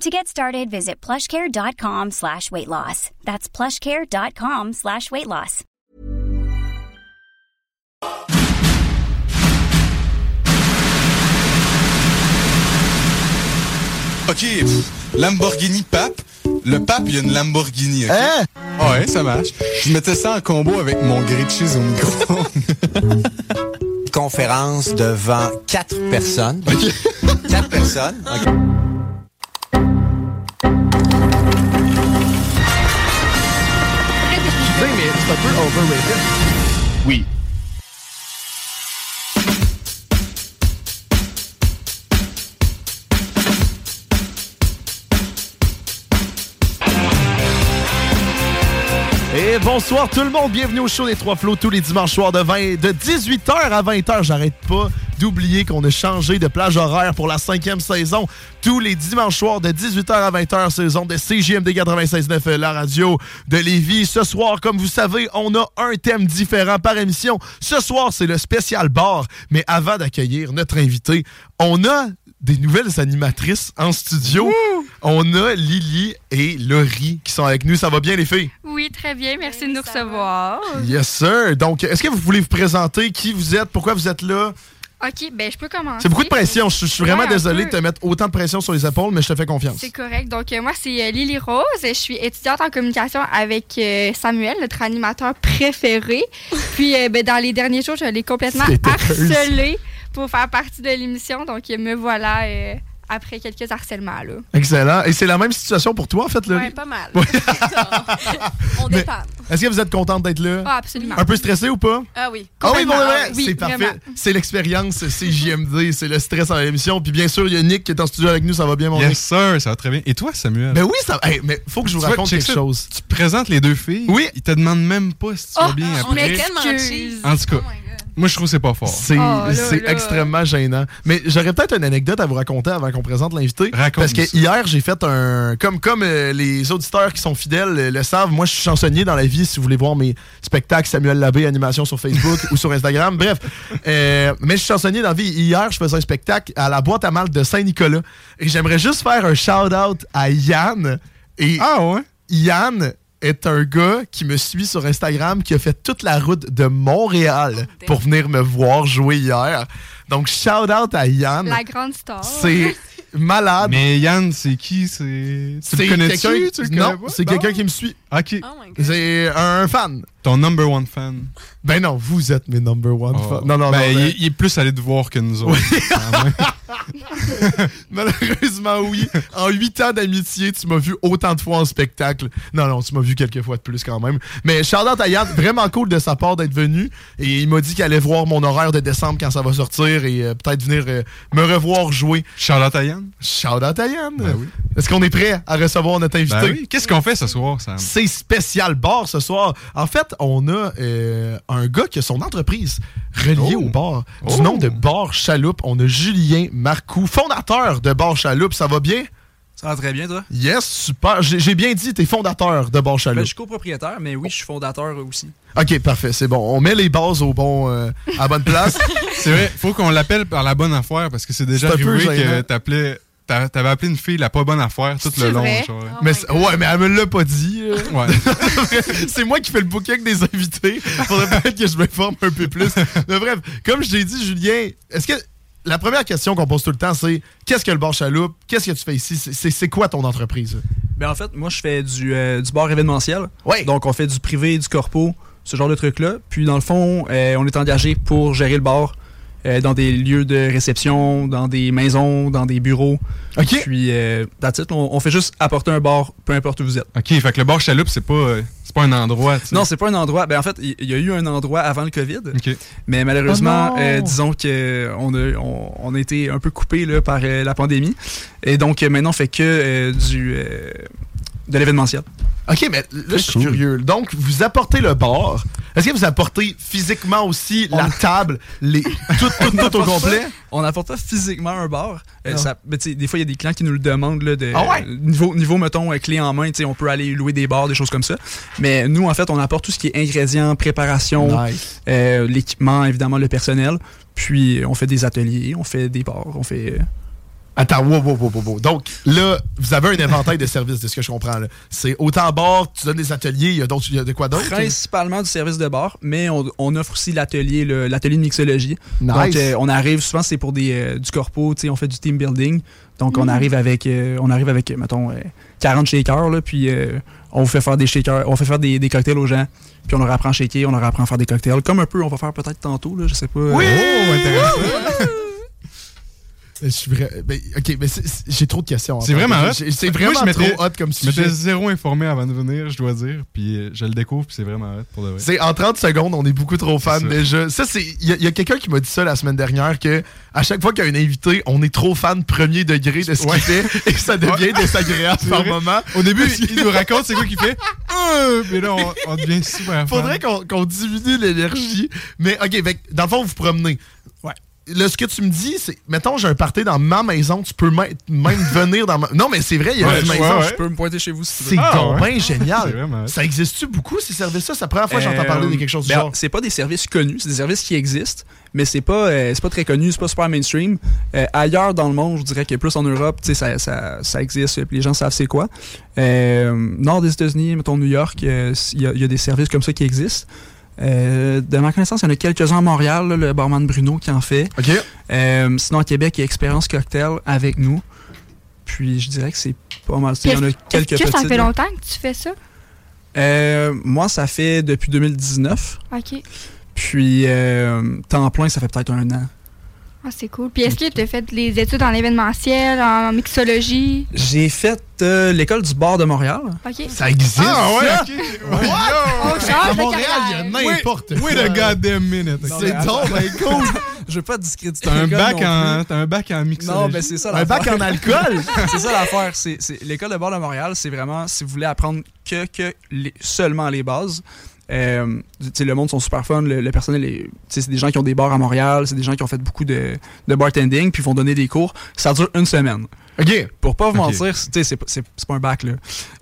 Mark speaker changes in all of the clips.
Speaker 1: To get started, visit plushcare.com slash weight loss. That's plushcare.com slash weight loss.
Speaker 2: Ok, pff, Lamborghini Pape. Le Pape, il y a une Lamborghini. ok? Ah
Speaker 3: Hein?
Speaker 2: Ouais, ça marche. Je mettais ça en combo avec mon grilled cheese au micro.
Speaker 3: Conférence devant quatre personnes. Quatre personnes.
Speaker 4: Ah.
Speaker 3: OK.
Speaker 5: Oui.
Speaker 6: Et bonsoir tout le monde, bienvenue au show des Trois Flots tous les dimanches soirs de, 20 de 18h à 20h. J'arrête pas d'oublier qu'on a changé de plage horaire pour la cinquième saison. Tous les dimanches soirs de 18h à 20h, saison de CJMD 96.9, la radio de Lévis. Ce soir, comme vous savez, on a un thème différent par émission. Ce soir, c'est le spécial bar. Mais avant d'accueillir notre invité, on a des nouvelles animatrices en studio. On a Lily et Laurie qui sont avec nous. Ça va bien, les filles?
Speaker 7: Oui, très bien. Merci de nous recevoir.
Speaker 6: Yes, sir. Donc, est-ce que vous voulez vous présenter qui vous êtes, pourquoi vous êtes là?
Speaker 7: OK, ben je peux commencer.
Speaker 6: C'est beaucoup de pression. Je, je suis vraiment
Speaker 7: Ouais, un
Speaker 6: désolé de
Speaker 7: peu.
Speaker 6: te mettre autant de pression sur les épaules, mais je te fais confiance.
Speaker 7: C'est correct. Donc, euh, moi, c'est euh, Lily Rose. Je suis étudiante en communication avec euh, Samuel, notre animateur préféré. Puis, euh, ben, dans les derniers jours, je l'ai complètement
Speaker 6: C'était heureuse.
Speaker 7: harcelé pour faire partie de l'émission. Donc, euh, me voilà euh, après quelques harcèlements. Là.
Speaker 6: Excellent. Et c'est la même situation pour toi, en fait, Laurie?
Speaker 8: Ouais, pas mal.
Speaker 6: Oui.
Speaker 8: On
Speaker 6: Mais-
Speaker 8: dépend.
Speaker 6: Est-ce que vous êtes contente d'être là?
Speaker 7: Ah, absolument.
Speaker 6: Un peu stressé ou pas?
Speaker 8: Ah oui.
Speaker 6: Ah oui, bon,
Speaker 7: Complètement.
Speaker 6: ouais,
Speaker 7: Ah oui,
Speaker 6: c'est
Speaker 7: vraiment.
Speaker 6: parfait. C'est l'expérience, c'est JMD, c'est le stress en émission. Puis bien sûr, il y a Nick qui est en studio avec nous, ça va bien, mon
Speaker 2: yes, sir, ça va très bien. Et toi, Samuel?
Speaker 6: Nick? Ben oui, ça hey, mais faut que je vous
Speaker 2: Tu vois,
Speaker 6: raconte
Speaker 2: check
Speaker 6: quelque
Speaker 2: ça.
Speaker 6: chose.
Speaker 2: Tu présentes les deux filles.
Speaker 6: Oui.
Speaker 2: Ils te demandent même pas si tu
Speaker 7: Oh,
Speaker 2: vas bien
Speaker 8: On est
Speaker 2: après.
Speaker 8: tellement
Speaker 7: Excuse.
Speaker 8: cheese.
Speaker 2: En tout cas, moi, je trouve que c'est pas fort.
Speaker 6: C'est
Speaker 7: Oh, là,
Speaker 6: c'est
Speaker 7: là.
Speaker 6: extrêmement gênant. Mais j'aurais peut-être une anecdote à vous raconter avant qu'on présente l'invité.
Speaker 2: Raconte-nous
Speaker 6: Parce que
Speaker 2: ça.
Speaker 6: hier, j'ai fait un. Comme, comme euh, les auditeurs qui sont fidèles euh, le savent, moi, je suis chansonnier dans la vie. Si vous voulez voir mes spectacles, Samuel Labbé, animation sur Facebook ou sur Instagram. Bref. Euh, mais je suis chansonnier dans la vie. Hier, je faisais un spectacle à la boîte à mal de Saint-Nicolas. Et j'aimerais juste faire un shout-out à Yann. Et
Speaker 2: Ah ouais?
Speaker 6: Yann est un gars qui me suit sur Instagram, qui a fait toute la route de Montréal pour venir me voir jouer hier. Donc, shout out à Yann.
Speaker 7: La grande star.
Speaker 6: C'est malade.
Speaker 2: Mais Yann, c'est qui? C'est... Tu
Speaker 6: C'est
Speaker 2: le connais-tu?
Speaker 6: quelqu'un-
Speaker 2: Tu le connais
Speaker 6: Non,
Speaker 2: pas?
Speaker 6: c'est
Speaker 2: Bon.
Speaker 6: quelqu'un qui me suit.
Speaker 2: OK.
Speaker 8: Oh my god.
Speaker 6: C'est un fan.
Speaker 2: Ton number one fan.
Speaker 6: Ben non, vous êtes mes number one
Speaker 2: Oh.
Speaker 6: fans. Non, non,
Speaker 2: ben,
Speaker 6: non.
Speaker 2: il,
Speaker 6: ben-
Speaker 2: il est plus allé te voir que nous autres. quand même.
Speaker 6: Malheureusement, oui. En huit ans d'amitié, tu m'as vu autant de fois en spectacle. Non, non, tu m'as vu quelques fois de plus quand même. Mais Charlotte Ayat, vraiment cool de sa part d'être venu. Et il m'a dit qu'il allait voir mon horaire de décembre quand ça va sortir et euh, peut-être venir euh, me revoir jouer.
Speaker 2: Charlotte à Yann?
Speaker 6: Charlotte Ayat!
Speaker 2: Ben oui.
Speaker 6: Est-ce qu'on est prêt à recevoir notre invité?
Speaker 2: Ben oui. Qu'est-ce qu'on fait ce soir, Sam?
Speaker 6: C'est spécial bar ce soir. En fait, on a euh, un gars qui a son entreprise reliée
Speaker 2: Oh.
Speaker 6: au bar. Du
Speaker 2: Oh.
Speaker 6: nom de Bar Chaloupe, on a Julien Marcoux, fondateur de Bar Chaloupe. Ça va bien?
Speaker 4: Ça va très bien, toi?
Speaker 6: Yes, super. J'ai j'ai bien dit, t'es fondateur de Bar
Speaker 4: Ben,
Speaker 6: Chaloupe.
Speaker 4: je suis copropriétaire, mais oui, je suis fondateur aussi.
Speaker 6: Ok, parfait, c'est bon. On met les bases au bon, euh, à la bonne place.
Speaker 2: C'est vrai, faut qu'on l'appelle par la bonne affaire parce que c'est déjà
Speaker 6: C'est un peu
Speaker 2: arrivé
Speaker 6: gênant.
Speaker 2: que t'appelais- t'a- t'avais appelé une fille la pas bonne affaire tout le
Speaker 7: C'est
Speaker 2: long.
Speaker 7: vrai? Ah
Speaker 2: genre.
Speaker 6: mais c'est- ouais, mais elle me l'a pas dit. euh.
Speaker 2: Ouais.
Speaker 6: c'est moi qui fais le booking des invités. Faudrait peut-être que je m'informe un peu plus. Mais bref, comme je t'ai dit, Julien, est-ce que la première question qu'on pose tout le temps, c'est qu'est-ce que le bar chaloupe? Qu'est-ce que tu fais ici? C'est- C'est c'est quoi ton entreprise?
Speaker 4: Ben, en fait, moi, je fais du, euh, du bar événementiel.
Speaker 6: Oui.
Speaker 4: Donc, on fait du privé, du corpo, ce genre de truc-là. Puis, dans le fond, euh, on est engagé pour gérer le bar euh, dans des lieux de réception, dans des maisons, dans des bureaux.
Speaker 6: OK.
Speaker 4: Puis, euh, that's it, on, on fait juste apporter un bar, peu importe où vous êtes.
Speaker 2: OK, fait que le bar chaloupe, c'est pas, euh, c'est pas un endroit. tu sais.
Speaker 4: Non, c'est pas un endroit. Ben, en fait, il il y a eu un endroit avant le COVID,
Speaker 2: OK.
Speaker 4: mais malheureusement,
Speaker 6: Oh non!
Speaker 4: euh, disons qu'on a, on, on a été un peu coupé là, par euh, la pandémie. Et donc, euh, maintenant, on fait que euh, du, euh, de l'événementiel.
Speaker 6: OK, mais là, je suis curieux. Donc, vous apportez le bar. Est-ce que vous apportez physiquement aussi la table, les, tout, tout, tout au complet?
Speaker 4: On n'apporte pas physiquement un bar. Euh,
Speaker 6: Non.
Speaker 4: ça- mais tu sais, des fois, il y a des clients qui nous le demandent. Là, de,
Speaker 6: Ah ouais?
Speaker 4: euh, niveau, niveau, mettons, euh, clé en main, tu sais, on peut aller louer des bars, des choses comme ça. Mais nous, en fait, on apporte tout ce qui est ingrédients, préparation,
Speaker 6: Nice.
Speaker 4: euh, l'équipement, évidemment, le personnel. Puis, on fait des ateliers, on fait des bars, on fait... euh,
Speaker 6: Attends, wow, wow, wow, wow, wow. Donc, là, vous avez un inventaire de services, de ce que je comprends. là. C'est autant bar, tu donnes des ateliers, il y a, d'autres- il y a de quoi d'autre?
Speaker 4: Principalement du service de bar, mais on, on offre aussi l'atelier, le- l'atelier de mixologie.
Speaker 6: Nice.
Speaker 4: Donc, euh, on arrive souvent, c'est pour des, euh, du corpo, tu sais, on fait du team building. Donc, on arrive avec, euh, on arrive avec, euh, mettons, euh, 40 shakers, là, puis euh, on vous fait faire des shakers, on fait faire des, des cocktails aux gens, puis on leur apprend à shaker, on leur apprend à faire des cocktails, comme un peu on va faire peut-être tantôt, là, je sais pas.
Speaker 6: Oui!
Speaker 4: Oh, intéressant.
Speaker 6: Je suis vrai. ben, OK, mais c'est- c'est- j'ai trop de questions.
Speaker 2: C'est
Speaker 6: en fait.
Speaker 2: vraiment hot.
Speaker 6: J'ai- C'est
Speaker 2: Moi,
Speaker 6: vraiment
Speaker 2: je m'étais-
Speaker 6: trop hot comme
Speaker 2: Je m'étais
Speaker 6: sujet.
Speaker 2: zéro informé avant de venir, je dois dire. Puis euh, je le découvre, puis c'est vraiment hot pour de vrai.
Speaker 6: C'est en 30 secondes, on est beaucoup trop fans
Speaker 2: C'est ça.
Speaker 6: déjà. Ça, c'est. Il y a, il y a quelqu'un qui m'a dit ça la semaine dernière que à chaque fois qu'il y a un invité, on est trop fan premier degré de ce qu'il fait et ça devient désagréable
Speaker 2: C'est
Speaker 6: par
Speaker 2: vrai.
Speaker 6: moment.
Speaker 2: Au début, il nous raconte c'est quoi qu'il fait. Euh, mais là, on, on devient super fan.
Speaker 6: Faudrait qu'on qu'on diminue l'énergie. Mais OK, fait que, dans le fond, vous vous promenez.
Speaker 4: Ouais.
Speaker 6: Là, ce que tu me dis, c'est. Mettons, j'ai un party dans ma maison, tu peux même même venir dans ma. Non, mais c'est vrai, il y a
Speaker 2: Ouais,
Speaker 6: une
Speaker 2: ouais,
Speaker 6: maison.
Speaker 2: ouais.
Speaker 4: Je peux me pointer chez vous si tu veux.
Speaker 6: C'est
Speaker 2: Ah,
Speaker 6: donc
Speaker 2: ouais.
Speaker 6: bien génial.
Speaker 2: C'est vraiment-
Speaker 6: Ça existe-tu beaucoup, ces services-là? C'est la première fois que j'entends
Speaker 4: Euh,
Speaker 6: parler de quelque chose du
Speaker 4: ben,
Speaker 6: genre.
Speaker 4: C'est pas des services connus, c'est des services qui existent, mais c'est pas, euh, c'est pas très connu, c'est pas super mainstream. Euh, ailleurs dans le monde, je dirais que plus en Europe, tu sais, ça, ça, ça existe, puis les gens savent c'est quoi. Euh, nord des États-Unis, mettons New York, euh, il y, a- il y a des services comme ça qui existent. Euh, de ma connaissance, il y en a quelques-uns à Montréal, là, le barman Bruno qui en fait.
Speaker 6: OK.
Speaker 4: Euh, sinon, à Québec, il y a Expérience Cocktail avec nous. Puis je dirais que c'est pas mal. Tu sais, Il y en a
Speaker 7: Est-ce
Speaker 4: quelques
Speaker 7: que ça
Speaker 4: petites,
Speaker 7: fait
Speaker 4: là.
Speaker 7: longtemps que tu fais ça?
Speaker 4: Euh, moi, ça fait depuis 2019.
Speaker 7: OK.
Speaker 4: Puis, euh, temps plein, ça fait peut-être un an.
Speaker 7: Ah, c'est cool. Puis est-ce que tu as fait les études en événementiel, en mixologie?
Speaker 4: J'ai fait euh, l'école du bar de Montréal.
Speaker 7: OK.
Speaker 6: Ça existe.
Speaker 2: Ah ouais,
Speaker 6: ça?
Speaker 2: ok.
Speaker 7: On
Speaker 6: À
Speaker 7: change de
Speaker 6: Montréal, il y a
Speaker 7: carrière.
Speaker 6: n'importe quoi.
Speaker 2: Wait a goddamn minute. ok.
Speaker 4: mais
Speaker 6: C'est donc ben cool.
Speaker 4: Je veux pas discréditer
Speaker 2: T'as un
Speaker 4: l'école
Speaker 2: bac
Speaker 4: non plus.
Speaker 2: en, t'as un bac en mixologie.
Speaker 4: Non, ben c'est ça
Speaker 6: Un bac
Speaker 4: l'affaire.
Speaker 6: en alcool.
Speaker 4: c'est ça l'affaire. C'est, c'est- l'école de bar de Montréal, c'est vraiment si vous voulez apprendre que, que les- seulement les bases. Euh, tu sais, le monde sont super fun. Le, le personnel, est- tu sais, c'est des gens qui ont des bars à Montréal, c'est des gens qui ont fait beaucoup de, de bartending, puis vont donner des cours. Ça dure une semaine.
Speaker 6: OK.
Speaker 4: Pour pas vous
Speaker 2: Ok.
Speaker 4: mentir, c'est, tu sais, c'est, pas- c'est- c'est pas un bac là.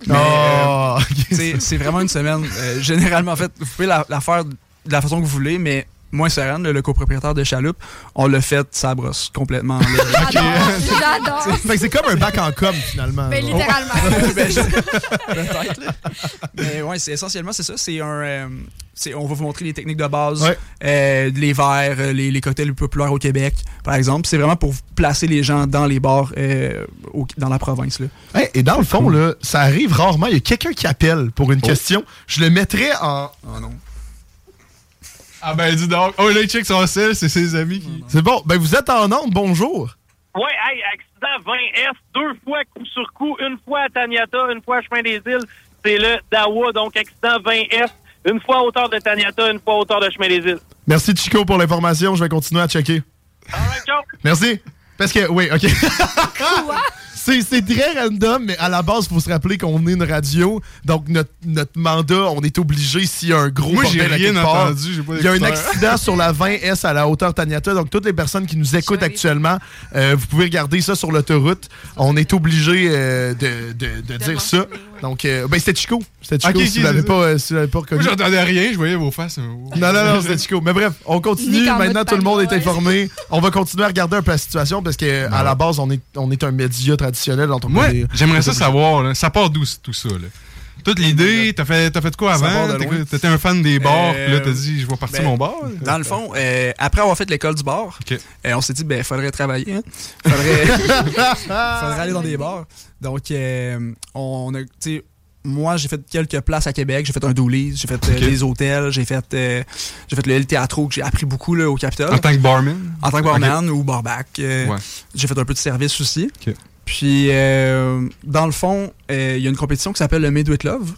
Speaker 4: Mais, euh,
Speaker 2: Ah.
Speaker 6: Oh,
Speaker 4: Tu sais, c'est vraiment une semaine. euh, généralement, en fait, vous pouvez la, la faire de la façon que vous voulez, mais moi, Saran, le, le copropriétaire de Chaloupe, on l'a fait, ça brosse complètement. là.
Speaker 7: J'adore. J'adore.
Speaker 6: Fait que c'est comme un bac en com finalement.
Speaker 7: Mais
Speaker 6: genre.
Speaker 7: littéralement.
Speaker 4: Ben, je- Peut-être, là. Mais ouais, c'est essentiellement, c'est ça. C'est un. euh, c'est- on va vous montrer les techniques de base,
Speaker 6: Ouais.
Speaker 4: euh, les verres, euh, les, les cocktails les plus populaires au Québec, par exemple. C'est vraiment pour vous placer les gens dans les bars euh, au- dans la province. Là.
Speaker 6: Oh. Hey, et dans le fond, là, ça arrive rarement. Il y a quelqu'un qui appelle pour
Speaker 2: Oh.
Speaker 6: une question. Je le mettrais en.
Speaker 4: Oh non.
Speaker 2: Ah ben dis donc. Oh là, il check son sel, c'est ses amis qui.
Speaker 6: C'est bon. Ben, vous êtes en onde. Bonjour.
Speaker 9: Ouais, hey, accident 20F, deux fois coup sur coup, une fois à Taniata, une fois à Chemin des Îles, c'est le Dawa, donc accident 20F, une fois à hauteur de Taniata, une fois à hauteur de Chemin des Îles.
Speaker 6: Merci Chico pour l'information. Je vais continuer à checker.
Speaker 9: Alright, ciao.
Speaker 6: Merci. Parce que, oui, OK. C'est c'est très random, mais à la base, il faut se rappeler qu'on est une radio. Donc, notre, notre mandat, on est obligé s'il y a un gros
Speaker 2: Moi, j'ai
Speaker 6: bordel à
Speaker 2: rien
Speaker 6: quelque part.
Speaker 2: entendu, j'ai pas
Speaker 6: Il y a un
Speaker 2: d'écouteurs.
Speaker 6: accident sur la 20S à la hauteur Taniata. Donc, toutes les personnes qui nous écoutent actuellement, euh, vous pouvez regarder ça sur l'autoroute. On est obligé euh, de, de- de dire ça. Donc, euh, ben, c'était Chico. C'était Chico,
Speaker 2: Ok, ok,
Speaker 6: si vous l'avez
Speaker 2: c'est ça.
Speaker 6: pas, euh, si vous l'avez pas reconnu.
Speaker 2: Moi, j'entendais rien, je voyais vos faces. mais- oh.
Speaker 6: Non, non, non, c'était Chico. Mais bref, on continue.
Speaker 7: Unique en
Speaker 6: Maintenant,
Speaker 7: mode
Speaker 6: tout le monde est
Speaker 7: panoïde.
Speaker 6: informé. On va continuer à regarder un peu la situation parce que à la base, on est, on est un média traditionnel. Donc on
Speaker 2: Moi,
Speaker 6: est-
Speaker 2: j'aimerais ça savoir, là, ça part d'où c- tout ça, là? Toute l'idée, t'as fait, t'as fait de quoi
Speaker 4: Ça part
Speaker 2: avant?
Speaker 4: de
Speaker 2: T'as-
Speaker 4: loin.
Speaker 2: T'étais un fan des bars,
Speaker 4: Euh,
Speaker 2: puis là, t'as dit, je vais partir
Speaker 4: ben,
Speaker 2: mon bar.
Speaker 4: Dans le fond, euh, après avoir fait l'école du bar,
Speaker 2: Ok.
Speaker 4: euh, on s'est dit, ben, faudrait travailler. hein. Faudrait, faudrait aller dans des bars. Donc, euh, on a, tu sais, moi, j'ai fait quelques places à Québec. J'ai fait un doulise, j'ai fait euh, les hôtels, j'ai fait, euh, j'ai fait le L Teatro que j'ai appris beaucoup là, au Capitole.
Speaker 2: En tant que barman?
Speaker 4: En tant que
Speaker 2: Ok.
Speaker 4: barman ou barback. euh,
Speaker 2: Ouais.
Speaker 4: J'ai fait un peu de service aussi.
Speaker 2: Ok.
Speaker 4: Puis, euh, dans le fond, euh, il y a une compétition qui s'appelle le Midweek Love.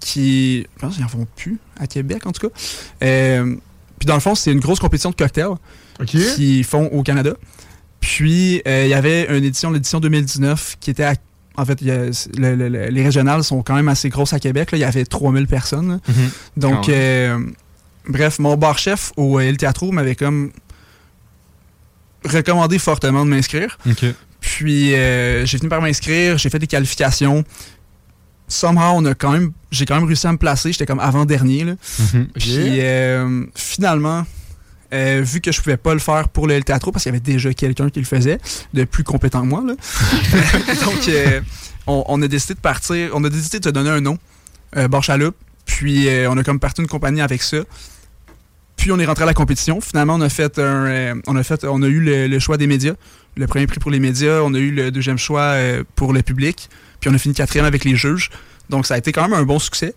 Speaker 4: Qui, je pense qu'ils en font plus à Québec, en tout cas. Euh, puis, dans le fond, c'est une grosse compétition de cocktails qu'ils font au Canada. Puis, euh, il y avait une édition, l'édition 2019, qui était à. En fait, il y a- le- le- le- les régionales sont quand même assez grosses à Québec. là. Il y avait 3000 personnes. là.
Speaker 2: Mhm.
Speaker 4: Donc,
Speaker 2: Ah ouais.
Speaker 4: euh, bref, mon bar-chef au euh, El Teatro m'avait comme recommandé fortement de m'inscrire.
Speaker 2: OK.
Speaker 4: Puis euh, j'ai fini par m'inscrire, j'ai fait des qualifications. Somehow, on a quand même, j'ai quand même réussi à me placer. J'étais comme avant dernier. Puis euh, finalement, euh, vu que je pouvais pas le faire pour le El Teatro parce qu'il y avait déjà quelqu'un qui le faisait de plus compétent que moi, là. donc euh, on, on a décidé de partir, on a décidé de te donner un nom, euh, Borchaloup. Puis euh, on a comme parti une compagnie avec ça. Puis on est rentré à la compétition. Finalement, on a fait un, euh, on a fait, on a eu le, le choix des médias, le premier prix pour les médias, on a eu le deuxième choix euh, pour le public, puis on a fini quatrième avec les juges. Donc ça a été quand même un bon succès.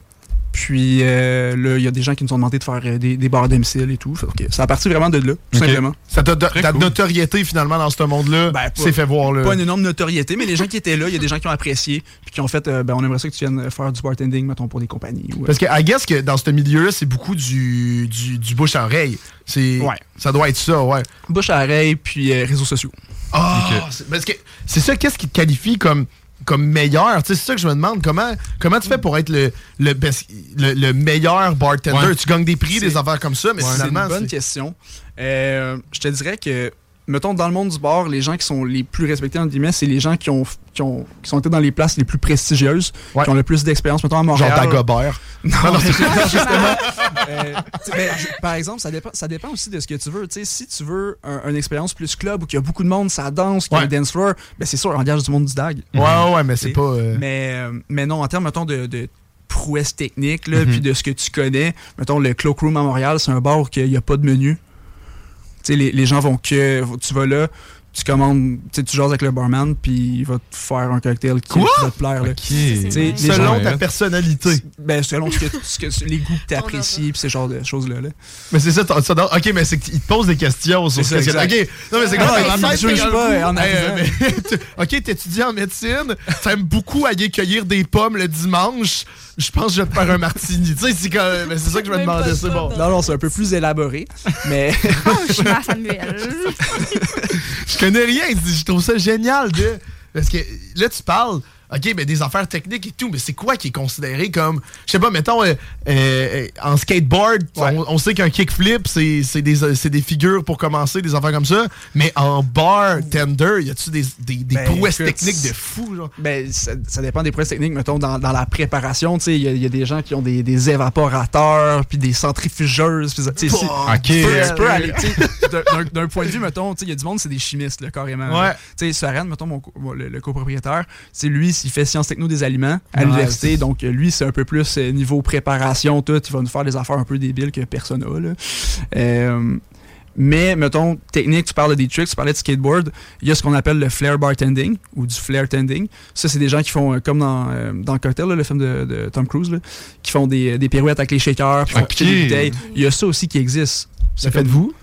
Speaker 4: Puis euh, là, il y a des gens qui nous ont demandé de faire euh, des, des bars d'MCL et tout. Fait que ça a parti vraiment de là, tout
Speaker 6: Ok.
Speaker 4: simplement.
Speaker 6: Ça t'a- ta
Speaker 4: cool. Ben,
Speaker 6: notoriété finalement dans ce monde-là s'est fait voir là.
Speaker 4: Pas une énorme notoriété, mais les gens qui étaient là, il y a des gens qui ont apprécié, puis qui ont fait, euh, ben, on aimerait ça que tu viennes faire du bartending, mettons, pour des compagnies. ou, euh,
Speaker 6: Parce que, I guess que dans ce milieu-là, c'est beaucoup du, du, du bouche à oreille. C'est, Ça doit être ça, ouais.
Speaker 4: Bouche à oreille, puis euh, réseaux sociaux.
Speaker 6: Ah! c'est- Parce que c'est ça, qu'est-ce qui te qualifie comme, comme meilleur? Tu sais, C'est ça que je me demande. Comment, comment tu fais pour être le, le, best- le, le meilleur bartender?
Speaker 4: Ouais.
Speaker 6: Tu gagnes des prix,
Speaker 4: C'est-
Speaker 6: des affaires comme ça, mais
Speaker 4: Ouais.
Speaker 6: finalement.
Speaker 4: C'est une bonne question. Euh, je te dirais que, mettons, dans le monde du bar, les gens qui sont les plus respectés, entre guillemets, c'est les gens qui ont, qui ont qui sont été dans les places les plus prestigieuses, qui ont le plus d'expérience, mettons, à Montréal.
Speaker 6: Genre Dagobert.
Speaker 4: Non,
Speaker 6: Non, non, c'est-
Speaker 4: justement. Euh, tu- ben, je- par exemple, ça dépend, ça dépend aussi de ce que tu veux. Tu sais, si tu veux un- une expérience plus club où il y a beaucoup de monde, ça danse, qu'il y a
Speaker 6: Ouais.
Speaker 4: un dance floor, ben c'est sûr, on engage du monde du DAG.
Speaker 6: Ouais, ouais, ouais, mais c'est
Speaker 4: Tu sais,
Speaker 6: pas, euh,
Speaker 4: Mais, euh, mais non, en termes, mettons, de, de prouesse technique, là,
Speaker 6: Mhm.
Speaker 4: puis de ce que tu connais, mettons, le Cloakroom à Montréal, c'est un bar où il n'y a pas de menu. Tu sais, les, les gens vont que. Tu vas là, tu commandes, tu sais, tu jases avec le barman, puis il va te faire un cocktail qui
Speaker 6: Quoi?
Speaker 4: va te plaire. là. Tu sais, les gens-
Speaker 6: Selon ta personnalité.
Speaker 4: ben, selon ce que, ce que- les goûts que tu apprécies, puis ce genre de choses-là. là.
Speaker 6: Mais c'est ça, t'as- ça donne- ok, mais c'est qu'ils te posent des questions sur
Speaker 4: C'est
Speaker 6: ce
Speaker 4: ça,
Speaker 6: que c'est.
Speaker 4: exact.
Speaker 6: Ok, non, mais c'est
Speaker 4: Ah,
Speaker 6: quoi
Speaker 4: ils
Speaker 6: vraiment-
Speaker 4: te jugent
Speaker 6: Hey,
Speaker 4: pas,
Speaker 6: euh,
Speaker 4: en arrivant.
Speaker 6: mais tu- Ok, t'étudies en médecine, t'aimes beaucoup aller cueillir des pommes le dimanche, je pense que je vais te faire un martini. Tu sais, c'est comme- mais c'est ça que je me demandais, c'est bon.
Speaker 4: Non, non, c'est un peu plus élaboré, mais.
Speaker 7: Franchement, Samuel.
Speaker 6: Je connais rien, je trouve ça génial de. Parce que là, tu parles. OK, mais des affaires techniques et tout, mais c'est quoi qui est considéré comme. Je sais pas, mettons, euh, euh, euh, en skateboard, on, on sait qu'un kickflip, c'est c'est des, euh, c'est des figures pour commencer, des affaires comme ça, mais en bartender, y a-tu des, des, des
Speaker 4: Ben,
Speaker 6: prouesses
Speaker 4: écoute,
Speaker 6: techniques de fou, genre?
Speaker 4: Ben, ça, ça dépend des prouesses techniques, mettons, dans, dans la préparation, tu sais, il y, a- il y a des gens qui ont des, des évaporateurs, puis des centrifugeuses, puis ça, tu sais, si-
Speaker 6: Oh,
Speaker 4: tu peux-
Speaker 6: ok.
Speaker 4: tu peux aller, tu sais, d'un- d'un- d'un point de vue, mettons, tu sais, il y a du monde, c'est des chimistes, là, carrément. là. Tu sais, Soren, mettons, mon, co- mon- le, le copropriétaire, c'est lui, il fait sciences techno des aliments à
Speaker 6: Nice.
Speaker 4: l'université, donc euh, lui, c'est un peu plus euh, niveau préparation, tout, il va nous faire des affaires un peu débiles que personne n'a, là. Euh, mais, mettons, technique, tu parles de des tricks, tu parlais de skateboard. Il y a ce qu'on appelle le flair bartending ou du flair tending. Ça, c'est des gens qui font, euh, comme dans, euh, dans Cocktail, là, le film de, de Tom Cruise, là, qui font des, des pirouettes avec les shakers, qui font
Speaker 2: Ok.
Speaker 4: pitcher des bouteilles. Il y a ça aussi qui existe.
Speaker 6: Le faites-vous?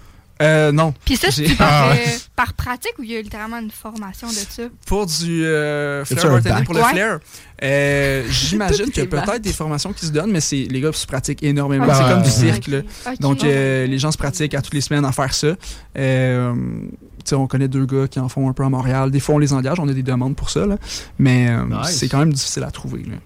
Speaker 4: Euh, non.
Speaker 7: Puis ça, c'est
Speaker 4: J'ai-
Speaker 6: Ah.
Speaker 7: par, euh, par pratique ou il y a littéralement une formation de ça?
Speaker 4: Pour du euh,
Speaker 6: Y a-tu
Speaker 4: flair
Speaker 6: un
Speaker 4: bartending,
Speaker 6: bac?
Speaker 4: pour le
Speaker 7: Ouais.
Speaker 4: flair, euh, j'imagine
Speaker 7: Toutes
Speaker 4: qu'il y a
Speaker 7: les bacs.
Speaker 4: peut-être des formations qui se donnent, mais c'est les gars se pratiquent énormément.
Speaker 6: Ben,
Speaker 4: c'est comme du
Speaker 6: ouais.
Speaker 4: cirque. là.
Speaker 7: Ok.
Speaker 4: Donc, euh, les gens se pratiquent à toutes les semaines à faire ça. Euh, tu sais, on connaît deux gars qui en font un peu à Montréal. Des fois, on les engage, on a des demandes pour ça, là. mais euh,
Speaker 6: Nice.
Speaker 4: c'est quand même difficile à trouver. là.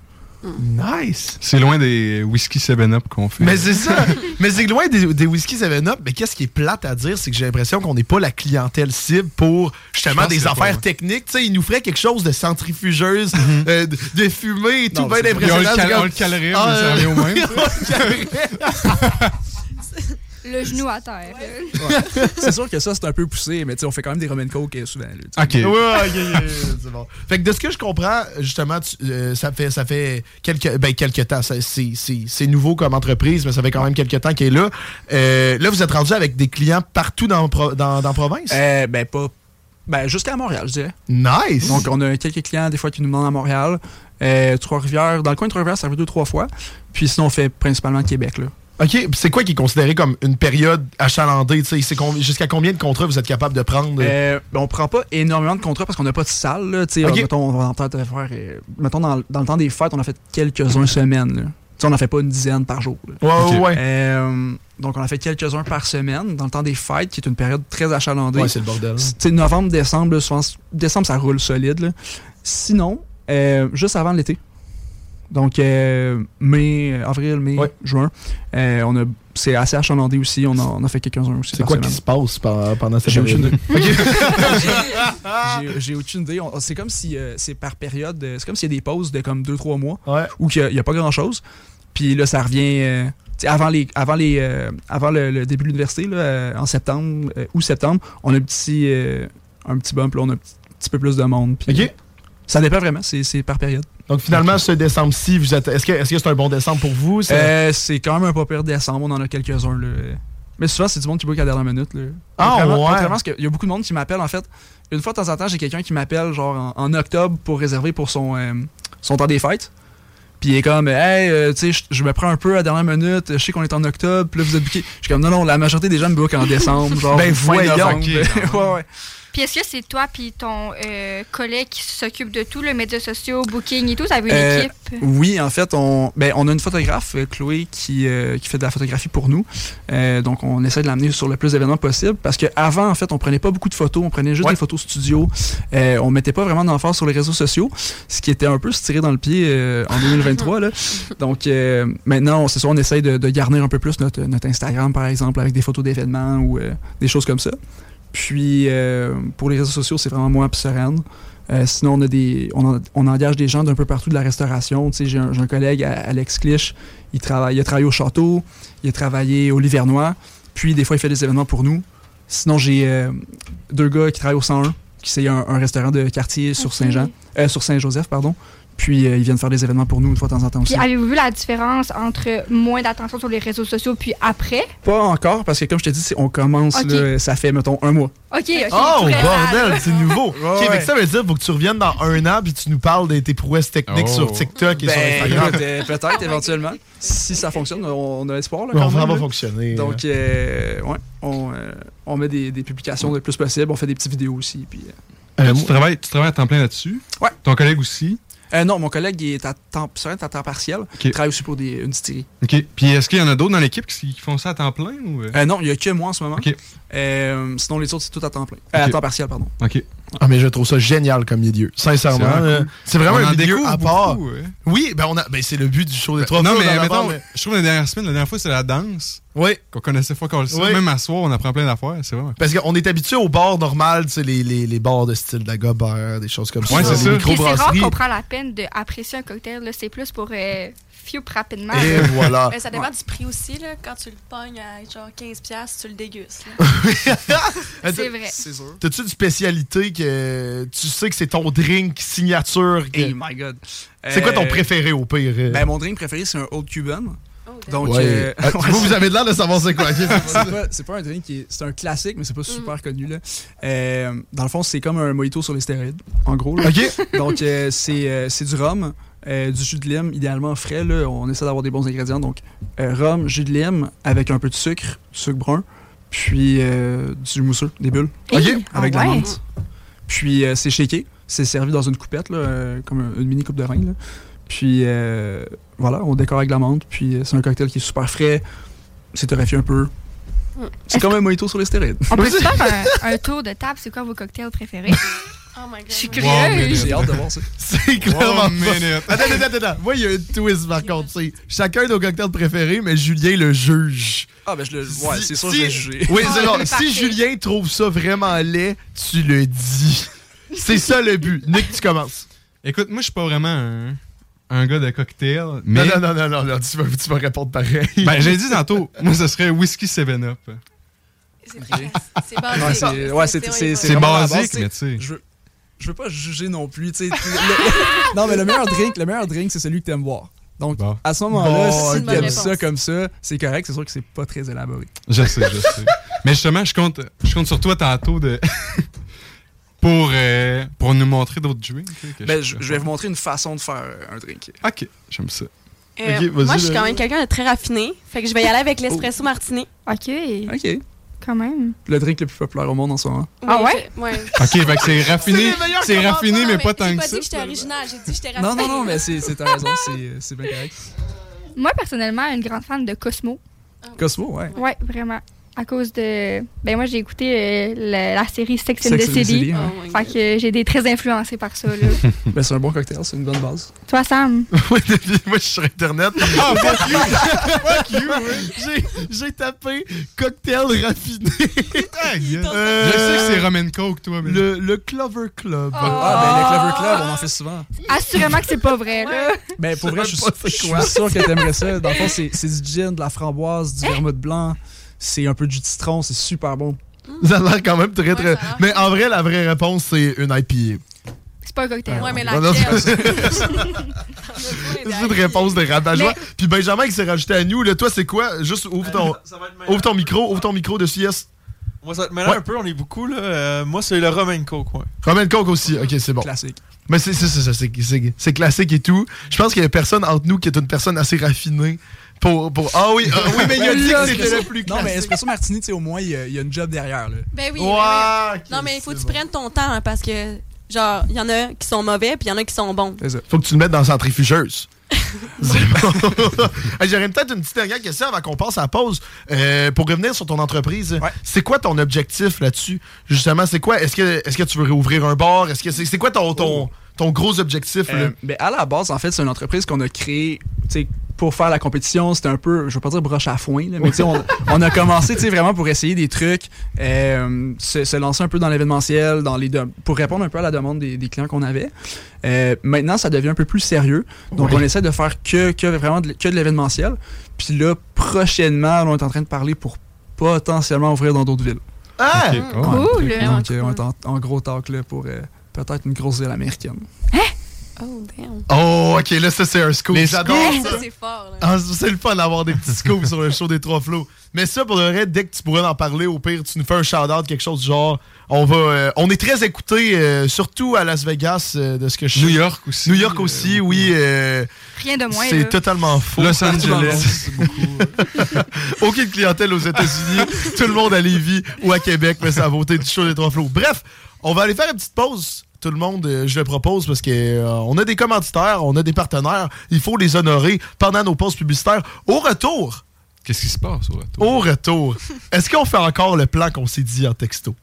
Speaker 6: Nice!
Speaker 2: C'est loin des whisky 7-Up qu'on fait.
Speaker 6: Mais c'est ça! mais c'est loin des, des whisky 7-Up, mais qu'est-ce qui est plate à dire, c'est que j'ai l'impression qu'on n'est pas la clientèle cible pour
Speaker 2: Je
Speaker 6: justement
Speaker 2: pense
Speaker 6: des
Speaker 2: que pas, hein. Mm-hmm.
Speaker 6: affaires
Speaker 2: ouais.
Speaker 6: techniques. Tu sais, ils nous feraient quelque chose de centrifugeuse, euh, de, de fumée et tout,
Speaker 4: Non,
Speaker 6: bien
Speaker 4: c'est-
Speaker 2: Puis on le cal-
Speaker 6: impressionnant. C'est comme-
Speaker 2: on le calerait,
Speaker 6: Ah, euh,
Speaker 2: mais ça revient au même.
Speaker 7: Le genou à terre.
Speaker 4: Ouais. c'est sûr que ça, c'est un peu poussé, mais tu sais, on fait quand même des Roman Coke euh, souvent. là, tu sais.
Speaker 2: OK.
Speaker 6: Ouais, ouais, ok, ok, c'est bon. Fait que de ce que je comprends, justement, tu- euh, ça fait ça fait quelques ben quelques temps. Ça- c'est- C'est c'est nouveau comme entreprise, mais ça fait quand même quelques temps qu'elle est là. Euh, là, vous êtes rendu avec des clients partout dans pro- dans, dans province.
Speaker 4: Euh, ben, pas. Ben, jusqu'à Montréal, je dirais.
Speaker 6: Nice.
Speaker 4: Donc, on a quelques clients, des fois, qui nous demandent à Montréal. Euh, Trois-Rivières, dans le coin de Trois-Rivières, ça arrive deux, trois fois. Puis sinon, on fait principalement Québec, là.
Speaker 6: OK, puis c'est quoi qui est considéré comme une période achalandée? tu sais? C'est com- Jusqu'à combien de contrats vous êtes capable de prendre?
Speaker 4: Euh, ben, on prend pas énormément de contrats parce qu'on n'a pas de salle. Là, tu sais.
Speaker 6: Ok.
Speaker 4: Euh, mettons, on va en tête à faire, euh, mettons dans, dans le temps des fêtes, on a fait quelques-uns semaine. là. Tu sais, on n'en fait pas une dizaine par jour. là.
Speaker 6: Ouais, ouais, Ok. ouais.
Speaker 4: Euh, donc, on en fait quelques-uns par semaine dans le temps des fêtes, qui est une période très achalandée.
Speaker 6: Ouais, c'est le bordel.
Speaker 4: Tu sais, novembre, décembre, là, souvent, c- décembre, ça roule solide. là. Sinon, euh, juste avant l'été, donc euh, mai, avril, mai, juin, euh, on a, c'est assez achalandé aussi. On en- on a fait quelques-uns aussi.
Speaker 6: C'est quoi qui se passe par- pendant cette
Speaker 4: J'ai aucune
Speaker 6: période?
Speaker 4: J'ai- J'ai aucune idée. On- C'est comme si euh, c'est par période. euh, C'est comme s'il y a des pauses de comme 2-3 mois où qu'il y a- il n'y a, pas grand-chose. Puis là, ça revient euh, tu sais, avant, les, avant, les, euh, avant le, le début de l'université, là, euh, en septembre euh, ou septembre, on a un petit, euh, un petit bump, là, on a un petit, petit peu plus de monde. Puis, euh, ça dépend vraiment, c'est c'est par période.
Speaker 6: Donc finalement, ce décembre-ci, vous êtes. Est-ce que est-ce que c'est un bon décembre pour vous? Ça-
Speaker 4: Euh, C'est quand même un pas pire décembre, on en a quelques-uns. là. Mais souvent, c'est du monde qui book à la dernière minute. Là.
Speaker 6: Ah,
Speaker 4: Contrairement-
Speaker 6: ouais?
Speaker 4: contrairement à ce que- il y a beaucoup de monde qui m'appelle, en fait. Une fois de temps en temps, j'ai quelqu'un qui m'appelle, genre, en, en octobre pour réserver pour son, euh, son temps des fêtes. Puis il est comme, hey, euh, tu sais, je- je me prends un peu à la dernière minute, je sais qu'on est en octobre, puis là, vous êtes booké. Je suis comme, non, non, la majorité des gens me bookent en décembre, genre,
Speaker 6: Ben,
Speaker 4: fin
Speaker 6: voyons,
Speaker 4: novembre.
Speaker 6: ok.
Speaker 4: ouais, ouais.
Speaker 7: Puis est-ce que c'est toi puis ton euh, collègue qui s'occupe de tout, le médias sociaux, booking et tout? Vous avez une
Speaker 4: Euh,
Speaker 7: équipe?
Speaker 4: Oui, en fait, on, ben, on a une photographe, euh, Chloé, qui, euh, qui fait de la photographie pour nous. Euh, donc, on essaie de l'amener sur le plus d'événements possible parce qu'avant, en fait, on prenait pas beaucoup de photos, on prenait juste des photos studio. Euh, on mettait pas vraiment d'emphase sur les réseaux sociaux, ce qui était un peu se tirer dans le pied euh, en 2023. là. Donc, euh, maintenant, on- c'est sûr, on essaie de, de garnir un peu plus notre, notre Instagram, par exemple, avec des photos d'événements ou euh, des choses comme ça. Puis euh, pour les réseaux sociaux, c'est vraiment moi puis Soren. Euh, sinon, on, a des, on, en- on engage des gens d'un peu partout de la restauration. Tu sais, J'ai un, j'ai un collègue, A- Alex Clich, il, travaille, il a travaillé au Château, il a travaillé au Livernois, puis des fois, il fait des événements pour nous. Sinon, j'ai euh, deux gars qui travaillent au 101, qui c'est un, un restaurant de quartier sur
Speaker 7: Ok.
Speaker 4: Saint-Jean, euh, sur Saint-Joseph, pardon. Puis euh, ils viennent faire des événements pour nous une fois de temps en temps aussi.
Speaker 7: Puis avez-vous vu la différence entre moins d'attention sur les réseaux sociaux puis après?
Speaker 4: Pas encore, parce que comme je te dis, c'est- on commence,
Speaker 7: Ok.
Speaker 4: là, ça fait, mettons, un mois.
Speaker 7: OK, OK.
Speaker 6: Oh,
Speaker 7: très
Speaker 6: bordel,
Speaker 7: rare.
Speaker 6: c'est nouveau. Ok,
Speaker 4: ouais.
Speaker 6: fait que ça veut dire faut que tu reviennes dans un an puis tu nous parles de tes prouesses techniques
Speaker 4: Oh.
Speaker 6: sur TikTok et
Speaker 4: Ben,
Speaker 6: sur Instagram.
Speaker 4: écoute, euh,
Speaker 7: Ah,
Speaker 4: peut-être, éventuellement. Si ça fonctionne, on, on a espoir.
Speaker 6: On
Speaker 4: Là, quand
Speaker 6: va
Speaker 4: même,
Speaker 6: vraiment
Speaker 4: là.
Speaker 6: fonctionner.
Speaker 4: Donc, euh, ouais, on, euh, on met des, des publications le plus possible. On fait des petites vidéos aussi. Puis,
Speaker 10: Euh, tu, travailles, tu travailles à temps plein là-dessus.
Speaker 4: Ouais.
Speaker 10: Ton collègue aussi.
Speaker 4: euh, euh, non, mon collègue il est à temps, c'est vrai, il est à temps partiel. Il travaille aussi pour des, une distillerie.
Speaker 10: OK. Puis est-ce qu'il y en a d'autres dans l'équipe qui qui font ça à temps plein ou. euh?
Speaker 4: Euh, non, il n'y a que moi en ce moment.
Speaker 10: OK.
Speaker 4: Euh, sinon, les autres, c'est tout à temps plein. Euh, à
Speaker 10: OK.
Speaker 4: temps partiel, pardon.
Speaker 10: OK.
Speaker 6: Ah, mais je trouve ça génial comme milieu.
Speaker 10: C'est
Speaker 6: Sincèrement,
Speaker 10: vraiment
Speaker 6: euh,
Speaker 10: cool.
Speaker 6: c'est vraiment,
Speaker 10: On en
Speaker 6: un milieu
Speaker 10: découvre
Speaker 6: à part.
Speaker 10: beaucoup, ouais.
Speaker 6: Oui, ben, on a- ben, c'est le but du show des trois
Speaker 10: non,
Speaker 6: flots,
Speaker 10: mais
Speaker 6: d'en avoir,
Speaker 10: mettons,
Speaker 6: mais-
Speaker 10: je trouve la dernière semaine, la dernière fois, c'est la danse.
Speaker 6: Oui.
Speaker 10: Qu'on connaissait pas qu'on le sait.
Speaker 6: Oui.
Speaker 10: Même à soir, on apprend plein d'affaires, c'est vrai.
Speaker 6: Parce qu'on est habitué aux bars normales, tu sais, les, les, les bars de style Dagobert, des choses comme
Speaker 10: Ouais,
Speaker 6: ça.
Speaker 10: c'est
Speaker 7: Puis c'est
Speaker 6: des
Speaker 10: ça.
Speaker 7: rare
Speaker 6: microbrasseries.
Speaker 7: qu'on prend la peine d'apprécier un cocktail. là. C'est plus pour euh, fioup rapidement.
Speaker 6: Et euh, voilà.
Speaker 8: Mais ça dépend du prix aussi, là. Quand tu le pognes à genre 15$, tu le dégustes. là.
Speaker 7: C'est vrai.
Speaker 4: C'est sûr.
Speaker 6: T'as-tu une spécialité que tu sais que c'est ton drink signature? que-
Speaker 4: Hey, Eh, my God.
Speaker 6: C'est quoi ton
Speaker 4: Euh,
Speaker 6: préféré au pire? euh?
Speaker 4: Ben, mon drink préféré, c'est un Old Cuban. Donc,
Speaker 6: Ouais.
Speaker 4: euh,
Speaker 6: Ah, vous, vous avez de l'air de savoir c'est quoi.
Speaker 4: c'est pas, c'est pas un drink qui est. C'est un classique, mais c'est pas super connu. Là. Euh, dans le fond, c'est comme un mojito sur les stéroïdes, en gros. là. Donc, euh, c'est euh, c'est du rhum, euh, du jus de lime, idéalement frais. Là. On essaie d'avoir des bons ingrédients. Donc, euh, rhum, jus de lime, avec un peu de sucre, du sucre brun, puis euh, du mousseux, des bulles.
Speaker 7: Ok.
Speaker 4: Avec de
Speaker 7: Ah
Speaker 4: la
Speaker 7: ouais.
Speaker 4: menthe. Puis, euh, c'est shaké. C'est servi dans une coupette, là, euh, comme un- une mini coupe de vin. là. Puis, euh, voilà, on décore avec de la menthe. Puis, euh, c'est un cocktail qui est super frais. C'est torréfié un peu.
Speaker 7: Hmm.
Speaker 4: C'est comme un mojito sur les stéroïdes.
Speaker 7: On peut se faire un, un tour de table. C'est quoi vos cocktails préférés?
Speaker 8: Oh my god.
Speaker 7: Je suis
Speaker 6: Wow, mais-
Speaker 7: curieuse.
Speaker 4: J'ai hâte de voir ça.
Speaker 6: C'est clairement
Speaker 10: One minute.
Speaker 6: pas- Attends, attends, attends, attends. Moi, il y a une twist, par contre. c'est Chacun nos cocktails préférés, mais Julien le juge.
Speaker 4: Ah, ben, je le. Ouais, c'est sûr,
Speaker 6: si-
Speaker 4: je vais juger.
Speaker 6: Oui, c'est
Speaker 7: Ah,
Speaker 6: bon.
Speaker 7: parfait.
Speaker 6: Si Julien trouve ça vraiment laid, tu le dis. C'est ça le but. Nick, tu commences.
Speaker 10: Écoute, moi, je suis pas vraiment un, un gars de cocktail. Mais
Speaker 6: Non, non, non, non, non, non, tu, vas, tu vas répondre pareil.
Speaker 10: Ben, j'ai dit tantôt, moi, ce serait Whisky 7-Up.
Speaker 8: C'est basique.
Speaker 4: Ouais, c'est- ouais, c'est- c'est-
Speaker 10: C'est
Speaker 4: vraiment la base,
Speaker 10: basique,
Speaker 4: t'sais.
Speaker 10: mais tu sais.
Speaker 4: Je veux, je veux pas juger non plus. tu sais, tu- le- non, mais le meilleur drink, le meilleur drink, c'est celui que t'aimes boire. Donc,
Speaker 10: Bon.
Speaker 4: à ce moment-là,
Speaker 6: Bon,
Speaker 4: si
Speaker 6: ok.
Speaker 4: t'aimes ça
Speaker 8: Réponse.
Speaker 4: comme ça, c'est correct. C'est sûr que c'est pas très élaboré.
Speaker 10: Je sais, je sais. Mais justement, je compte, je compte sur toi tantôt de. Pour, euh, pour nous montrer d'autres jouets.
Speaker 4: Ben, je, je vais vous montrer une façon de faire euh, un drink.
Speaker 10: Ok, j'aime ça.
Speaker 8: Euh,
Speaker 10: Ok, vas-y,
Speaker 8: moi, je suis
Speaker 10: là.
Speaker 8: quand même quelqu'un de très raffiné. Fait que je vais y aller avec l'espresso
Speaker 4: Oh.
Speaker 8: martini.
Speaker 7: OK.
Speaker 4: OK.
Speaker 7: Quand même.
Speaker 4: Le drink le plus populaire au monde en ce moment.
Speaker 7: Ah ouais?
Speaker 8: Euh, Ouais.
Speaker 10: Ok, fait que c'est raffiné, c'est raffiné, mais pas tant
Speaker 8: J'ai
Speaker 10: que
Speaker 8: pas
Speaker 10: ça.
Speaker 8: dit que j'étais original, j'ai dit que j'étais raffiné.
Speaker 4: Non, non, non, mais c'est c'est- t'as raison, c'est- c'est bien correct.
Speaker 7: Moi, personnellement, une grande fan de Cosmo.
Speaker 4: Cosmo, ouais.
Speaker 7: Ouais, vraiment. À cause de. Ben, moi, j'ai écouté euh, la, la série Sex and
Speaker 4: Sex
Speaker 7: the
Speaker 4: and the City,
Speaker 7: City.
Speaker 4: ouais.
Speaker 8: Oh Ah.
Speaker 7: Fait que j'ai été très influencée par ça, là.
Speaker 4: Ben, c'est un bon cocktail, c'est une bonne base.
Speaker 7: Toi, Sam?
Speaker 6: Moi, je suis sur Internet.
Speaker 7: Ah,
Speaker 4: fuck you.
Speaker 6: Fuck you, J'ai- J'ai tapé cocktail raffiné. Euh,
Speaker 10: Je sais que c'est Rum and Coke, toi. mais-
Speaker 6: Le, le Clover Club.
Speaker 4: Ah, ben, le Clover Club, on en fait souvent.
Speaker 7: Assurément que c'est pas vrai, là.
Speaker 4: Ben, pour vrai, je suis
Speaker 6: pas c'est
Speaker 4: je suis
Speaker 6: quoi.
Speaker 4: sûr que t'aimerais ça. Dans le fond, c'est c'est du gin, de la framboise, du
Speaker 7: Hein?
Speaker 4: vermouth blanc, c'est un peu de jus de citron, c'est super bon.
Speaker 6: Ça a l'air quand même très, très. Mais en vrai, la vraie réponse, c'est une IPA.
Speaker 7: C'est pas un cocktail.
Speaker 8: Ouais, mais
Speaker 6: Non, non,
Speaker 8: laquelle?
Speaker 6: C'est une réponse de rabat joie. Puis Benjamin qui s'est rajouté à nous. Là, toi, c'est quoi Juste ouvre ton,
Speaker 4: Euh,
Speaker 6: ouvre ton micro, ouvre ton micro dessus, yes.
Speaker 11: Moi, ça te mélange
Speaker 6: Ouais.
Speaker 11: un peu, on est beaucoup, là. Euh, moi, c'est le rum and coke, ouais.
Speaker 6: Romain Coke aussi. Ok, c'est bon.
Speaker 4: Classique.
Speaker 6: Mais c'est c'est- c'est- c'est- c'est- c'est classique et tout. Je pense qu'il y a personne entre nous qui est une personne assez raffinée pour. pour... Ah oui, ah oui, mais il a dit que c'était le plus
Speaker 4: Non, mais
Speaker 6: classique.
Speaker 4: Espresso Martini, tu sais, au moins, il y, a- il y a une job derrière, là.
Speaker 8: Ben oui.
Speaker 4: Ouais,
Speaker 8: ben oui.
Speaker 4: ok,
Speaker 8: non, mais il faut que tu
Speaker 4: c'est
Speaker 8: prennes ton temps hein, parce que, genre, il y en a qui sont mauvais puis il y en a qui sont bons.
Speaker 6: Faut que tu le mettes dans la centrifugeuse. C'est bon. Hey, J'aurais peut-être une petite dernière question avant qu'on passe à la pause. Euh, pour revenir sur ton entreprise, c'est quoi ton objectif là-dessus? Justement, c'est quoi? Est-ce que, est que tu veux réouvrir un bar? Est-ce que c'est c'est quoi ton, ton, ton gros objectif? là?
Speaker 4: Euh, ben, à la base, en fait, c'est une entreprise qu'on a créée tu sais, pour faire la compétition. C'était un peu, je veux pas dire broche à foin, là, mais tu sais, on, on a commencé tu sais, vraiment pour essayer des trucs, euh, se, se lancer un peu dans l'événementiel, dans les de- pour répondre un peu à la demande des, des clients qu'on avait. Euh, maintenant, ça devient un peu plus sérieux. Donc,
Speaker 3: Ouais.
Speaker 4: on essaie de faire que, que vraiment de, l- que de l'événementiel. Puis là, prochainement, on est en train de parler pour potentiellement ouvrir dans d'autres villes.
Speaker 6: Ah!
Speaker 4: Ouais,
Speaker 7: Cool!
Speaker 4: Donc, euh, on est en, en gros talk là, pour euh, peut-être une grosse ville américaine.
Speaker 8: Oh, damn.
Speaker 6: Oh, ok, là, ça, c'est un scoop.
Speaker 4: Les
Speaker 6: J'adore
Speaker 8: Hey,
Speaker 6: ça.
Speaker 8: ça, c'est fort, là.
Speaker 6: Ah, c'est le fun d'avoir des petits scoops sur le show des trois flots. Mais ça, pour le vrai, dès que tu pourrais en parler, au pire, tu nous fais un shout-out, quelque chose du genre. On va, euh, on est très écoutés, euh, surtout à Las Vegas, euh, de ce que je New York aussi. New York aussi, oui. euh,
Speaker 7: Rien de moins.
Speaker 6: c'est
Speaker 7: là.
Speaker 6: totalement faux.
Speaker 10: Los Angeles,
Speaker 6: Aucune clientèle aux États-Unis. Tout le monde à Lévis ou à Québec, mais ça a voté du show des trois flots. Bref, on va aller faire une petite pause. Tout le monde, euh, je le propose parce que euh, on a des commanditaires, on a des partenaires. Il faut les honorer pendant nos pauses publicitaires. Au retour.
Speaker 10: Qu'est-ce qui se passe au
Speaker 11: Oh,
Speaker 6: Au
Speaker 10: retour?
Speaker 6: retour. Est-ce qu'on fait encore le plan qu'on s'est dit en texto?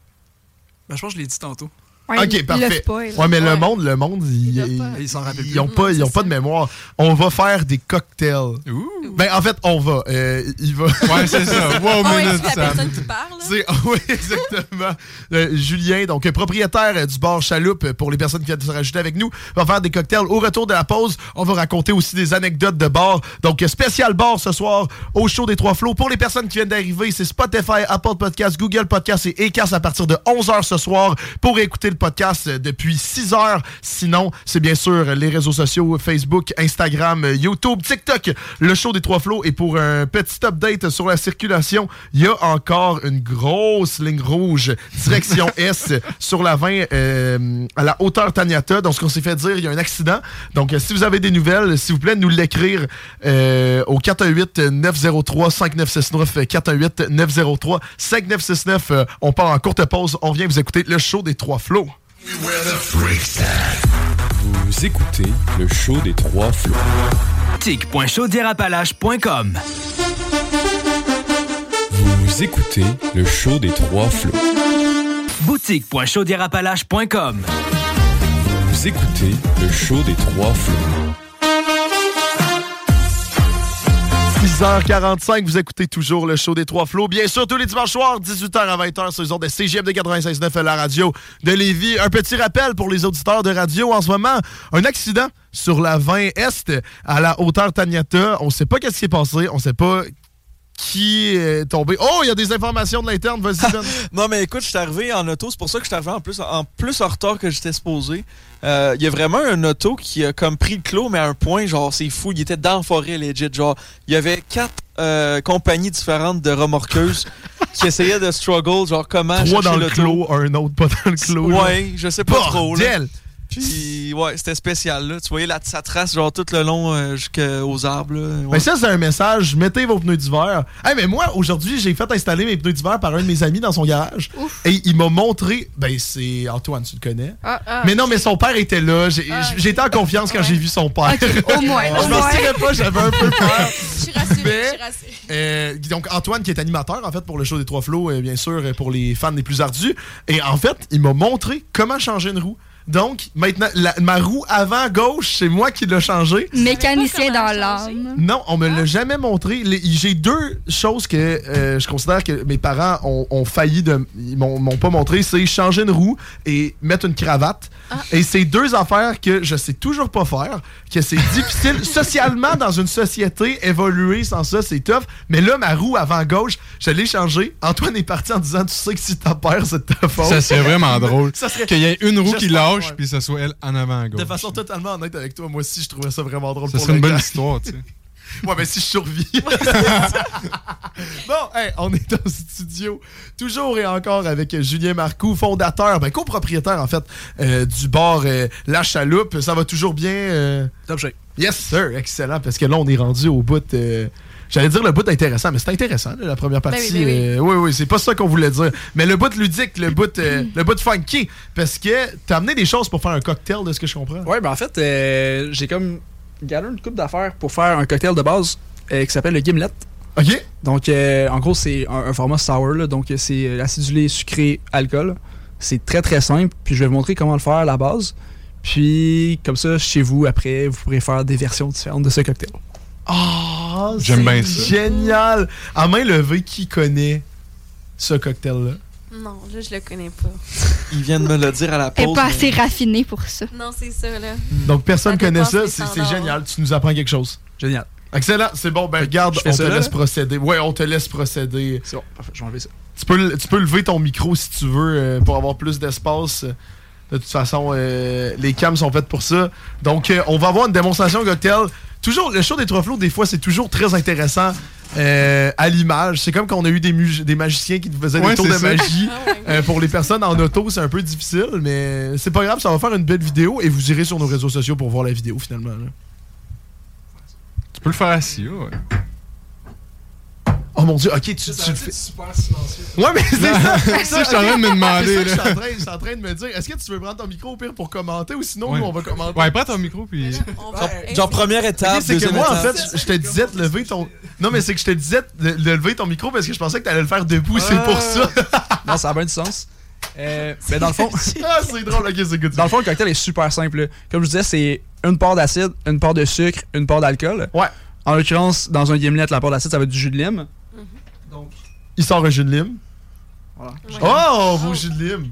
Speaker 4: Ben, je pense que je l'ai dit tantôt.
Speaker 6: ok, parfait. ouais, mais le monde, le monde, ils, ils- ils ont pas, ils ont pas de mémoire. On va faire des cocktails. Ben, en fait, on va. euh, il va.
Speaker 10: Ouais, c'est ça.
Speaker 6: Ah,
Speaker 12: Oh,
Speaker 10: Wow, On minute, exclut la Sam. personne qui
Speaker 8: parle.
Speaker 6: oui, exactement. Euh, Julien, donc euh, propriétaire euh, du bar Chaloupe, euh, pour les personnes qui viennent de se rajouter avec nous, va faire des cocktails. Au retour de la pause, on va raconter aussi des anecdotes de bar. Donc, euh, spécial bar ce soir au show des Trois Flots. Pour les personnes qui viennent d'arriver, c'est Spotify, Apple Podcast, Google Podcast et Acast à partir de 11h ce soir pour écouter le podcast euh, depuis 6h. Sinon, c'est bien sûr euh, les réseaux sociaux, Facebook, Instagram, euh, YouTube, TikTok, le show des Trois Flots. Et pour un petit update sur la circulation, il y a encore une grosse ligne rouge direction S sur la 20 euh, à la hauteur Taniata. Donc, ce qu'on s'est fait dire, il y a un accident. Donc, euh, si vous avez des nouvelles, s'il vous plaît, nous l'écrire euh, au 418-903-5969. 418-903-5969. Euh, on part en courte pause. On vient vous écouter le show des Trois Flots.
Speaker 12: Vous écoutez le show des trois flots.
Speaker 13: tic.chaudierapalache.com
Speaker 12: Vous écoutez le show des trois flots.
Speaker 13: Boutique.chaudierapalache.com
Speaker 12: Vous écoutez le show des trois flots.
Speaker 6: 6h45, vous écoutez toujours le show des Trois Flots. Bien sûr, tous les dimanches soirs, 18h à 20h, sur les ondes de CGM de 96.9 à la radio de Lévis. Un petit rappel pour les auditeurs de radio en ce moment. Un accident sur la 20 Est à la hauteur Taniata. On sait pas qu'est-ce qui est passé, on sait pas qui est tombé. Oh, il y a des informations de l'interne, vas-y, donne.
Speaker 11: Non, mais écoute, je suis arrivé en auto, c'est pour ça que je suis arrivé en plus en, plus en retard que j'étais supposé. Euh, Il y a vraiment un auto qui a comme pris le clos, mais à un point, genre, c'est fou, il était dans la forêt, legit. Genre, il y avait quatre euh, compagnies différentes de remorqueuses qui essayait de struggle, genre comment
Speaker 6: Trois
Speaker 11: chercher
Speaker 6: dans le
Speaker 11: l'auto.
Speaker 6: clos, un autre pas dans le clos. là.
Speaker 11: Ouais, je sais pas trop. Là.
Speaker 6: Bordel!
Speaker 11: Puis, ouais, c'était spécial, là. Tu voyais la, sa trace, genre, tout le long euh, jusqu'aux arbres, là.
Speaker 4: Ben,
Speaker 11: Ouais.
Speaker 6: Mais ça, c'est un message. Mettez vos pneus d'hiver. Hey, mais moi, aujourd'hui, j'ai fait installer mes pneus d'hiver par un de mes amis dans son garage. Et il m'a montré. Ben, c'est Antoine, tu le connais.
Speaker 7: Ah, ah.
Speaker 6: Mais non, mais son père était là. J'ai- J'étais en confiance quand j'ai vu son père.
Speaker 7: au moins,
Speaker 6: Je
Speaker 7: au
Speaker 6: m'en
Speaker 7: moins.
Speaker 6: souviens pas, j'avais un peu peur.
Speaker 8: rassurée,
Speaker 6: Mais, euh, donc, Antoine, qui est animateur, en fait, pour le show des Trois Flots, euh, bien sûr, euh, pour les fans les plus ardus. Et en fait, il m'a montré comment changer une roue. Donc, maintenant, la- ma roue avant gauche, c'est moi qui l'ai changée.
Speaker 7: Mécanicien dans l'âme.
Speaker 6: Non, on me l'a jamais montré. Les- J'ai deux choses que euh, je considère que mes parents ont, ont failli de. Ils m'ont m'ont pas montré. C'est changer une roue et mettre une cravate. Et c'est deux affaires que je sais toujours pas faire, que c'est difficile. Socialement, dans une société, évoluer sans ça, c'est tough. Mais là, ma roue avant gauche, je l'ai changée. Antoine est parti en disant Tu sais que si t'en perds, c'est de ta faute.
Speaker 10: Ça serait vraiment drôle.
Speaker 6: Ça serait-
Speaker 10: Qu'il y ait une roue qui
Speaker 6: J'espère,
Speaker 10: lâche,
Speaker 6: ouais.
Speaker 10: puis ça soit elle en avant à gauche.
Speaker 6: De façon totalement honnête avec toi, moi aussi, je trouvais ça vraiment drôle.
Speaker 10: Ça
Speaker 6: pour
Speaker 10: serait
Speaker 6: le
Speaker 10: une bonne
Speaker 6: gars.
Speaker 10: histoire, tu sais.
Speaker 6: Ouais, mais si je survis. bon, hey, on est en studio, toujours et encore avec Julien Marcoux, fondateur, ben, copropriétaire, en fait, euh, du bar euh, La Chaloupe. Ça va toujours bien? euh? Yes, sir. Excellent, parce que là, on est rendu au bout... euh, J'allais dire le bout intéressant, mais c'est intéressant, là, la première
Speaker 13: Ben oui,
Speaker 6: partie.
Speaker 13: ben oui.
Speaker 6: euh, oui, oui, c'est pas ça qu'on voulait dire. Mais le bout ludique, le bout, euh, le bout funky, parce que t'as amené des choses pour faire un cocktail, de ce que je comprends.
Speaker 4: Ouais, ben en fait, euh, j'ai comme galé une coupe d'affaires pour faire un cocktail de base euh, qui s'appelle le gimlet.
Speaker 6: OK.
Speaker 4: Donc, euh, en gros, c'est un, un format sour, là, donc euh, c'est euh, acidulé, sucré, alcool. C'est très très simple, puis je vais vous montrer comment le faire à la base. Puis, comme ça, chez vous, après, vous pourrez faire des versions différentes de ce cocktail.
Speaker 6: Ah,
Speaker 4: J'aime
Speaker 6: c'est
Speaker 4: bien ça.
Speaker 6: Génial. À main levée, qui connaît ce cocktail-là?
Speaker 8: Non, là, je le connais pas.
Speaker 11: Ils viennent me le dire à la
Speaker 7: Elle
Speaker 11: pause.
Speaker 7: est pas assez raffinée pour ça.
Speaker 8: Non, c'est ça, là.
Speaker 6: Donc personne connaît
Speaker 8: dépasse
Speaker 6: ça,
Speaker 8: les
Speaker 6: c'est c'est
Speaker 8: standards.
Speaker 6: génial. Tu nous apprends quelque chose.
Speaker 4: Génial.
Speaker 6: Excellent, c'est bon. Ben regarde,
Speaker 4: je fais
Speaker 6: on te
Speaker 4: ça, là?
Speaker 6: laisse procéder. Ouais, on te laisse procéder.
Speaker 4: C'est bon, parfait, je vais enlever ça.
Speaker 6: Tu peux, le- tu peux lever ton micro si tu veux euh, pour avoir plus d'espace. De toute façon, euh, les cams sont faites pour ça. Donc, euh, on va avoir une démonstration cocktail. Toujours, le show des trois flots, des fois, c'est toujours très intéressant euh, à l'image. C'est comme quand on a eu des, mu- des magiciens qui nous faisaient
Speaker 10: Ouais,
Speaker 6: des tours de
Speaker 10: c'est ça.
Speaker 6: magie. Euh, pour les personnes en auto, c'est un peu difficile, mais c'est pas grave, ça va faire une belle vidéo et vous irez sur nos réseaux sociaux pour voir la vidéo finalement. là.
Speaker 10: Tu peux le faire assis, ouais.
Speaker 6: Oh mon dieu, ok, tu, tu le fais.
Speaker 10: super silencieux.
Speaker 6: Ouais, mais c'est ça!
Speaker 10: Ça, je suis en train de me demander,
Speaker 6: Ah, C'est ça que Je suis
Speaker 10: là.
Speaker 6: en train- je suis en train de me dire, est-ce que tu veux prendre ton micro au pire pour commenter ou sinon
Speaker 10: Ouais.
Speaker 6: nous on va commenter?
Speaker 10: Ouais, prends ton micro, puis. euh,
Speaker 8: eh,
Speaker 6: Genre-
Speaker 11: genre première étape,
Speaker 6: Ok, c'est que
Speaker 11: deuxième
Speaker 6: moi, en
Speaker 11: étape.
Speaker 6: fait, je te disais de lever ton. Non, mais c'est que je te disais de, de lever ton micro parce que je pensais que t'allais le faire debout, c'est pour ça!
Speaker 4: non, ça a bien du sens. Euh, ben, dans le fond.
Speaker 6: ah, c'est drôle, ok, c'est good.
Speaker 4: Dans le fond, le cocktail est super simple. là. Comme je disais, c'est une part d'acide, une part de sucre, une part d'alcool.
Speaker 6: Ouais.
Speaker 4: En l'occurrence, dans un gimlet, la part d'acide, ça va être du jus de lime.
Speaker 6: Il sort un jus de lime.
Speaker 4: Voilà.
Speaker 6: Oh, beau jus de lime!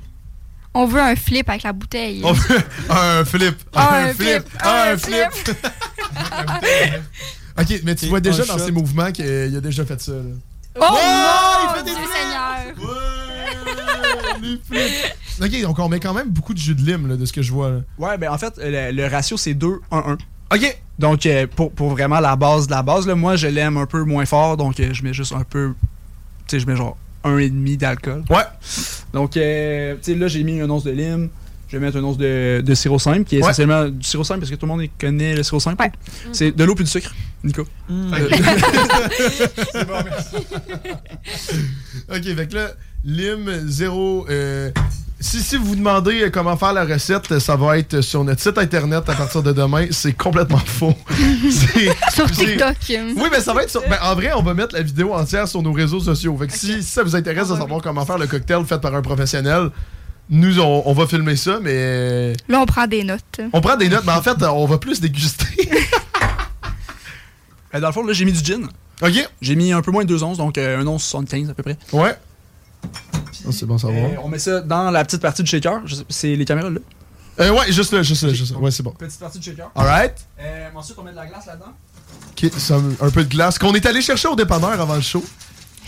Speaker 7: On veut un flip avec la bouteille.
Speaker 6: On veut un flip!
Speaker 7: Ah, un flip, ah, un flip.
Speaker 6: Ok, mais tu vois
Speaker 11: un
Speaker 6: déjà dans
Speaker 11: shot.
Speaker 6: ses mouvements qu'il a déjà fait ça. là.
Speaker 7: Oh,
Speaker 6: Ouais, il fait des
Speaker 7: Dieu
Speaker 6: flips.
Speaker 7: Seigneur!
Speaker 6: Ok, donc on met quand même beaucoup de jus de lime là, de ce que je vois. là.
Speaker 4: Ouais, ben en fait, le, le ratio, c'est 2-1-1.
Speaker 6: OK.
Speaker 4: Donc, euh, pour, pour vraiment la base de la base, là, moi, je l'aime un peu moins fort, donc euh, je mets juste un peu. Tu sais, je mets genre 1,5 d'alcool.
Speaker 6: Ouais.
Speaker 4: Donc, euh, tu sais, là, j'ai mis une once de lime. Je vais mettre une once de, de sirop simple, qui est
Speaker 6: Ouais.
Speaker 4: essentiellement du sirop simple, parce que tout le monde connaît le sirop simple. C'est de l'eau puis du sucre, Nico. Euh,
Speaker 6: C'est bon, merci. ok, fait que là, lime, zéro. euh, si, si vous vous demandez euh, comment faire la recette, ça va être sur notre site internet à partir de demain. C'est complètement faux. C'est-
Speaker 7: Sur
Speaker 6: c'est-
Speaker 7: TikTok.
Speaker 6: Oui, mais ça va être sur. ben, en vrai, on va mettre la vidéo entière sur nos réseaux sociaux. Fait que si, si ça vous intéresse de
Speaker 7: Ah,
Speaker 6: savoir comment faire le cocktail fait par un professionnel, nous, on, on va filmer ça, mais. euh,
Speaker 7: Là, on prend des notes.
Speaker 6: On prend des notes, mais en fait, on va plus déguster.
Speaker 4: Ben, dans le fond, là, j'ai mis du gin.
Speaker 6: OK.
Speaker 4: J'ai mis un peu moins de 2 onces, donc euh, 1 once 75 à peu près.
Speaker 6: Ouais. Ah, c'est bon, ça va.
Speaker 4: Euh, on met ça dans la petite partie du shaker. Je sais- C'est les caméras, là.
Speaker 6: Euh, ouais, juste là, juste là, juste là. Ouais, c'est bon.
Speaker 4: Petite partie du shaker.
Speaker 6: Alright.
Speaker 4: Euh, ensuite, on met de la glace là-dedans.
Speaker 6: Ok, ça, un peu de glace qu'on est allé chercher au dépanneur avant le show.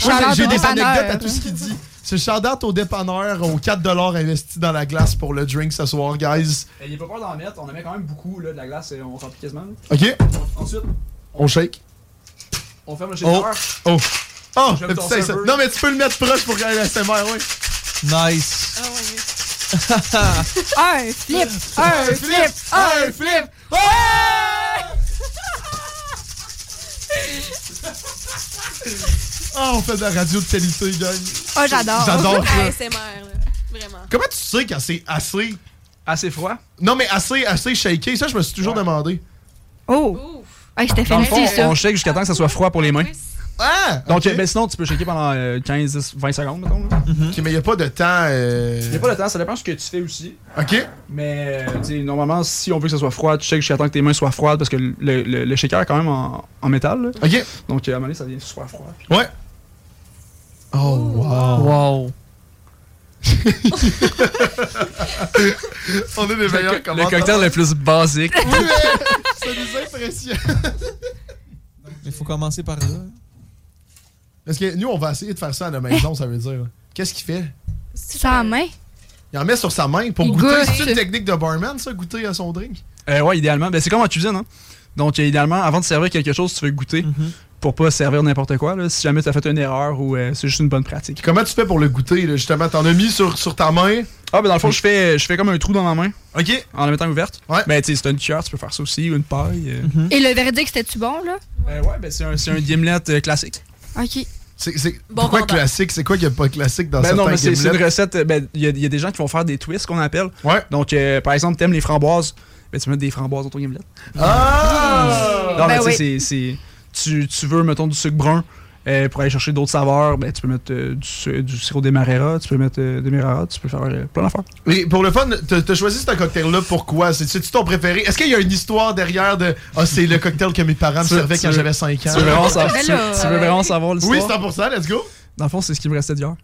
Speaker 6: Moi,
Speaker 4: Shout-out
Speaker 6: j'ai
Speaker 4: au
Speaker 6: j'ai des
Speaker 4: dépanneur.
Speaker 6: anecdotes à tout ce qu'il dit. C'est shout-out au dépanneur aux 4$ investis dans la glace pour le drink ce soir, guys.
Speaker 4: Euh, Il n'y a pas peur d'en mettre. On en met quand même beaucoup là, de la glace. et on remplit quasiment. là.
Speaker 6: Ok,
Speaker 4: Ensuite,
Speaker 6: on shake.
Speaker 4: on ferme le shaker.
Speaker 6: Oh, oh. Oh,
Speaker 11: J'aime
Speaker 6: le
Speaker 11: ton
Speaker 6: petit ASMR.
Speaker 11: serveur.
Speaker 6: Non, mais tu peux le mettre proche pour qu'il y ait l'ASMR, oui.
Speaker 11: Nice.
Speaker 7: un flip, un flip, un flip.
Speaker 6: Ah, on fait de la radio de qualité, gang.
Speaker 7: Oh, j'adore.
Speaker 6: J'adore ça.
Speaker 8: ASMR, là. Vraiment.
Speaker 6: Comment tu sais quand c'est assez.
Speaker 4: Assez froid?
Speaker 6: Non, mais assez, assez shaké. Ça, je me suis toujours demandé.
Speaker 7: Oh! Ah, c'était
Speaker 4: Dans le fond,
Speaker 7: fancy, ça.
Speaker 4: on shake jusqu'à temps que ça soit froid pour les mains.
Speaker 6: Ah!
Speaker 4: Donc, euh, ben, sinon, tu peux shaker pendant euh, 15, 10, 20 secondes, mettons. là.
Speaker 6: Ok, mais il n'y a pas de temps. euh,
Speaker 4: Il n'y Hmm. a pas le temps, ça dépend de ce que tu fais aussi.
Speaker 6: Ok.
Speaker 4: Mais euh, tu sais, normalement, si on veut que ça soit froid, tu shakes jusqu'à temps que tes mains soient froides parce que le, le- le shaker est quand même en, en métal. là.
Speaker 6: Ok.
Speaker 4: Donc euh, à un moment donné, ça devient super froid.
Speaker 6: Ouais. Oh, wow.
Speaker 4: Wow.
Speaker 6: On est des meilleurs
Speaker 4: le
Speaker 6: commentateurs.
Speaker 4: cocktail le plus basique.
Speaker 6: Oui, mais ça nous impressionne.
Speaker 11: Il faut commencer par là.
Speaker 6: Parce que nous, on va essayer de faire ça à la maison, ça veut dire. Qu'est-ce qu'il fait?
Speaker 7: Sa main.
Speaker 6: Il en met sur sa main pour
Speaker 7: Il
Speaker 6: goûter.
Speaker 7: goûte.
Speaker 6: C'est une technique de barman, ça, goûter à son drink?
Speaker 4: Euh, ouais, idéalement. Ben, c'est comme en cuisine. Hein? Donc euh, idéalement, avant de servir quelque chose, tu veux goûter pour pas servir n'importe quoi. là, si jamais tu as fait une erreur ou euh, c'est juste une bonne pratique.
Speaker 6: Comment tu fais pour le goûter, là, justement? T'en as mis sur, sur ta main?
Speaker 4: Ah, ben dans le fond, je fais, je fais comme un trou dans ma main.
Speaker 6: OK.
Speaker 4: En la mettant ouverte. Ouais. Ben, tu sais, si t'as une cuillère, tu peux faire ça aussi, ou une paille. euh.
Speaker 7: Et le verdict, c'était-tu bon, là?
Speaker 4: Euh, ouais, ben, c'est un, c'est un gimlet euh, classique.
Speaker 7: OK.
Speaker 6: C'est, c'est, pourquoi
Speaker 7: vendeur.
Speaker 6: classique? C'est quoi qu'il n'y a pas de classique dans
Speaker 4: Ben non,
Speaker 6: certains
Speaker 4: mais c'est c'est une
Speaker 6: giblets?
Speaker 4: recette. euh, Ben, il y, a- il y a des gens qui vont faire des twists qu'on appelle. Donc, euh, par exemple, t'aimes les framboises, ben tu mets des framboises dans ton gamelet.
Speaker 6: Ah!
Speaker 4: Non, mais
Speaker 6: Ben
Speaker 4: tu sais, c'est- c'est- Tu, tu veux, mettons, du sucre brun euh, pour aller chercher d'autres saveurs, ben tu peux mettre euh, du, su- du sirop d'émarera, tu peux mettre euh, des Merara, tu peux faire euh, plein d'affaires.
Speaker 6: Et pour le fun, t'as, t'as choisi ce cocktail-là pourquoi? C'est, tu ton préféré? Est-ce qu'il y a une histoire derrière de « Ah, c'est le cocktail que mes parents me
Speaker 4: Tu-
Speaker 6: servaient
Speaker 4: tu
Speaker 6: quand
Speaker 4: veux-
Speaker 6: j'avais 5 ans? »
Speaker 4: Tu veux vraiment savoir, tu, tu veux vraiment savoir l'histoire?
Speaker 6: Oui, 100%, let's go!
Speaker 4: Dans le fond, c'est ce qui me restait d'hier.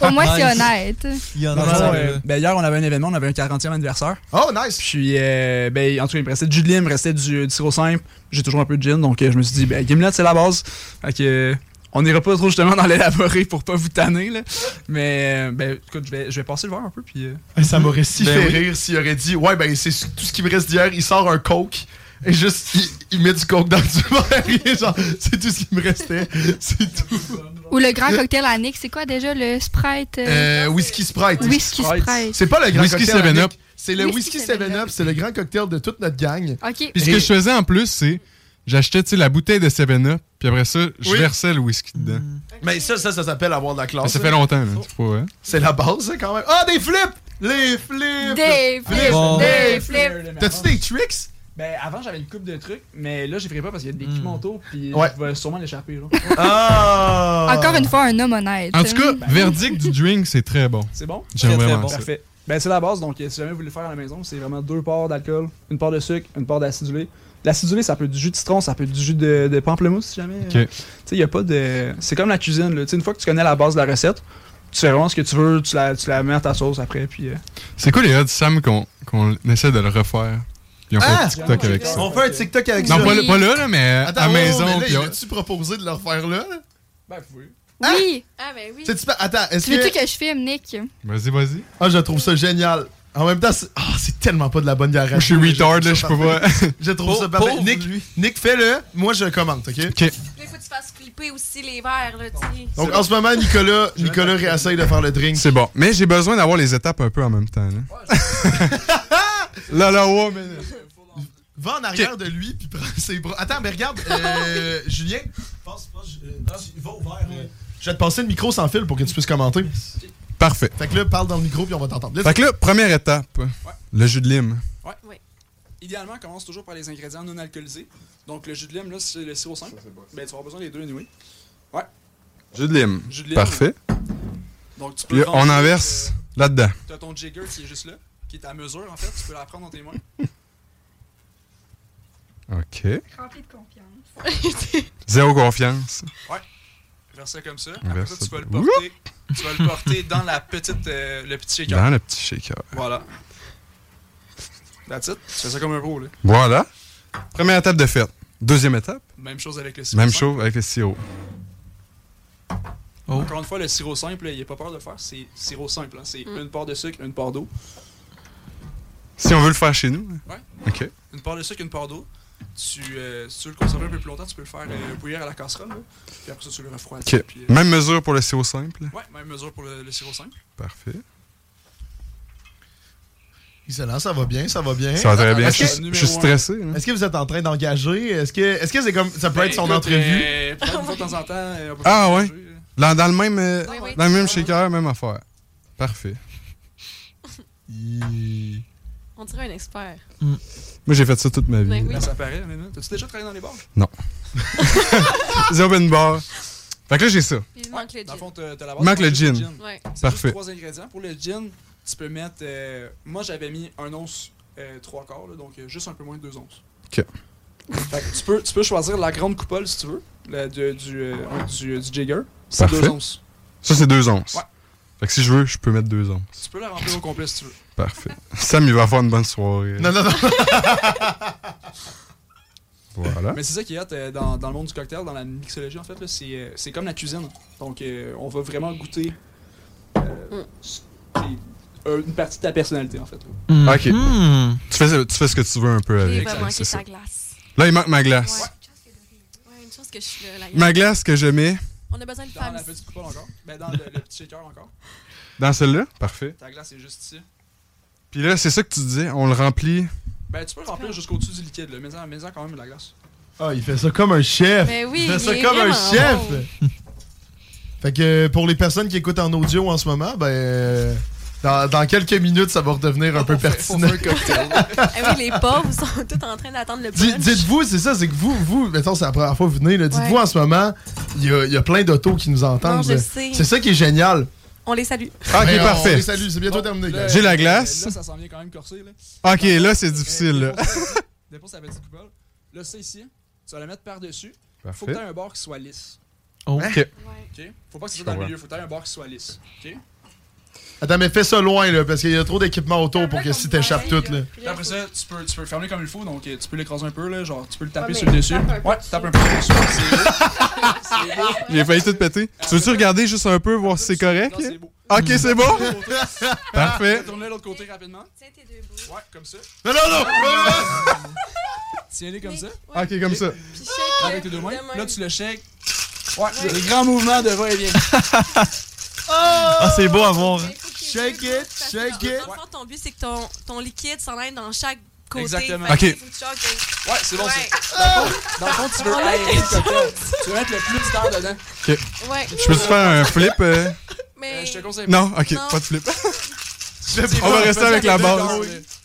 Speaker 7: Au moins, c'est
Speaker 4: Nice.
Speaker 7: honnête.
Speaker 4: Dans le
Speaker 6: a
Speaker 4: fond,
Speaker 6: un,
Speaker 4: euh,
Speaker 6: là.
Speaker 4: ben, hier, on avait un événement, on avait un 40e anniversaire.
Speaker 6: Oh, nice!
Speaker 4: Puis, euh, ben, en tout cas, il me restait du gin, il me restait du, du sirop simple. J'ai toujours un peu de gin, donc euh, je me suis dit, ben, Gimlet, c'est la base. Fait que, euh, on n'ira pas trop justement dans l'élaborer pour pas vous tanner, là. Mais, euh, ben, écoute, je vais, je vais passer le verre un peu, puis. euh,
Speaker 6: Hey, Ça m'aurait si
Speaker 4: Ben
Speaker 6: fait
Speaker 4: oui.
Speaker 6: rire s'il aurait dit Ouais, ben c'est su- tout ce qui me reste d'hier, il sort un coke. Et juste, il, il met du coke dans du verre. Il est genre, c'est tout ce qui me restait. C'est tout.
Speaker 7: Ou le grand cocktail à Nick, c'est quoi déjà le Sprite? euh?
Speaker 6: Euh, whisky Sprite.
Speaker 7: Whisky Sprite.
Speaker 6: C'est pas le grand
Speaker 10: Whisky
Speaker 6: cocktail.
Speaker 10: 7
Speaker 6: Nick.
Speaker 10: Up.
Speaker 6: C'est le whisky 7-Up. C'est le grand cocktail de toute notre gang.
Speaker 7: OK.
Speaker 10: Puis ce que je faisais en plus, c'est j'achetais tu sais, la bouteille de 7-Up, puis après ça, je
Speaker 6: Oui. Mm.
Speaker 10: versais le whisky dedans.
Speaker 6: Mais ça, ça, ça s'appelle avoir de la
Speaker 10: Mais
Speaker 6: classe.
Speaker 10: ça
Speaker 6: hein.
Speaker 10: fait longtemps, là. tu vois, hein.
Speaker 6: C'est la base, ça, quand même. Ah, des flips Les flips
Speaker 7: Des flips,
Speaker 6: Bon.
Speaker 7: des flips.
Speaker 6: Oh. T'as-tu des tricks
Speaker 4: Ben, avant, j'avais une coupe de trucs, mais là, je ferai pas parce qu'il y a des
Speaker 6: Hmm.
Speaker 4: manteaux, puis
Speaker 6: Ouais.
Speaker 4: je vais sûrement l'échapper, là.
Speaker 6: Ah
Speaker 7: Encore une fois, un homme honnête. Hein?
Speaker 10: En tout cas, verdict du drink, c'est très bon.
Speaker 4: C'est bon?
Speaker 10: J'aime vraiment ça.
Speaker 4: Parfait. Ben, c'est la base, donc euh, si jamais vous voulez le faire à la maison, c'est vraiment deux parts d'alcool, une part de sucre, une part d'acidulé. L'acidulé, ça peut être du jus de citron, ça peut être du jus de, de pamplemousse, si jamais.
Speaker 10: Ok.
Speaker 4: euh, Tu sais, y a pas de. C'est comme la cuisine, là. Tu sais, une fois que tu connais la base de la recette, tu sais vraiment ce que tu veux, tu la, tu la mets à ta sauce après, puis. euh,
Speaker 10: C'est quoi les odds, Sam, qu'on qu'on essaie de le refaire? Puis on fait un TikTok avec ça.
Speaker 6: On fait un TikTok avec ça.
Speaker 10: Non, pas, le- pas là, là, mais
Speaker 6: Ah! Attends,
Speaker 10: à
Speaker 6: oh,
Speaker 10: maison.
Speaker 6: mais là,
Speaker 10: puis
Speaker 6: il
Speaker 10: on-
Speaker 6: a-tu proposé de le refaire là là?
Speaker 4: Ben, hein?
Speaker 7: Oui.
Speaker 8: Ah, ben oui.
Speaker 6: Tu sais, tu peux- Attends, est-ce
Speaker 7: Tu veux-tu
Speaker 6: que.
Speaker 7: que je filme, Nick?
Speaker 10: Vas-y, vas-y.
Speaker 6: Ah, je trouve ça génial. En même temps, c'est ah, c'est tellement pas de la bonne garage.
Speaker 10: Je suis retard, là, je peux pas.
Speaker 6: Je trouve ça parfait. Nick, Nick fais-le. Moi, je commente, OK?
Speaker 10: Ok.
Speaker 8: Il faut que tu fasses flipper aussi les verres, là, tu sais.
Speaker 6: Donc, en ce moment, Nicolas, Nicolas réessaye de faire le drink.
Speaker 10: C'est bon. Mais j'ai besoin d'avoir les étapes un peu en même temps. Là, là, là, ouais, mais.
Speaker 6: Va en arrière de lui, puis prends ses bras. Attends, mais regarde, euh, Julien. Passe, passe. euh, va au vert. Je vais te passer le micro sans fil pour que tu puisses commenter.
Speaker 10: Parfait.
Speaker 6: Fait que là, parle dans le micro, puis on va t'entendre. Let's-
Speaker 10: Fait que là, première étape, le jus de lime.
Speaker 4: Idéalement, on commence toujours par les ingrédients non alcoolisés. Donc, le jus de lime, là, c'est le sirop simple. Ben, tu vas avoir besoin des deux, anyway. Ouais.
Speaker 10: Jus de lime.
Speaker 4: Jus de lime.
Speaker 10: Parfait.
Speaker 4: Donc, tu peux.
Speaker 10: Puis là, on
Speaker 4: venger,
Speaker 10: en verse
Speaker 4: euh,
Speaker 10: là-dedans.
Speaker 4: T'as ton jigger qui est juste là, qui est à mesure en fait, tu peux la prendre dans tes mains.
Speaker 10: OK.
Speaker 7: Rempli de confiance.
Speaker 10: Zéro confiance.
Speaker 4: Ouais. Verse ça comme ça.
Speaker 10: On
Speaker 4: Après
Speaker 10: verse
Speaker 4: ça,
Speaker 10: ça
Speaker 4: tu vas le
Speaker 10: dedans.
Speaker 4: porter. tu vas le porter dans la petite, euh, le petit shaker.
Speaker 10: Dans le petit shaker.
Speaker 4: Voilà. That's it. Tu fais ça comme un pro là.
Speaker 10: Voilà. Première étape de fête. Deuxième étape.
Speaker 4: Même chose avec le sirop.
Speaker 10: Même
Speaker 4: simple.
Speaker 10: chose avec le sirop.
Speaker 4: Encore une fois, le sirop simple, il n'y a pas peur de le faire. C'est sirop simple. hein. C'est une part de sucre, une part d'eau.
Speaker 10: Si on veut le faire chez nous. hein.
Speaker 4: Ouais.
Speaker 10: OK.
Speaker 4: Une part de sucre, une part d'eau. tu, euh, si tu veux le conserver un peu plus longtemps, tu peux le faire euh, bouillir à la casserole. là. Puis après ça, tu le refroidis.
Speaker 10: Ok.
Speaker 4: puis, euh,
Speaker 10: Même mesure pour le CO simple.
Speaker 4: Ouais, même mesure pour le, le sirop simple.
Speaker 10: Parfait.
Speaker 6: Excellent, ça va bien, ça va
Speaker 4: Eh,
Speaker 6: bien.
Speaker 10: Ça va
Speaker 4: ah,
Speaker 10: très bien,
Speaker 6: Est-ce
Speaker 10: je suis-
Speaker 6: que-
Speaker 10: je suis stressé, hein.
Speaker 6: Est-ce que vous êtes en train d'engager? Est-ce que est-ce que c'est comme ça peut
Speaker 10: Ben,
Speaker 6: être son
Speaker 4: Ben, Écoute,
Speaker 6: entrevue?
Speaker 4: euh, peut-être une fois de temps en temps. euh, on peut
Speaker 10: Ah
Speaker 4: faire-
Speaker 10: ouais? Dans, dans le même, euh,
Speaker 4: Oui, oui.
Speaker 10: dans le même shaker, même affaire. Parfait.
Speaker 8: On dirait un expert.
Speaker 10: Moi, j'ai fait ça toute ma vie.
Speaker 8: Ben oui.
Speaker 4: Là, ça paraît, mais là, T'as-tu déjà travaillé dans les bars?
Speaker 10: Non. The open bar. Fait que là, j'ai ça.
Speaker 8: Il manque le gin.
Speaker 4: Dans le fond, t'as t'as la
Speaker 10: Il manque le
Speaker 4: c'est juste
Speaker 10: gin. Ouais.
Speaker 4: C'est juste
Speaker 10: Parfait.
Speaker 4: trois ingrédients. Pour le gin, tu peux mettre. euh, moi, j'avais mis un once euh, trois quarts, là, donc euh, juste un peu moins de deux onces.
Speaker 10: OK.
Speaker 4: Fait que tu, peux, tu peux choisir la grande coupole si tu veux, la de- du, euh, du, du Jagger. C'est deux onces.
Speaker 10: Ça, c'est deux onces.
Speaker 4: Ouais.
Speaker 10: Fait que si je veux, je peux mettre deux onces.
Speaker 4: Tu peux la remplir au complet si tu veux.
Speaker 10: Parfait. Sam, il va avoir une bonne soirée.
Speaker 4: Non, non, non.
Speaker 10: voilà.
Speaker 4: Mais c'est ça qui est hot, euh, dans, dans le monde du cocktail, dans la mixologie, en fait, là, c'est, euh, c'est comme la cuisine. Donc, euh, on va vraiment goûter
Speaker 8: Mm.
Speaker 4: euh, c'est, euh, une partie de ta personnalité, en fait.
Speaker 10: Ok. Tu, fais, tu fais ce que tu veux un peu avec.
Speaker 8: va
Speaker 10: ça,
Speaker 8: manquer
Speaker 10: c'est
Speaker 8: sa
Speaker 10: ça.
Speaker 8: glace.
Speaker 10: Là, il manque ma glace.
Speaker 8: Ouais, une chose que je suis là. la
Speaker 10: Ma
Speaker 8: gueule.
Speaker 10: glace que je mets
Speaker 8: On a besoin de
Speaker 4: Dans
Speaker 8: femmes.
Speaker 4: la petite coupole encore. Ben, dans le, le petit shaker encore.
Speaker 10: dans celle-là. Parfait.
Speaker 4: Ta glace est juste ici.
Speaker 10: Puis là, c'est ça que tu disais. On le remplit.
Speaker 4: Ben, tu peux le remplir jusqu'au-dessus du liquide, là. Mets-en, mets-en quand même de la glace.
Speaker 6: Ah, il fait ça comme un chef.
Speaker 4: Mais oui,
Speaker 6: il fait
Speaker 4: il
Speaker 6: ça
Speaker 4: est
Speaker 6: comme un
Speaker 4: vraiment
Speaker 6: chef. Fait que pour les personnes qui écoutent en audio en ce moment, ben euh, dans, dans quelques minutes, ça va redevenir un peu pertinent.
Speaker 8: Ah oui, les pauvres sont tous en train d'attendre le
Speaker 6: Dis-
Speaker 8: punch.
Speaker 6: Dites-vous, c'est ça, c'est que vous, vous, mettons, c'est la première fois que vous venez, là, dites-vous
Speaker 8: Ouais.
Speaker 6: en ce moment, il y a, il y a plein d'autos qui nous entendent.
Speaker 8: Non, je
Speaker 6: là.
Speaker 8: sais.
Speaker 6: C'est ça qui est génial.
Speaker 8: On les salue.
Speaker 10: Ah, ok,
Speaker 6: Mais on-
Speaker 10: parfait.
Speaker 6: on les salue, c'est bientôt terminé, gars.
Speaker 10: J'ai la glace.
Speaker 4: Là, ça s'en vient quand même corsé, là.
Speaker 10: Ok, là, c'est difficile. là.
Speaker 4: Dépose la petite coupole. Là, ça ici, tu vas la mettre par-dessus.
Speaker 10: Parfait.
Speaker 4: Faut que tu aies un bord qui soit lisse.
Speaker 10: Ok.
Speaker 6: Hein?
Speaker 10: Ouais.
Speaker 4: OK? Faut pas que ce
Speaker 10: Je
Speaker 4: soit dans le
Speaker 10: comprends.
Speaker 4: milieu. Faut que tu aies un bord qui soit lisse. OK?
Speaker 6: Attends, mais fais ça loin, là, parce qu'il y a trop d'équipements autour pour que si t'échappes tout, là.
Speaker 4: Puis après ça, tu peux, tu peux le fermer comme il faut, donc euh, tu peux l'écraser un peu, là, genre tu peux le taper
Speaker 6: Ouais,
Speaker 4: sur le
Speaker 6: mais
Speaker 4: dessus.
Speaker 6: tape un peu
Speaker 4: ouais, tape un peu sur le dessus. c'est beau. C'est beau.
Speaker 10: J'ai failli tout péter.
Speaker 4: Ah,
Speaker 10: Tu veux-tu regarder juste un peu, voir si c'est correct? Eh. Ok, c'est bon? Parfait.
Speaker 4: Tourne-le de l'autre côté rapidement. Tiens tes deux bouts. Ouais, comme ça.
Speaker 10: Non, non, non!
Speaker 4: Tiens-les comme ça.
Speaker 10: Ok, comme ça.
Speaker 8: Ah,
Speaker 4: Avec tes deux mains. Là, tu le shakes. Ouais, les grands mouvements de va-et-vient.
Speaker 6: Ah, c'est beau à voir. Shake it, shake it.
Speaker 8: Dans le fond, ton but, c'est que ton, ton liquide s'en aille dans chaque côté.
Speaker 4: Exactement.
Speaker 8: Fait que
Speaker 4: Ok.
Speaker 8: faut que tu choques.
Speaker 4: Ouais, c'est bon,
Speaker 8: Ouais.
Speaker 4: ça. Dans le fond- Dans le fond, tu veux
Speaker 8: On a
Speaker 4: aérer
Speaker 8: été
Speaker 4: le cocktail. Tu veux mettre le plus d'air dedans.
Speaker 10: Ok.
Speaker 8: Ouais.
Speaker 10: Je peux-tu faire un flip? euh?
Speaker 8: Mais...
Speaker 4: je te conseille
Speaker 10: Non, ok, pas de flip. On va rester avec la base.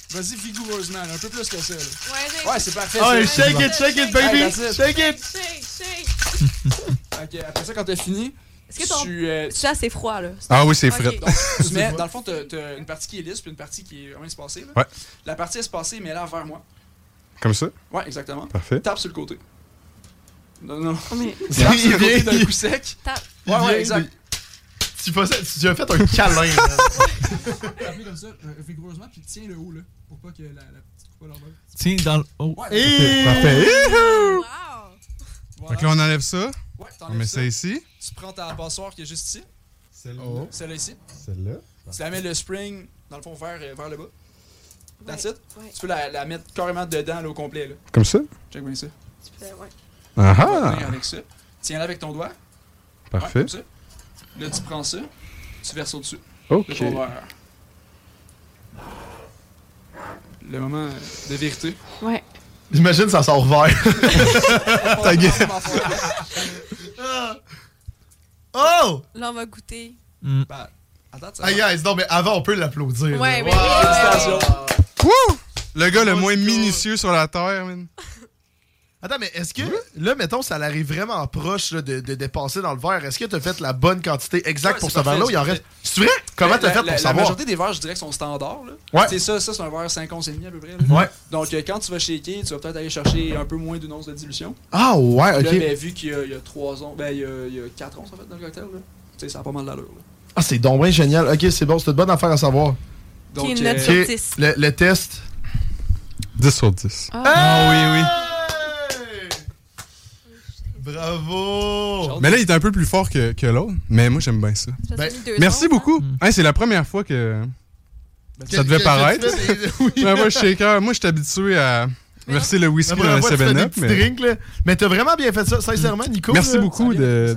Speaker 4: Vas-y vigoureusement, là, un peu plus que ça. là.
Speaker 8: Ouais,
Speaker 4: c'est parfait.
Speaker 6: Oh,
Speaker 4: ça.
Speaker 6: shake it, shake it, baby.
Speaker 4: Ouais, that's it.
Speaker 6: Shake it.
Speaker 8: Shake, shake.
Speaker 4: Ok, après ça, quand t'as fini,
Speaker 8: Est-ce que ton-
Speaker 4: tu, euh,
Speaker 8: Tu as assez froid, là.
Speaker 10: Ah oui, c'est
Speaker 8: Ok.
Speaker 10: fret.
Speaker 4: Donc, tu mets, dans le fond, t'as t'as une partie qui est lisse puis une partie qui est vraiment espacée. là.
Speaker 10: Ouais.
Speaker 4: La partie espacée, mets-la vers moi.
Speaker 10: Comme ça?
Speaker 4: Ouais, exactement.
Speaker 10: Parfait.
Speaker 4: Tape sur le côté. Non, non.
Speaker 8: Oh, Mais...
Speaker 4: Tape sur le
Speaker 6: Il vient-
Speaker 4: côté d'un coup sec.
Speaker 8: Tape.
Speaker 4: Ouais,
Speaker 6: Il vient
Speaker 4: ouais, exact.
Speaker 6: de- Tu, fais ça- tu as fait un câlin, là.
Speaker 4: Tape-le comme ça, euh, vigoureusement, puis tiens le haut, là, pour pas que la, la petite coupe l'envole.
Speaker 13: Tiens, dans le. Oh.
Speaker 10: Parfait. Parfait. Yihou!
Speaker 4: Voilà.
Speaker 10: Fait que là, on enlève ça.
Speaker 4: Ouais,
Speaker 10: On
Speaker 4: t'enlèves
Speaker 10: met ça ici.
Speaker 4: Tu prends ta passoire qui est juste ici. Celle-là.
Speaker 10: Oh.
Speaker 4: Celle-là ici.
Speaker 10: Celle-là.
Speaker 4: Tu la mets le spring, dans le fond, vers, euh, vers le bas. That's it.
Speaker 8: ouais.
Speaker 4: Tu peux la, la mettre carrément dedans, là, au complet, là.
Speaker 10: Comme ça?
Speaker 4: Check bien ça.
Speaker 10: Ah
Speaker 4: Tu vas
Speaker 10: ah!
Speaker 4: venir avec ça. Tiens-la avec ton doigt.
Speaker 10: Parfait.
Speaker 4: Ouais, comme ça. Là, tu prends ça, tu verses au-dessus.
Speaker 10: Ok.
Speaker 4: De ton verre. Le moment euh, de vérité.
Speaker 8: Ouais.
Speaker 6: J'imagine ça sort vert. Ah, Ta gueule. Oh!
Speaker 8: Là, on va goûter.
Speaker 4: Bah, attends, Ah, ça
Speaker 6: Ah, guys, non, mais avant, on peut l'applaudir.
Speaker 8: Ouais, mais
Speaker 6: là.
Speaker 8: oui, ouais, ouais.
Speaker 10: Wouh! Le gars le moins minutieux sur la Terre, man.
Speaker 6: Attends, mais est-ce que, là, mettons, ça l'arrive vraiment proche là, de, de dépasser dans le verre, est-ce que t'as fait la bonne quantité exacte
Speaker 4: Ouais,
Speaker 6: pour
Speaker 4: c'est
Speaker 6: ce verre-là
Speaker 4: parfait,
Speaker 6: ou il en
Speaker 4: c'est
Speaker 6: reste.
Speaker 4: parfait.
Speaker 6: C'est vrai? Comment
Speaker 4: La-
Speaker 6: t'as
Speaker 4: la-
Speaker 6: fait
Speaker 4: la-
Speaker 6: pour savoir?
Speaker 4: La majorité des verres, je dirais, que sont standards. Là.
Speaker 6: Ouais.
Speaker 4: C'est ça, ça c'est un verre 5 onces et demi à peu près. là.
Speaker 6: Ouais.
Speaker 4: Donc euh, quand tu vas shaker, tu vas peut-être aller chercher un peu moins d'une once de dilution.
Speaker 6: Ah, ouais,
Speaker 4: Puis
Speaker 6: ok.
Speaker 4: Là, ben, vu qu'il y a- il y a 3 onces, ben il y a- il y a 4 onces en fait dans le cocktail, là. Tu sais, ça a pas mal d'allure. là.
Speaker 6: Ah, c'est donc bien génial. Ok, c'est bon, c'est une bonne affaire à savoir.
Speaker 4: Donc, Qui est une note euh, sur
Speaker 6: Ok,
Speaker 4: 10.
Speaker 6: Le, le test.
Speaker 10: 10 sur Ah 10.
Speaker 6: Bravo!
Speaker 10: Mais là, il est un peu plus fort que, que l'autre. Mais moi, j'aime bien ça.
Speaker 6: parce que Ben, t'as mis deux
Speaker 10: merci beaucoup. Hein, c'est la première fois que ça devait
Speaker 6: que- que
Speaker 10: paraître.
Speaker 6: tu fais des- oui.
Speaker 10: Mais moi, je shaker. Moi, je suis habitué à, Verser le whisky
Speaker 6: La
Speaker 10: dans
Speaker 6: première
Speaker 10: la
Speaker 6: fois, tu fais
Speaker 10: 7
Speaker 6: des
Speaker 10: Up.
Speaker 6: petits drinks, là. Mais t'as vraiment bien fait ça, sincèrement, Nico.
Speaker 10: Merci
Speaker 6: là.
Speaker 10: beaucoup de.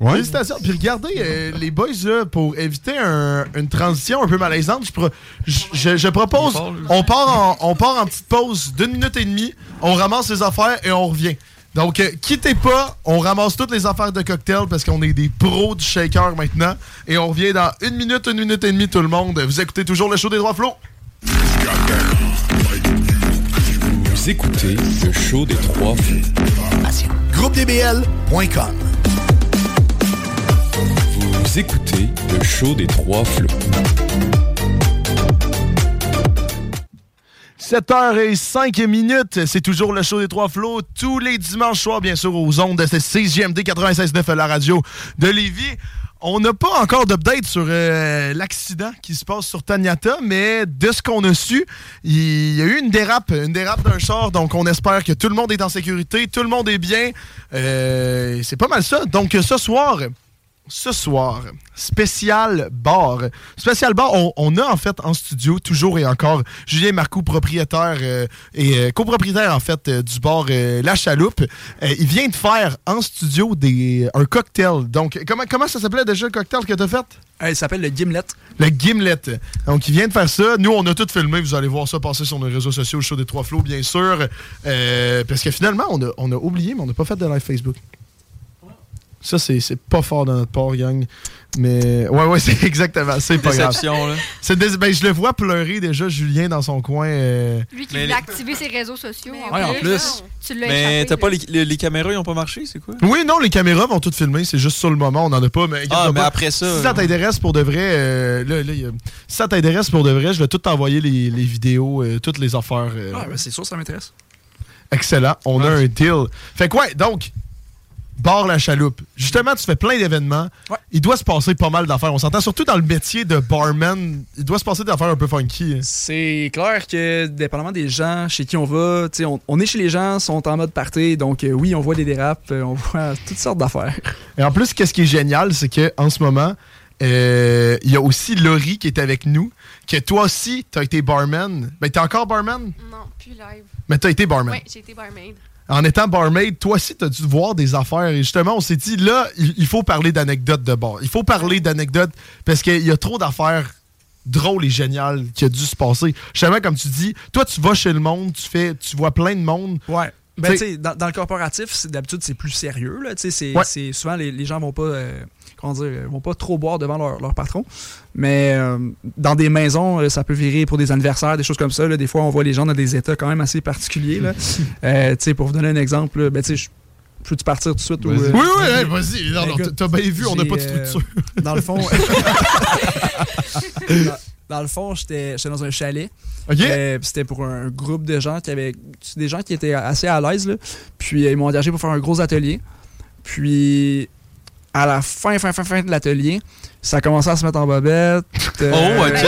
Speaker 10: Ouais.
Speaker 6: Félicitations. Puis regardez, euh, les boys, là, pour éviter un- une transition un peu malaisante, je, pro- je, je- je propose, on part, en, on part en petite pause d'une minute et demie, on ramasse les affaires et on revient. Donc, euh, quittez pas, on ramasse toutes les affaires de cocktail parce qu'on est des pros du shaker maintenant. Et on revient dans une minute, une minute et demie, tout le monde. Vous écoutez toujours le show des droits flots.
Speaker 12: Vous écoutez le show des trois flots.
Speaker 13: GroupeDBL.com
Speaker 12: Vous écoutez le show des trois flots.
Speaker 6: 7h05 minutes, c'est toujours le show des trois flots, tous les dimanches soirs, bien sûr, aux ondes de cette 6GMD 96.9 à la radio de Lévis. On n'a pas encore d'update sur euh, l'accident qui se passe sur Taniata, mais de ce qu'on a su, il y a eu une dérape, une dérape d'un char, donc on espère que tout le monde est en sécurité, tout le monde est bien. Euh, c'est pas mal ça. Donc ce soir, ce soir, spécial bar. Spécial bar, on, on a en fait en studio toujours et encore Julien Marcoux, propriétaire euh, et euh, copropriétaire en fait euh, du bar euh, La Chaloupe. Euh, il vient de faire en studio des, un cocktail. Donc, comment, comment ça s'appelait déjà le cocktail que tu as fait?
Speaker 4: Euh, il s'appelle le Gimlet.
Speaker 6: Le Gimlet. Donc, il vient de faire ça. Nous, on a tout filmé. Vous allez voir ça passer sur nos réseaux sociaux, le show des Trois Flots, bien sûr. Euh, parce que finalement, on a, on a oublié, mais on n'a pas fait de live Facebook. Ça, c'est c'est pas fort de notre part, gang. Mais ouais, ouais, c'est exactement. C'est pas grave.
Speaker 11: Déception, là.
Speaker 6: C'est dés- ben, je le vois pleurer déjà, Julien, dans son coin. euh,
Speaker 7: Lui qui
Speaker 11: Mais
Speaker 7: voulait
Speaker 11: les-
Speaker 7: activer ses réseaux sociaux.
Speaker 11: Ouais, en plus.
Speaker 7: Tu l'as
Speaker 11: Mais
Speaker 7: échappé,
Speaker 11: t'as pas
Speaker 7: là.
Speaker 11: les, les- les caméras, ils ont pas marché, c'est quoi?
Speaker 6: Oui, non, les caméras vont toutes filmer. C'est juste sur le moment, on en a pas.
Speaker 11: Ah,
Speaker 6: Mais, inquiète-toi
Speaker 11: mais
Speaker 6: pas.
Speaker 11: après ça,
Speaker 6: Si ça
Speaker 11: euh,
Speaker 6: t'intéresse pour de vrai, euh, là, là, il y a- si ça t'intéresse pour de vrai, je vais tout t'envoyer les, les vidéos, euh, toutes les affaires. euh,
Speaker 4: Ah, ben, c'est sûr, ça m'intéresse.
Speaker 6: Excellent. On a un deal. Fait quoi? donc, barre la chaloupe. Justement, tu fais plein d'événements. Il doit se passer pas mal d'affaires. On s'entend surtout dans le métier de barman. Il doit se passer des affaires un peu funky. hein.
Speaker 4: C'est clair que, dépendamment des gens chez qui on va, tu sais, on, on est chez les gens, sont en mode party, donc euh, oui, on voit des dérapes, euh, on voit toutes sortes d'affaires.
Speaker 6: Et en plus, qu'est-ce qui est génial, c'est que en ce moment, euh, il y a aussi Laurie qui est avec nous. Que toi aussi, t'as été barman. Ben, t'es encore barman,
Speaker 11: euh,
Speaker 8: Non, plus live.
Speaker 6: mais t'as été barman.
Speaker 8: Oui, j'ai été barmaid.
Speaker 6: En étant barmaid, toi aussi, t'as dû voir des affaires. Et justement, on s'est dit, là, il il faut parler d'anecdotes de bar. Il faut parler d'anecdotes parce qu'il y a trop d'affaires drôles et géniales qui a dû se passer. Justement, comme tu dis, toi, tu vas chez le monde, tu fais, tu vois plein de monde.
Speaker 4: Ouais. Ben,
Speaker 6: T'sais-
Speaker 4: tu sais, dans, dans le corporatif, c'est- d'habitude, c'est plus sérieux. Là, Tu sais, c'est,
Speaker 6: Ouais.
Speaker 4: c'est- souvent, les, les gens vont pas, euh, comment dire, euh, vont pas trop boire devant leur, leur patron. Mais euh, dans des maisons, euh, ça peut virer pour des anniversaires, des choses comme ça. là. Des fois, on voit les gens dans des états quand même assez particuliers. Là. Euh, tu sais, pour vous donner un exemple, là, ben, tu sais, je- peux-tu partir tout de suite? ou,
Speaker 6: Vas-y.
Speaker 4: euh,
Speaker 6: Oui, oui, hey, vas-y. Non,
Speaker 4: Ben,
Speaker 6: non,
Speaker 4: écoute,
Speaker 6: t'as bien vu, on n'a
Speaker 4: j'ai,
Speaker 6: pas de
Speaker 4: euh,
Speaker 6: structure.
Speaker 4: dans le fond... dans, dans le fond, j'étais j'étais dans un chalet. Euh, puis c'était pour un groupe de gens qui avaient c'est des gens qui étaient assez à l'aise là. Puis euh, ils m'ont engagé pour faire un gros atelier. Puis à la fin fin fin fin de l'atelier, ça commençait à se mettre en bobette. euh,
Speaker 11: Oh, ok.
Speaker 4: tu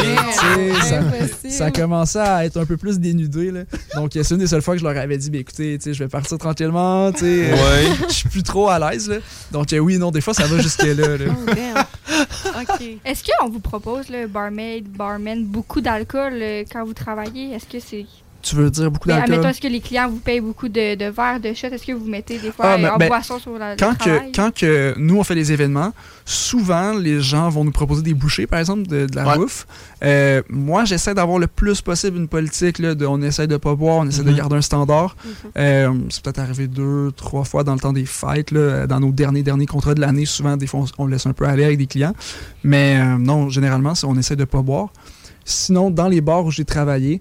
Speaker 4: sais, ça-
Speaker 11: Impossible.
Speaker 4: ça commençait à être un peu plus dénudé là. Donc c'est une des seules fois que je leur avais dit ben écoutez, tu sais, je vais partir tranquillement, tu sais. euh,
Speaker 11: Ouais.
Speaker 4: je suis plus trop à l'aise là. Donc euh, oui, non, des fois ça va jusque là. là.
Speaker 7: Est-ce qu'on vous propose, le barmaid, barman, beaucoup d'alcool euh, quand vous travaillez? Est-ce que c'est.
Speaker 4: Tu veux dire beaucoup
Speaker 7: Mais
Speaker 4: d'alcool
Speaker 7: admettons, est-ce que les clients vous payent beaucoup de, de verres, de shots? Est-ce que vous mettez des fois
Speaker 4: Ah,
Speaker 7: euh,
Speaker 4: ben-
Speaker 7: en
Speaker 4: ben,
Speaker 7: boisson sur la,
Speaker 4: quand
Speaker 7: le travail?
Speaker 4: que, quand que nous, on fait les événements, souvent, les gens vont nous proposer des bouchées, par exemple, de, de la bouffe. Euh, moi, j'essaie d'avoir le plus possible une politique là, de on essaie de pas boire, on essaie de
Speaker 3: Mhm.
Speaker 4: garder un standard. Euh, c'est peut-être arrivé deux, trois fois dans le temps des fêtes, là, dans nos derniers, derniers contrats de l'année. Souvent, des fois, on, on laisse un peu aller avec des clients. Mais euh, non, généralement, c'est- on essaie de pas boire. Sinon, dans les bars où j'ai travaillé,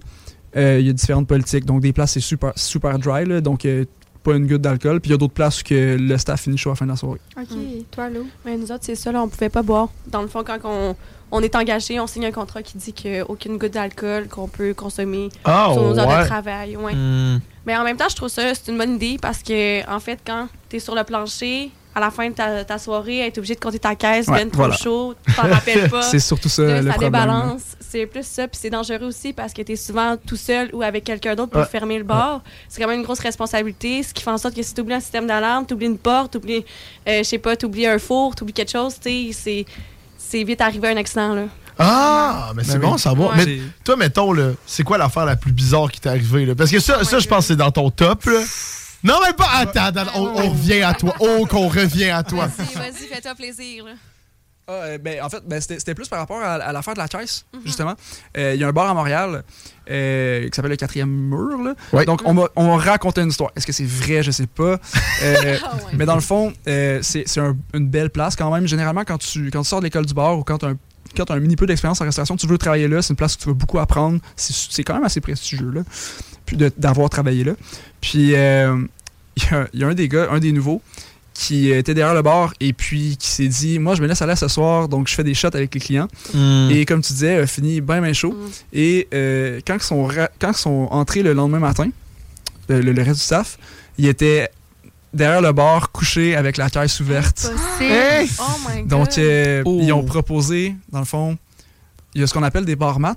Speaker 4: euh, il y a différentes politiques. Donc, des places, c'est super, super dry, là, donc euh, pas une goutte d'alcool. Puis il y a d'autres places où que le staff finit chaud à la fin de la soirée.
Speaker 8: OK,
Speaker 7: toi, Lou?
Speaker 8: nous autres, c'est ça, là, on pouvait pas boire. Dans le fond, quand on, on est engagé, on signe un contrat qui dit qu'aucune goutte d'alcool qu'on peut consommer
Speaker 11: Ah,
Speaker 8: sur nos heures
Speaker 11: ouais.
Speaker 8: de travail. ouais.
Speaker 11: Hmm.
Speaker 8: Mais en même temps, je trouve ça, c'est une bonne idée parce que, en fait, quand tu es sur le plancher, à la fin de ta, ta soirée, être obligé de compter ta caisse,
Speaker 4: Ouais,
Speaker 8: ben trop
Speaker 4: voilà.
Speaker 8: chaud, tu t'en rappelles pas.
Speaker 4: C'est surtout ça,
Speaker 8: Deux,
Speaker 4: le problème,
Speaker 8: débalance. C'est plus ça, puis c'est dangereux aussi parce que tu es souvent tout seul ou avec quelqu'un d'autre pour
Speaker 4: Ouais.
Speaker 8: fermer le bar. C'est quand même une grosse responsabilité, ce qui fait en sorte que si tu oublies un système d'alarme, tu oublies une porte, tu oublies, je sais pas, tu oublies un four, tu oublies quelque chose, tu sais, c'est- c'est vite arrivé un accident. Là.
Speaker 6: Ah, mais c'est
Speaker 14: Ben
Speaker 6: bon
Speaker 14: oui.
Speaker 6: à savoir.
Speaker 14: Ouais.
Speaker 6: Mais toi, mettons, là, c'est quoi l'affaire la plus bizarre qui t'est arrivée? là? Parce que ça, ça je pense que c'est dans ton top. là. Non, mais pas. Attends, attends, on, on revient à toi. Oh, qu'on revient à toi.
Speaker 8: Vas-y, vas-y, fais-toi plaisir. là.
Speaker 4: Ah, euh, ben, en fait, ben, c'était c'était plus par rapport à, à l'affaire de la caisse, justement. Euh, Il y a un bar à Montréal euh, qui s'appelle le quatrième mur. là. Donc, on m'a- on m'a raconté une histoire. Est-ce que c'est vrai? Je sais pas. Euh, Mais dans le fond, euh, c'est c'est un- une belle place quand même. Généralement, quand tu, quand tu sors de l'école du bar ou quand tu as un quand t'as un mini peu d'expérience en restauration, tu veux travailler là, c'est une place où tu vas beaucoup apprendre. C'est c'est quand même assez prestigieux, là, puis de- d'avoir travaillé là. Puis, euh, il y a- il y, a un des gars, un des nouveaux, qui était derrière le bar et puis qui s'est dit Moi, je me laisse aller ce soir, donc je fais des shots avec les clients.
Speaker 6: Hmm.
Speaker 11: Mm.
Speaker 4: Et comme tu disais, euh, fini bien, bien chaud.
Speaker 7: Hmm.
Speaker 4: Et euh, quand, ils sont ra- quand ils sont entrés le lendemain matin, euh, le, le- le reste du staff, il était derrière le bar, couché avec la caisse ouverte.
Speaker 7: Possible.
Speaker 4: Hey!
Speaker 7: Oh my God.
Speaker 4: Donc, euh, ils
Speaker 6: Oh.
Speaker 4: ont proposé, dans le fond, il y a ce qu'on appelle des barres mats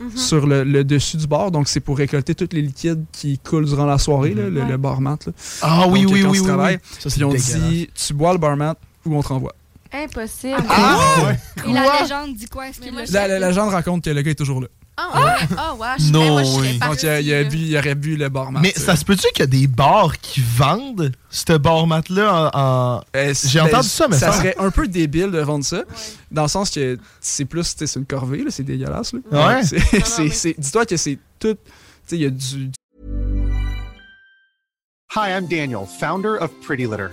Speaker 7: Mhm.
Speaker 4: sur le, le dessus du bar. Donc, c'est pour récolter tous les liquides qui coulent durant la soirée, là, le,
Speaker 6: Ouais.
Speaker 4: le bar mat. là.
Speaker 6: Ah oui,
Speaker 4: Donc,
Speaker 6: oui,
Speaker 4: quand
Speaker 6: oui,
Speaker 4: tu
Speaker 6: oui,
Speaker 4: travailles,
Speaker 6: oui. Ça, Mm-hmm. c'est
Speaker 4: puis ils ont dit,
Speaker 6: dégueulasse.
Speaker 4: tu bois le bar mat ou on te renvoie.
Speaker 7: Impossible.
Speaker 4: Ah, ouais.
Speaker 7: Et la
Speaker 4: Quoi?
Speaker 7: légende dit quoi? Est-ce qu'il l'a
Speaker 4: La, la-
Speaker 7: fait?
Speaker 4: la légende raconte que le gars est toujours là.
Speaker 7: Ah! Ah, ouais, je- eh, moi, je serais pas-
Speaker 4: Donc, il, a- il a bu- il aurait bu le bar mat.
Speaker 6: Mais ça se peut-tu qu'il y a des bars qui vendent ce bar mat-là en. en- J'ai
Speaker 4: Ben,
Speaker 6: entendu Euh, ça, mais
Speaker 4: ça
Speaker 6: ça.
Speaker 4: serait un peu débile de vendre ça, dans le sens que c'est plus, tu sais, c'est une corvée, là, c'est dégueulasse. là.
Speaker 6: Ouais.
Speaker 4: C'est- c'est- c'est- Dis-toi que c'est tout, tu sais, il y a du,
Speaker 5: Hi, I'm Daniel, founder of Pretty Litter.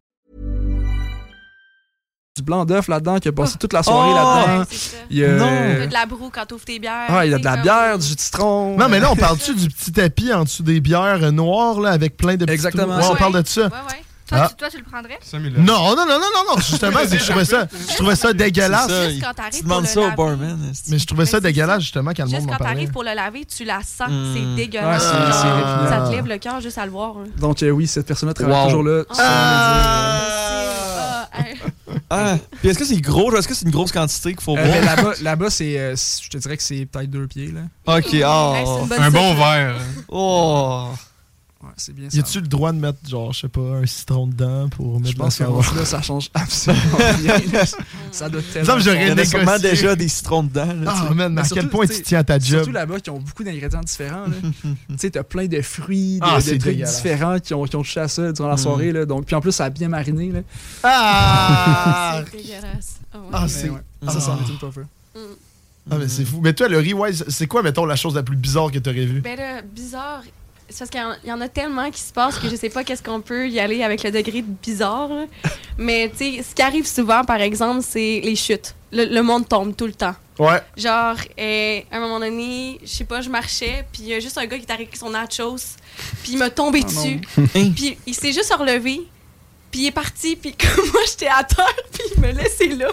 Speaker 4: du blanc d'œuf là-dedans, qui a passé toute la
Speaker 6: Oh,
Speaker 4: soirée là-dedans. Il y a-
Speaker 8: Il y a de la broue quand t'ouvres tes bières.
Speaker 4: Ah, il y a de la
Speaker 8: Comme-
Speaker 4: bière, du citron.
Speaker 6: Non, mais là, on parle-tu du petit tapis en dessous des bières euh, noires, là, avec plein de petits
Speaker 4: Exactement.
Speaker 6: trous? Ouais, on
Speaker 4: Ouais.
Speaker 6: parle de ça.
Speaker 7: Toi,
Speaker 6: Ah.
Speaker 7: tu, toi, tu le prendrais?
Speaker 6: Non, non, non, non, non, non, justement, c'est que je trouvais ça, je trouvais ça dégueulasse.
Speaker 8: C'est ça, Juste il- quand t'arrives tu demandes pour le ça au laver. barman,
Speaker 6: Mais je trouvais ça dégueulasse, justement, quand le
Speaker 8: Juste
Speaker 6: monde m'en
Speaker 8: quand
Speaker 6: parlait.
Speaker 8: t'arrives pour le laver, tu la sens.
Speaker 4: Mm.
Speaker 8: C'est dégueulasse.
Speaker 4: Ouais, c'est- c'est
Speaker 8: Genre, ça te
Speaker 4: répugnant.
Speaker 8: lève le cœur juste à le voir. hein.
Speaker 4: Donc, euh, oui, cette personne-là travaille toujours là. sans
Speaker 6: Ah.
Speaker 8: euh,
Speaker 4: Ah.
Speaker 8: ah,
Speaker 11: Ah, puis est-ce que c'est gros? Est-ce que c'est une grosse quantité qu'il faut
Speaker 4: le
Speaker 11: boire?
Speaker 4: dire. Euh, mais là-bas, là-bas, c'est, euh, je te dirais que c'est peut-être deux pieds. Là.
Speaker 11: Ok, oh. Hey, c'est une bonne Un bon soupe. verre.
Speaker 4: Oh. Ouais, c'est bien ça.
Speaker 6: Y a-tu le droit de mettre, genre, je sais pas, un citron dedans pour mettre
Speaker 4: Je pense
Speaker 6: la
Speaker 4: que là, ça change absolument rien. ça doit
Speaker 6: Il me
Speaker 4: tellement.
Speaker 6: semble que j'aurais
Speaker 4: Il y en a
Speaker 6: négocié.
Speaker 4: sûrement déjà
Speaker 11: des citrons dedans.
Speaker 4: là, tu
Speaker 6: Ah,
Speaker 4: sais.
Speaker 6: man,
Speaker 4: Mais
Speaker 6: à
Speaker 4: surtout,
Speaker 6: quel point
Speaker 4: tu
Speaker 6: tu
Speaker 4: sais,
Speaker 6: tiens à ta job.
Speaker 4: Surtout là-bas qui ont beaucoup d'ingrédients différents. là. tu sais, t'as plein de fruits, de,
Speaker 6: Ah,
Speaker 4: de
Speaker 6: c'est
Speaker 4: trucs
Speaker 6: dégueulasse.
Speaker 4: différents qui ont, qui ont touché à ça durant la
Speaker 6: Mm.
Speaker 4: soirée. Là, donc, puis en plus, ça a bien mariné. Là.
Speaker 6: Ah!
Speaker 8: C'est dégueulasse. Ah ouais.
Speaker 6: Ah, c'est.
Speaker 4: Mais ouais, Ça, ça en est une pas peu.
Speaker 6: Ah, mais c'est fou. Mais toi, le Wise, c'est quoi, mettons, la chose la plus bizarre que t'aurais vue?
Speaker 8: Ben là, bizarre. C'est parce qu'il y en- il y, en a tellement qui se passe que je sais pas qu'est-ce qu'on peut y aller avec le degré de bizarre. là. Mais tu sais, ce qui arrive souvent, par exemple, c'est les chutes. Le, le monde tombe tout le temps.
Speaker 6: Ouais.
Speaker 8: Genre, euh, à un moment donné, je sais pas, je marchais, puis il y a juste un gars qui est arrivé avec son nachos, puis il m'a tombé
Speaker 6: Ah,
Speaker 7: Oh non.
Speaker 8: dessus. puis il s'est juste relevé, puis il est parti, puis comme moi j'étais à terre, puis il me laissait là.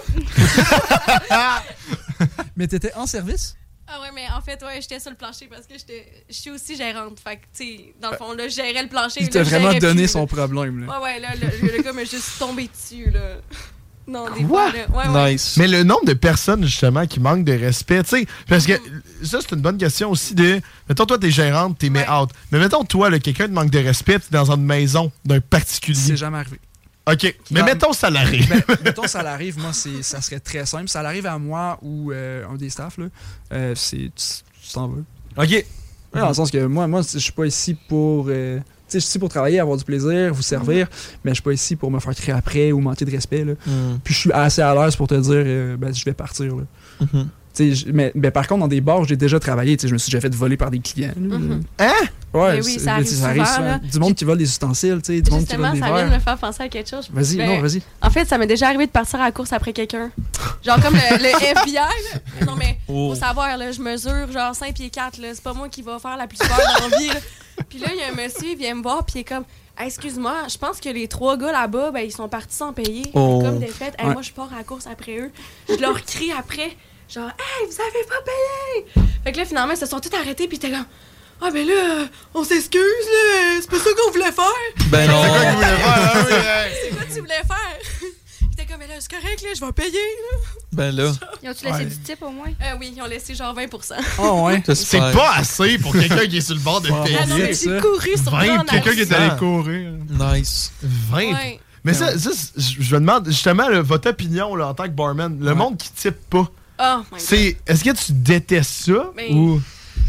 Speaker 4: Mais t'étais en service?
Speaker 8: Ah ouais, mais en fait, ouais, j'étais sur le plancher parce que j'étais- je suis aussi gérante. Fait que, tu sais, dans le fond, là, je gérais le plancher.
Speaker 4: Il
Speaker 8: là,
Speaker 4: t'a
Speaker 8: je
Speaker 4: vraiment
Speaker 8: gérais
Speaker 4: donné
Speaker 8: plus,
Speaker 4: son
Speaker 8: là.
Speaker 4: problème. Là.
Speaker 8: Ouais, ouais, là, le, le gars m'a juste tombé dessus, là. Non, des
Speaker 6: Quoi?
Speaker 8: fois, là. Ouais, ouais.
Speaker 6: Mais le nombre de personnes, justement, qui manquent de respect, tu sais, parce que ça, c'est une bonne question aussi de. Mettons, toi, t'es gérante, t'es mets out. Mais mettons, toi, là, quelqu'un te manque de respect, t'es dans une maison d'un particulier.
Speaker 4: C'est jamais arrivé.
Speaker 6: OK. Mais
Speaker 4: Dans-
Speaker 6: mettons, salarié.
Speaker 4: Ben, mettons, ça l'arrive, moi, c'est- ça serait très simple. Ça l'arrive à moi ou euh, un des staffs, là. euh, c'est. Tu tu t'en veux.
Speaker 6: OK.
Speaker 4: dans le sens que moi, moi je suis pas ici pour. euh, tu sais, je suis ici pour travailler, avoir du plaisir, vous servir,
Speaker 6: Mhm.
Speaker 4: mais je suis pas ici pour me faire crier après ou manquer de respect. là.
Speaker 6: Mhm.
Speaker 4: Puis je suis assez à l'aise pour te dire, euh, ben, je vais partir. là.
Speaker 6: Mhm.
Speaker 4: Tu sais, je- mais, mais par contre, dans des bars, j'ai déjà travaillé. tu sais, Je me suis déjà fait voler par des clients. là.
Speaker 6: Hein?
Speaker 8: Mais
Speaker 4: Ouais,
Speaker 8: Mhm. Ben oui,
Speaker 4: c'est- ben,
Speaker 8: ça arrive
Speaker 4: tu sais,
Speaker 8: souvent, là.
Speaker 4: Du monde qui vole des ustensiles, tu sais, du monde qui vole
Speaker 8: Justement,
Speaker 4: des
Speaker 8: ça vient de me
Speaker 4: verres.
Speaker 8: faire penser à quelque chose.
Speaker 4: Vas-y,
Speaker 8: Ben,
Speaker 4: non, vas-y.
Speaker 8: En fait, ça m'est déjà arrivé de partir à la course après quelqu'un. Genre comme le, le FBI, là. Non, mais
Speaker 4: Oh.
Speaker 8: faut savoir, là, je mesure genre 5 pieds 4, là. C'est pas moi qui va faire la plus peur dans la vie, là. Puis là, il y a un monsieur, il vient me voir, puis il est comme... Ah, Excuse-moi, je pense que les trois gars là-bas, ben, ils sont partis sans payer.
Speaker 4: Oh.
Speaker 8: Comme des fêtes. Hey,
Speaker 4: Ouais.
Speaker 8: Moi, je pars à la course après eux. Je leur crie après. Genre, hey, vous avez pas payé! Fait que là, finalement, ils se sont tous arrêtés, puis ils étaient comme. Ah, ben là, euh, on s'excuse, là, c'est pas ça qu'on voulait faire.
Speaker 11: Ben non.
Speaker 8: C'est quoi tu voulais faire? J'étais comme, mais là, c'est correct, là, je vais payer. là.
Speaker 11: Ben là.
Speaker 7: Ils ont-tu laissé
Speaker 11: Ouais.
Speaker 7: du type au moins?
Speaker 8: Euh, oui, ils ont laissé genre 20
Speaker 6: Ah,
Speaker 11: Oh ouais.
Speaker 6: C'est pas assez pour quelqu'un qui est sur le bord de
Speaker 11: Ah,
Speaker 6: payer.
Speaker 11: non, mais j'ai couru
Speaker 8: sur
Speaker 11: le banc en
Speaker 6: quelqu'un qui est
Speaker 11: arrivant.
Speaker 6: allé courir.
Speaker 11: Nice.
Speaker 6: 20.
Speaker 8: Ouais.
Speaker 6: Mais ça, ça, je je me demande justement là, votre opinion là, en tant que barman. Le monde qui type pas.
Speaker 8: Oh my
Speaker 6: C'est, est-ce que tu détestes ça
Speaker 8: Mais-
Speaker 6: ou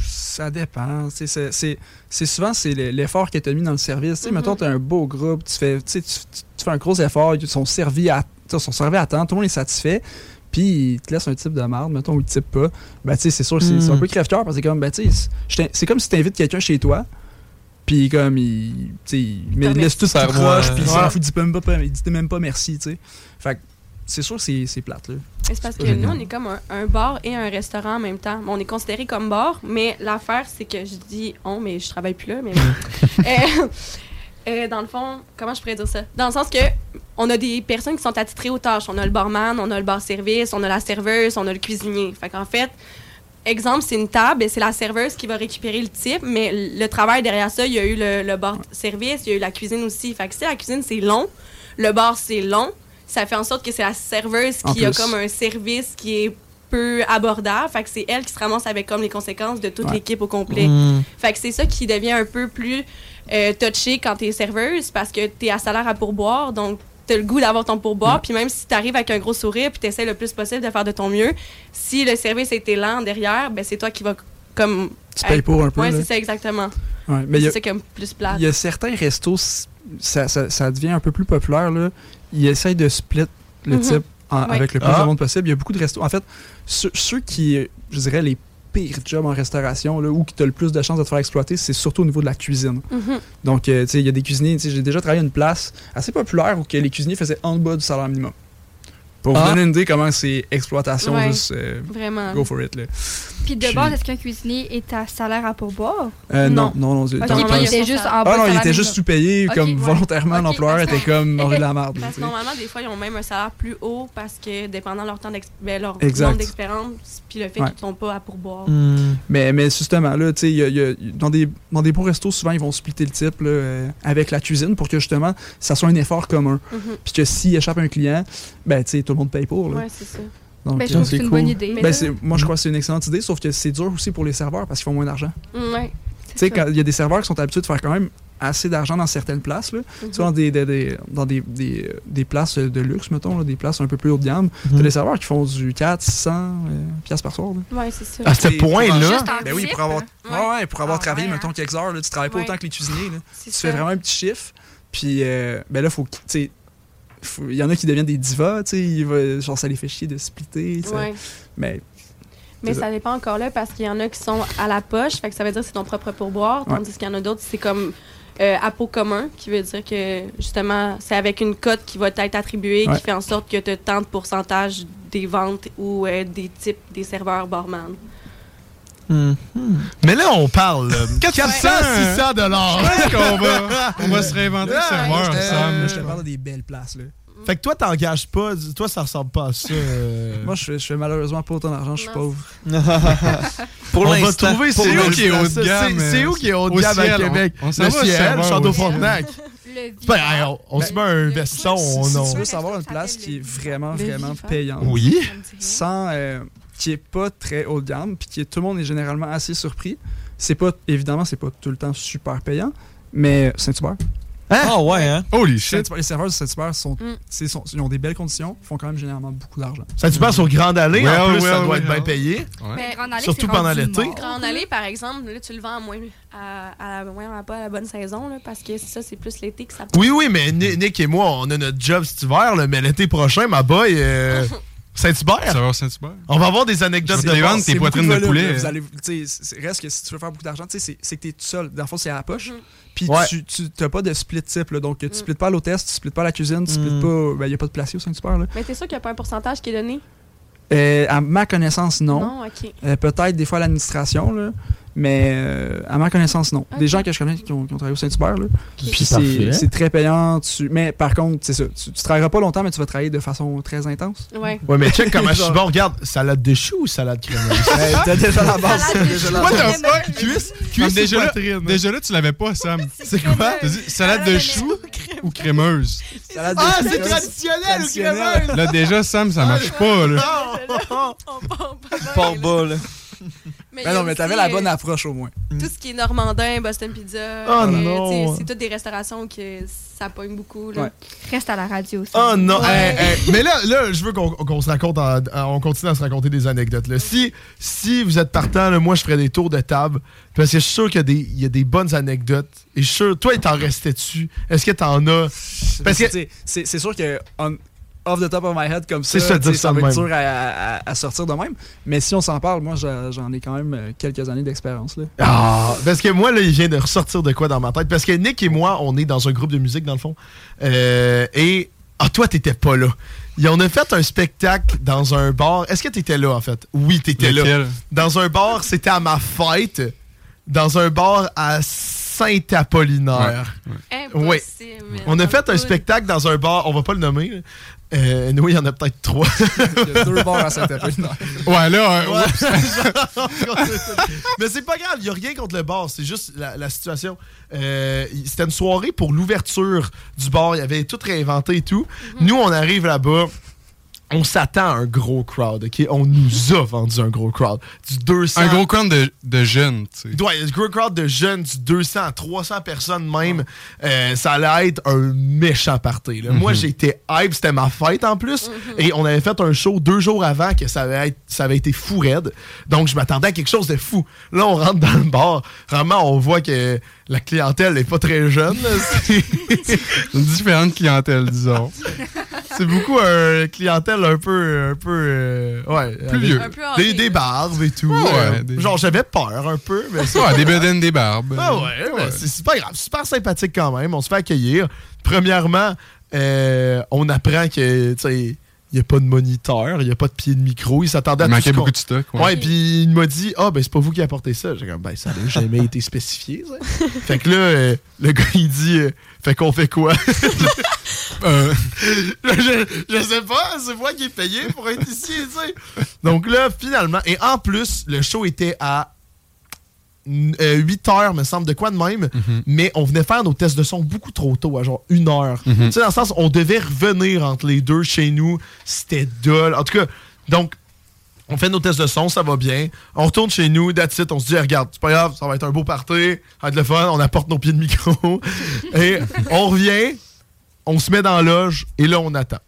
Speaker 4: Ça dépend. C'est- C'est c'est- c'est souvent c'est le- l'effort que tu as mis dans le service. Tu sais,
Speaker 11: Mm-hmm.
Speaker 4: mettons, tu as un beau groupe, tu fais, tu, sais, tu- tu- tu fais un gros effort, ils sont servis à, tu sais, sont servis à temps, tout le monde est satisfait, puis ils te laissent un type de marde, mettons, ou ils te typent pas. Ben, tu sais, c'est sûr, c'est
Speaker 11: Mm.
Speaker 4: c'est un peu crève-cœur parce que comme, ben, tu sais, c'est- je t'in- c'est comme si tu invites quelqu'un chez toi. Puis comme il, tu sais, il- mais il laisse tout
Speaker 11: Faire
Speaker 4: sa proche,
Speaker 11: moi.
Speaker 4: puis il s'en
Speaker 11: Ouais.
Speaker 4: fout, il dit même pas, il dit même pas merci, tu sais. Fait que c'est sûr, c'est c'est plate là.
Speaker 8: Mais C'est parce que
Speaker 4: pas
Speaker 8: nous,
Speaker 4: gênant.
Speaker 8: on est comme un, un bar et un restaurant en même temps. On est considéré comme bar, mais l'affaire, c'est que je dis on, mais je travaille plus là. Mais Euh, euh, dans le fond, comment je pourrais dire ça? Dans le sens que on a des personnes qui sont attitrées aux tâches. On a le barman, on a le bar service, on a la serveuse, on a le cuisinier. Fait qu'en fait, exemple, c'est une table, et c'est la serveuse qui va récupérer le type, mais le travail derrière ça, il y a eu le, le bar service, il y a eu la cuisine aussi. Fait que si la cuisine, c'est long, le bar, c'est long, ça fait en sorte que c'est la serveuse
Speaker 15: En
Speaker 8: qui a
Speaker 15: plus.
Speaker 8: comme un service qui est peu abordable. Fait que c'est elle qui se ramasse avec comme les conséquences de toute
Speaker 15: Ouais.
Speaker 8: l'équipe au complet.
Speaker 15: Mm.
Speaker 8: Fait que c'est ça qui devient un peu plus euh, touché quand t'es serveuse parce que t'es à salaire à pourboire, donc t'as le goût d'avoir ton pourboire. Puis même si t'arrives avec un gros sourire puis t'essaies le plus possible de faire de ton mieux, si le service était lent derrière, ben c'est toi qui vas comme...
Speaker 4: Tu payes pour un peu,
Speaker 8: Ouais,
Speaker 4: là.
Speaker 8: c'est ça exactement.
Speaker 4: Ouais, mais il y
Speaker 8: c'est
Speaker 4: a-
Speaker 8: ça comme plus plate.
Speaker 4: Il y a certains restos, c- ça, ça- ça devient un peu plus populaire. Là. Ils essayent de split le
Speaker 11: Mhm.
Speaker 4: type en-
Speaker 11: Ouais.
Speaker 4: avec le plus
Speaker 11: Ah.
Speaker 4: de monde possible. Il y a beaucoup de restos. En fait, ceux, ceux qui, euh, je dirais, les pires jobs en restauration là, ou qui t'ont le plus de chances de te faire exploiter, c'est surtout au niveau de la cuisine.
Speaker 11: Mhm.
Speaker 4: Donc, euh, tu sais, il y a des cuisiniers. tu sais, J'ai déjà travaillé à une place assez populaire où que les cuisiniers faisaient en bas du salaire minimum. Pour vous
Speaker 11: Ah.
Speaker 4: donner une idée comment c'est exploitation,
Speaker 7: Ouais.
Speaker 4: juste euh,
Speaker 7: Vraiment.
Speaker 4: go for it. Là.
Speaker 7: Puis de
Speaker 4: Puis-
Speaker 7: base, est-ce qu'un cuisinier est à salaire à pourboire?
Speaker 4: Euh, non, non, non.
Speaker 7: Ok,
Speaker 4: dans le
Speaker 7: mais il
Speaker 4: temps-
Speaker 7: était juste en bas de
Speaker 4: Ah non, il
Speaker 7: salaire
Speaker 4: était juste
Speaker 7: minimum.
Speaker 4: sous-payé,
Speaker 8: Ok,
Speaker 4: comme
Speaker 8: ouais.
Speaker 4: volontairement,
Speaker 8: Ok,
Speaker 4: l'employeur était comme, on de la merde. là,
Speaker 8: Parce
Speaker 4: tu
Speaker 8: que
Speaker 4: sais.
Speaker 8: normalement, des fois, ils ont même un salaire plus haut parce que, dépendant leur temps d'ex- ben, leur
Speaker 4: Exact.
Speaker 8: nombre d'expérience, puis le fait
Speaker 4: Ouais.
Speaker 8: qu'ils sont pas à pourboire.
Speaker 4: Mais, mais justement, là, tu sais, il y a- il y a- dans, des, dans des beaux restos, souvent, ils vont splitter le type là, euh, avec la cuisine pour que justement, ça soit un effort commun.
Speaker 8: Mhm.
Speaker 4: Puis que s'il échappe un client, ben, tu sais, tout le monde paye pour. Là.
Speaker 8: Ouais, c'est ça.
Speaker 4: Donc,
Speaker 7: Ben, je trouve que c'est
Speaker 4: euh,
Speaker 7: une bonne idée.
Speaker 4: Ben, c'est- moi, je crois que c'est une excellente idée, sauf que c'est dur aussi pour les serveurs parce qu'ils font moins d'argent.
Speaker 8: Ouais.
Speaker 4: Tu sais, quand il y a des serveurs qui sont habitués de faire quand même assez d'argent dans certaines places, là.
Speaker 8: Mhm.
Speaker 4: tu vois, dans, des, des- des- dans des, des- des places de luxe, mettons, là, des places un peu plus haut de gamme, tu as des serveurs qui font du 400, 600 euh, piastres par soir. là.
Speaker 8: Ouais, c'est ça.
Speaker 6: À ce
Speaker 4: T'sais,
Speaker 6: point-là?
Speaker 4: pour-
Speaker 6: Juste en
Speaker 4: Ben oui,
Speaker 6: type,
Speaker 4: pour avoir,
Speaker 6: hein?
Speaker 4: ouais, ouais, pour avoir travaillé, mettons, quelques heures, là, tu travailles pas
Speaker 6: Ouais.
Speaker 4: autant que les cuisiniers. là.
Speaker 6: C'est
Speaker 4: Tu
Speaker 6: ça.
Speaker 4: fais vraiment un petit chiffre. Puis, euh, ben là, faut que- tu sais, faut- il y en a qui deviennent des divas, tu sais, il va- genre ça les fait chier de splitter. ça-
Speaker 8: Ouais.
Speaker 4: Mais,
Speaker 8: Mais
Speaker 4: c'est
Speaker 8: ça dépend encore là parce qu'il y en a qui sont à la poche, fait que ça veut dire que c'est ton propre pourboire,
Speaker 4: Ouais.
Speaker 8: tandis qu'il y en a d'autres, c'est comme euh, à pot commun, qui veut dire que justement, c'est avec une cote qui va t'être attribuée,
Speaker 4: Ouais.
Speaker 8: qui fait en sorte que tu as tant de pourcentage des ventes ou euh, des types des serveurs barman.
Speaker 6: Mais là, on parle euh,
Speaker 11: 400,
Speaker 6: 400, 600 dollars.
Speaker 11: Je pense qu'on va- on va se réinventer le serveur,
Speaker 6: je te-
Speaker 11: Sam.
Speaker 4: Euh, je Euh. te parle des belles places, là.
Speaker 6: Fait que toi, t'engages pas. dis- Toi, ça ressemble pas à ça. euh.
Speaker 4: Moi, je fais, je fais malheureusement pas autant d'argent, je suis pauvre.
Speaker 6: Pour On va l'instant. trouver
Speaker 4: Pour
Speaker 6: c'est où
Speaker 4: l'instant.
Speaker 6: qui est haut de gamme,
Speaker 4: C'est-
Speaker 6: euh,
Speaker 4: C'est où qui est haut de
Speaker 6: au
Speaker 4: gamme à
Speaker 6: ciel, on-
Speaker 4: Québec?
Speaker 6: on s'en va au serveur au ciel. Ben, hey, on- on se met un veston.
Speaker 4: Si,
Speaker 6: on-
Speaker 4: si
Speaker 6: on-
Speaker 4: tu veux savoir une place qui est vraiment,
Speaker 6: Le
Speaker 4: vraiment
Speaker 6: Vivant.
Speaker 4: payante.
Speaker 6: Oui.
Speaker 4: Sans. euh, qui est pas très haut de gamme, puis qui est- tout le monde est généralement assez surpris. C'est pas. Évidemment, c'est pas tout le temps super payant, mais Saint-Hubert.
Speaker 11: Ah
Speaker 8: Oh,
Speaker 11: ouais, hein? Holy shit.
Speaker 4: Saint-Hubert- Les serveurs de Saint-Hubert sont, c'est- sont- ils ont des belles conditions, font quand même généralement beaucoup d'argent.
Speaker 6: Saint-Hubert, sur Grande Allée, en
Speaker 4: Well,
Speaker 6: plus, ça
Speaker 4: well,
Speaker 6: doit être
Speaker 4: well.
Speaker 6: bien payé.
Speaker 8: Mais Grande Allée,
Speaker 6: Surtout
Speaker 8: c'est
Speaker 6: pendant
Speaker 8: rendu
Speaker 6: l'été.
Speaker 8: mort. Grande Allée, par exemple, là, tu le vends à moins, à, à, moins- pas à la bonne saison, là, parce que ça, c'est plus l'été que ça
Speaker 6: Oui, oui, mais Ni- Nick et moi, on a notre job cet hiver, là, mais l'été prochain, ma boy, euh, Saint-Hubert.
Speaker 10: Serveur Saint-Hubert.
Speaker 6: On va avoir des anecdotes
Speaker 10: Je
Speaker 6: de
Speaker 10: vais te les
Speaker 6: bord.
Speaker 10: vendre, tes
Speaker 6: C'est
Speaker 10: poitrines
Speaker 6: beaucoup
Speaker 10: de
Speaker 6: volume,
Speaker 10: poulet.
Speaker 6: là, vous allez-
Speaker 4: Allez- tu sais, c'est- reste que si tu veux faire beaucoup d'argent, tu sais, c'est c'est que t'es tout seul. Dans le fond, c'est à la
Speaker 8: Mm.
Speaker 4: poche. Puis
Speaker 6: Ouais.
Speaker 4: tu- tu n'as pas de split type. là. donc, tu splits pas à l'hôtesse, tu splits pas à la cuisine, tu
Speaker 10: Mm.
Speaker 4: splits pas. Il n'y a pas de placé au Saint-Hubert. là.
Speaker 8: Mais t'es sûr qu'il n'y a pas un pourcentage qui est donné?
Speaker 4: Euh, à ma connaissance, non.
Speaker 8: Non, ok.
Speaker 4: Euh, Peut-être des fois à l'administration, là. Mais euh, à ma connaissance, non. Des gens que je connais qui ont, qui ont travaillé au Saint-Hubert, là.
Speaker 15: C'est
Speaker 4: Puis
Speaker 15: parfait.
Speaker 4: c'est c'est très payant. Tu... Mais par contre, c'est ça. Tu, tu travailleras pas longtemps, mais tu vas travailler de façon très intense.
Speaker 8: Ouais.
Speaker 6: Ouais, mais check comment je suis bon. Regarde, salade de choux ou salade crémeuse?
Speaker 10: Ben,
Speaker 4: Hey, t'as déjà la base. Salade de
Speaker 6: Déjà la
Speaker 4: choux.
Speaker 6: base.
Speaker 4: What the fuck?
Speaker 6: Cuisse,
Speaker 10: Ah,
Speaker 6: cuisse
Speaker 10: déjà,
Speaker 6: ou
Speaker 10: là,
Speaker 6: poitrine?
Speaker 10: déjà là, tu l'avais pas, Sam. C'est
Speaker 6: quoi?
Speaker 10: T'as dit salade de choux ou crémeuse?
Speaker 6: Ah, c'est traditionnel ou crémeuse?
Speaker 10: Là, déjà, Sam, ça marche pas, là.
Speaker 11: Port bas, là.
Speaker 8: Mais
Speaker 4: Mais Ben non, mais t'avais
Speaker 8: aussi,
Speaker 4: la bonne
Speaker 8: euh,
Speaker 4: approche au moins.
Speaker 8: Tout ce qui est normandin, Boston Pizza.
Speaker 4: Oh
Speaker 8: euh,
Speaker 4: non.
Speaker 8: tu sais, C'est toutes des restaurations que ça pogne beaucoup. Là.
Speaker 4: Ouais.
Speaker 7: Reste à la radio aussi.
Speaker 6: Oh non!
Speaker 7: Ouais.
Speaker 6: Hey, hey, Mais là, là, je veux qu'on qu'on se raconte, en- en- on continue à se raconter des anecdotes. Là. Si, si vous êtes partant, là, moi, je ferais des tours de table parce que je suis sûr qu'il y a des- il y, a des bonnes anecdotes. Et je suis sûr, toi, il t'en restait dessus. Est-ce que t'en as? Parce que.
Speaker 4: Tu sais, c'est c'est sûr que on- off the top of my head comme
Speaker 6: C'est
Speaker 4: ça,
Speaker 6: ça,
Speaker 4: tu sais,
Speaker 6: dire ça
Speaker 4: ça
Speaker 6: de
Speaker 4: va être
Speaker 6: même.
Speaker 4: dur à, à- à sortir de même. Mais si on s'en parle, moi j'a- j'en ai quand même euh, quelques années d'expérience là.
Speaker 6: Ah, parce que moi, là, il vient de ressortir de quoi dans ma tête. Parce que Nick et moi, on est dans un groupe de musique, dans le fond. Euh, et. Ah, toi, t'étais pas là. Et on a fait un spectacle dans un bar. Est-ce que t'étais là, en fait? Oui, t'étais là.
Speaker 10: Lequel?
Speaker 6: Dans un bar, c'était à ma fête. Dans un bar à Saint-Apollinaire. Oui. On a fait un spectacle dans un bar, on va pas le nommer. là. Euh, nous, il y en a peut-être trois.
Speaker 4: Il y a deux bars à Saint-Apollinaire.
Speaker 6: Ouais, là.
Speaker 4: ouais.
Speaker 6: Mais c'est pas grave, il n'y a rien contre le bar, c'est juste la, la situation. Euh, y- C'était une soirée pour l'ouverture du bar, il y avait tout réinventé et tout. Nous, on arrive là-bas. On s'attend à un gros crowd, OK? On nous a vendu un gros crowd. Du 200...
Speaker 10: Un gros crâne de, de jeunes, tu sais.
Speaker 6: Ouais, il y a un gros crowd de jeunes, du 200 à 300 personnes même. Euh, ça allait être un méchant party. là. Moi,
Speaker 10: Mhm.
Speaker 6: j'étais hype, c'était ma fête en plus. Et on avait fait un show deux jours avant que ça avait, être- ça avait été fou raide. Donc, je m'attendais à quelque chose de fou. Là, on rentre dans le bar. Vraiment, on voit que la clientèle n'est pas très jeune. là. C'est-
Speaker 10: Une différente clientèle, disons.
Speaker 6: C'est beaucoup un clientèle un peu. Un peu euh, ouais,
Speaker 10: Plus
Speaker 6: avec
Speaker 10: vieux.
Speaker 6: Des, des barbes et tout.
Speaker 10: Ouais,
Speaker 6: Euh,
Speaker 10: des-
Speaker 6: Genre, j'avais peur un peu. Mais c'est
Speaker 10: Ouais,
Speaker 6: pas
Speaker 10: des
Speaker 6: grave.
Speaker 10: bedaines, des barbes.
Speaker 6: Ah ouais, mais c'est c'est pas grave. Super sympathique quand même. On se fait accueillir. Premièrement, euh, on apprend que, tu sais, il n'y a pas de moniteur, il n'y a pas de pied de micro. Il s'attendait à
Speaker 10: Il
Speaker 6: tout
Speaker 10: manquait
Speaker 6: ce qu'on-
Speaker 10: beaucoup de stock, ouais.
Speaker 6: Ouais, puis il m'a dit Ah, ben c'est pas vous qui apportez ça. J'ai comme Ben ça n'a jamais été spécifié, ça. Fait que là, euh, le gars, il dit euh, Fait qu'on fait quoi Euh, je, je sais pas, c'est moi qui ai payé pour être ici, tu sais. Donc là, finalement, et en plus, le show était à euh, 8 heures, me semble, de quoi de même, mais on venait faire nos tests de son beaucoup trop tôt, à genre une heure.
Speaker 10: Mhm.
Speaker 6: Tu sais, dans le sens, on devait revenir entre les deux chez nous, c'était dull. En tout cas, donc, on fait nos tests de son, ça va bien. On retourne chez nous, that's it. On se dit, Eh, regarde, c'est pas grave, ça va être un beau party, ça va être le fun, on apporte nos pieds de micro. et on revient, on se met dans la loge, et là, on attend.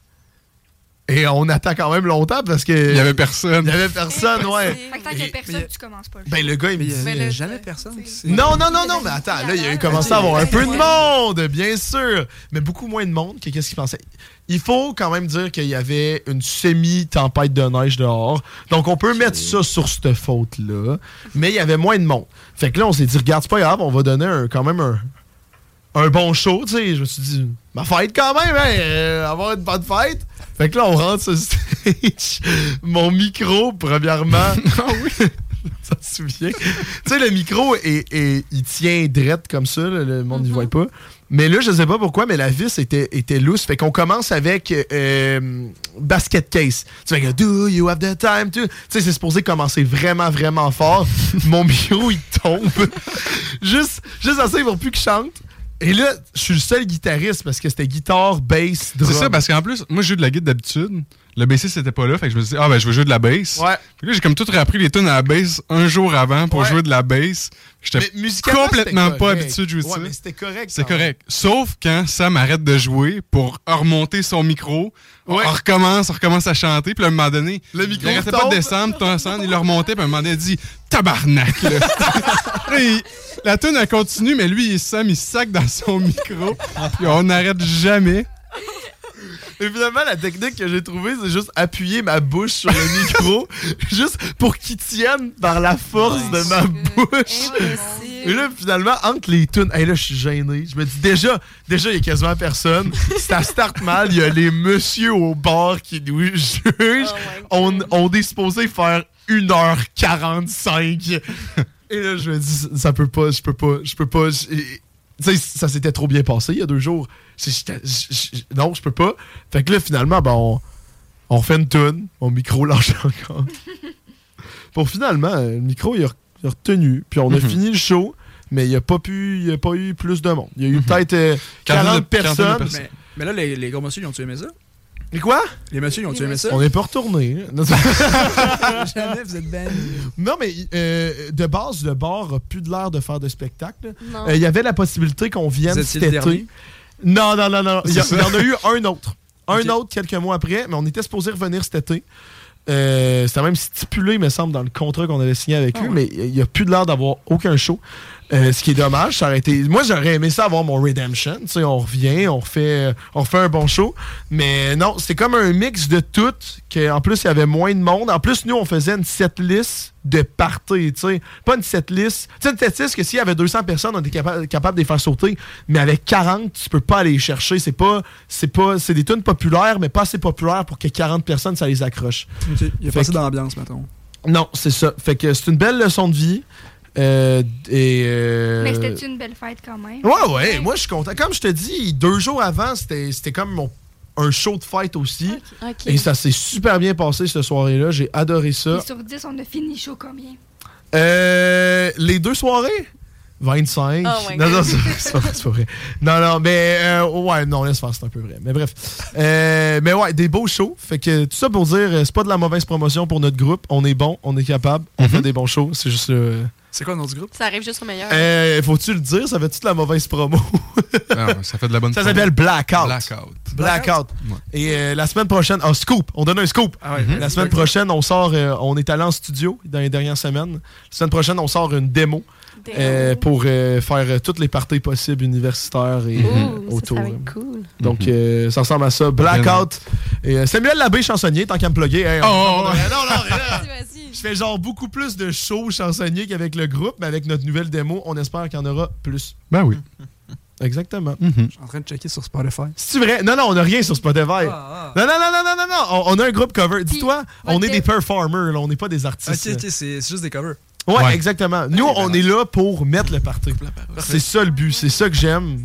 Speaker 6: Et on attend quand même longtemps parce que. Il y avait
Speaker 10: personne.
Speaker 6: Il y avait personne, ouais.
Speaker 7: Fait que tant qu'il y a personne, tu commences pas.
Speaker 6: Ben, le gars, il me dit.
Speaker 7: Mais le-
Speaker 4: Jamais personne.
Speaker 6: Non, non, non, non, mais attends, là, il y a eu commencé à avoir un peu de monde, bien sûr, mais beaucoup moins de monde que qu'est-ce qu'il pensait. Il faut quand même dire qu'il y avait une semi-tempête de neige dehors, donc on peut mettre ça sur cette faute-là, mais il y avait moins de monde. Fait que là, on s'est dit, regarde, c'est pas grave, on va donner un- quand même un, un bon show, tu sais. Je me suis dit, ma fête quand même, hein, euh, avoir une bonne fête. Fait que là, on rentre sur le stage. Mon micro, premièrement. ah oui! Ça se souvient. tu sais, le micro, est, est- il tient drette comme ça, là, le monde n'y voit pas. Mais là, je sais pas pourquoi, mais la vis était, était loose. Fait qu'on commence avec euh, basket case. Tu fais que, do you have the time to. Tu sais, c'est supposé commencer vraiment, vraiment fort. Mon micro, il tombe. juste, juste assez pour plus que je chante. Et là, je suis le seul guitariste parce que c'était guitare, bass, drum.
Speaker 10: C'est ça, parce qu'en plus, moi, je joue de la guide d'habitude. Le bassiste c'était pas là, fait que je me suis dit, ah ben, je vais jouer de la bass.
Speaker 6: Ouais.
Speaker 10: Puis là, j'ai comme tout réappris les tunes à la bass un jour avant pour
Speaker 6: Ouais.
Speaker 10: jouer de la bass. J'étais
Speaker 6: Mais musicalement,
Speaker 10: complètement
Speaker 6: c'était
Speaker 10: pas
Speaker 6: correct.
Speaker 10: habitué de jouer de
Speaker 6: Ouais,
Speaker 10: ça.
Speaker 6: mais c'était correct.
Speaker 10: C'est
Speaker 6: quand même.
Speaker 10: correct. Sauf quand Sam arrête de jouer pour remonter son micro.
Speaker 6: Ouais.
Speaker 10: On recommence, on recommence à chanter. Puis là, à un moment donné,
Speaker 6: Le micro
Speaker 10: il arrêtait
Speaker 6: tombe.
Speaker 10: pas de descendre, ton son, il le remontait. Puis à un moment donné, il dit Tabarnak. là. Là, il- la tune, elle continue, mais lui, il- Sam, il sac dans son micro. Puis on n'arrête jamais.
Speaker 6: Et finalement, la technique que j'ai trouvée, c'est juste appuyer ma bouche sur le micro, juste pour qu'il tienne par la force de ma bouche. Et là, finalement, entre les tunes, hey, là, je suis gêné. Je me dis déjà, déjà, il y a quasiment personne. Ça start mal. Il y a les messieurs au bar qui nous jugent. on, on est supposé faire 1h45. Et là, je me dis, ça peut pas, je peux pas, je peux pas. je- et- Tu sais, ça s'était trop bien passé il y a deux jours. J'ai- j'étais- j- j- non, je peux pas. Fait que là, finalement, ben, on, on fait une tune. Mon micro lâche encore. Pour finalement, euh, le micro, il a, re- il a retenu. Puis on a
Speaker 10: Mhm.
Speaker 6: fini le show, mais il n'y a, pas pu- il y a pas eu plus de monde. Il y a eu peut-être euh, 40, personnes.
Speaker 4: Mais, mais là, les, les gros messieurs, ils ont-tu aimé ça?
Speaker 6: Mais quoi?
Speaker 4: Les messieurs, ils ont-tu aimé ça?
Speaker 6: On n'est pas retourné. hein.
Speaker 4: Jamais, vous êtes banni.
Speaker 6: Non, mais euh, de base, le bar a plus de l'air de faire de spectacle. Euh,
Speaker 4: Non.
Speaker 6: Il y avait la possibilité qu'on vienne
Speaker 4: Vous étiez
Speaker 6: cet
Speaker 4: le
Speaker 6: été.
Speaker 4: dernier?
Speaker 6: Non, non, non, non. Il y, a-
Speaker 4: C'est
Speaker 6: il
Speaker 4: ça.
Speaker 6: y en a eu un autre. Un autre quelques mois après, mais on était supposé revenir cet été. Euh, C'était même stipulé, me semble, dans le contrat qu'on avait signé avec eux, mais il n'y a plus de l'air d'avoir aucun show. Euh, ce qui est dommage, ça aurait été. Moi, j'aurais aimé ça avoir mon Redemption. Tu sais, on revient, on fait, on fait un bon show. Mais non, c'est comme un mix de tout. que- En plus, il y avait moins de monde. En plus, nous, on faisait une setlist de parties. Tu sais, pas une setlist. Tu sais, une setlist que s'il y avait 200 personnes, on était capa- capable de les faire sauter. Mais avec 40, tu peux pas aller les chercher. C'est pas, c'est pas, c'est des tunes populaires, mais pas assez populaires pour que 40 personnes, ça les accroche.
Speaker 4: Il a
Speaker 6: Fait
Speaker 4: passé
Speaker 6: que-
Speaker 4: dans l'ambiance, mettons.
Speaker 6: Non, c'est ça. Fait que c'est une belle leçon de vie. Euh, et euh,
Speaker 7: Mais c'était une belle fête quand même.
Speaker 6: Ouais, ouais, moi je suis content. Comme je te dis, deux jours avant, c'était c'était comme mon, un show de fête aussi.
Speaker 7: ok.
Speaker 6: Et ça s'est super bien passé cette soirée-là. J'ai adoré ça.
Speaker 7: Et sur 10, on a fini chaud combien?
Speaker 6: Euh, les deux soirées 25.
Speaker 7: Oh my
Speaker 6: non,
Speaker 7: God.
Speaker 6: non, c'est c'est pas, c'est pas vrai. Non, non, mais euh, ouais, non, laisse faire, c'est un peu vrai. Mais bref. Euh, mais ouais, des beaux shows. Fait que tout ça pour dire, euh, c'est pas de la mauvaise promotion pour notre groupe. On est bon, on est capable, on fait des bons shows. C'est juste le.
Speaker 4: C'est quoi notre groupe?
Speaker 8: Ça arrive juste au meilleur.
Speaker 6: Euh, Faut-tu le dire, ça fait-tu de la mauvaise promo?
Speaker 10: Ah, ça fait de la bonne
Speaker 6: Ça
Speaker 10: promo.
Speaker 6: s'appelle Blackout.
Speaker 10: Blackout.
Speaker 6: Blackout. Et euh, la semaine prochaine, un scoop, on donne un scoop.
Speaker 4: Ah
Speaker 10: ouais.
Speaker 6: La semaine prochaine, on sort, euh, on est allé en studio dans les dernières semaines. La semaine prochaine, on sort une démo euh, pour euh, faire euh, toutes les parties possibles universitaires et euh, autour.
Speaker 8: cool.
Speaker 6: Donc, euh, ça ressemble à ça. Blackout. Et, euh, Samuel Labbé, chansonnier, tant qu'à me plugger. Hey, on-
Speaker 10: Oh, oh,
Speaker 6: on-
Speaker 10: oh.
Speaker 6: non, non, non. Je fais genre beaucoup plus de shows chansonniers qu'avec le groupe, mais avec notre nouvelle démo, on espère qu'il y en aura plus.
Speaker 10: Ben oui.
Speaker 6: Exactement.
Speaker 10: Mhm.
Speaker 4: Je suis en train de checker sur Spotify. Ah,
Speaker 6: C'est vrai? Non, non, on n'a rien sur Spotify. Non, non, non, non, non, non, non. On, on a un groupe cover. Dis-toi, on est des performers, là. On n'est pas des artistes.
Speaker 4: Ok, ok, c'est c'est juste des covers.
Speaker 6: Ouais, exactement. Nous, on est là pour mettre le party. C'est ça le but. C'est ça que j'aime.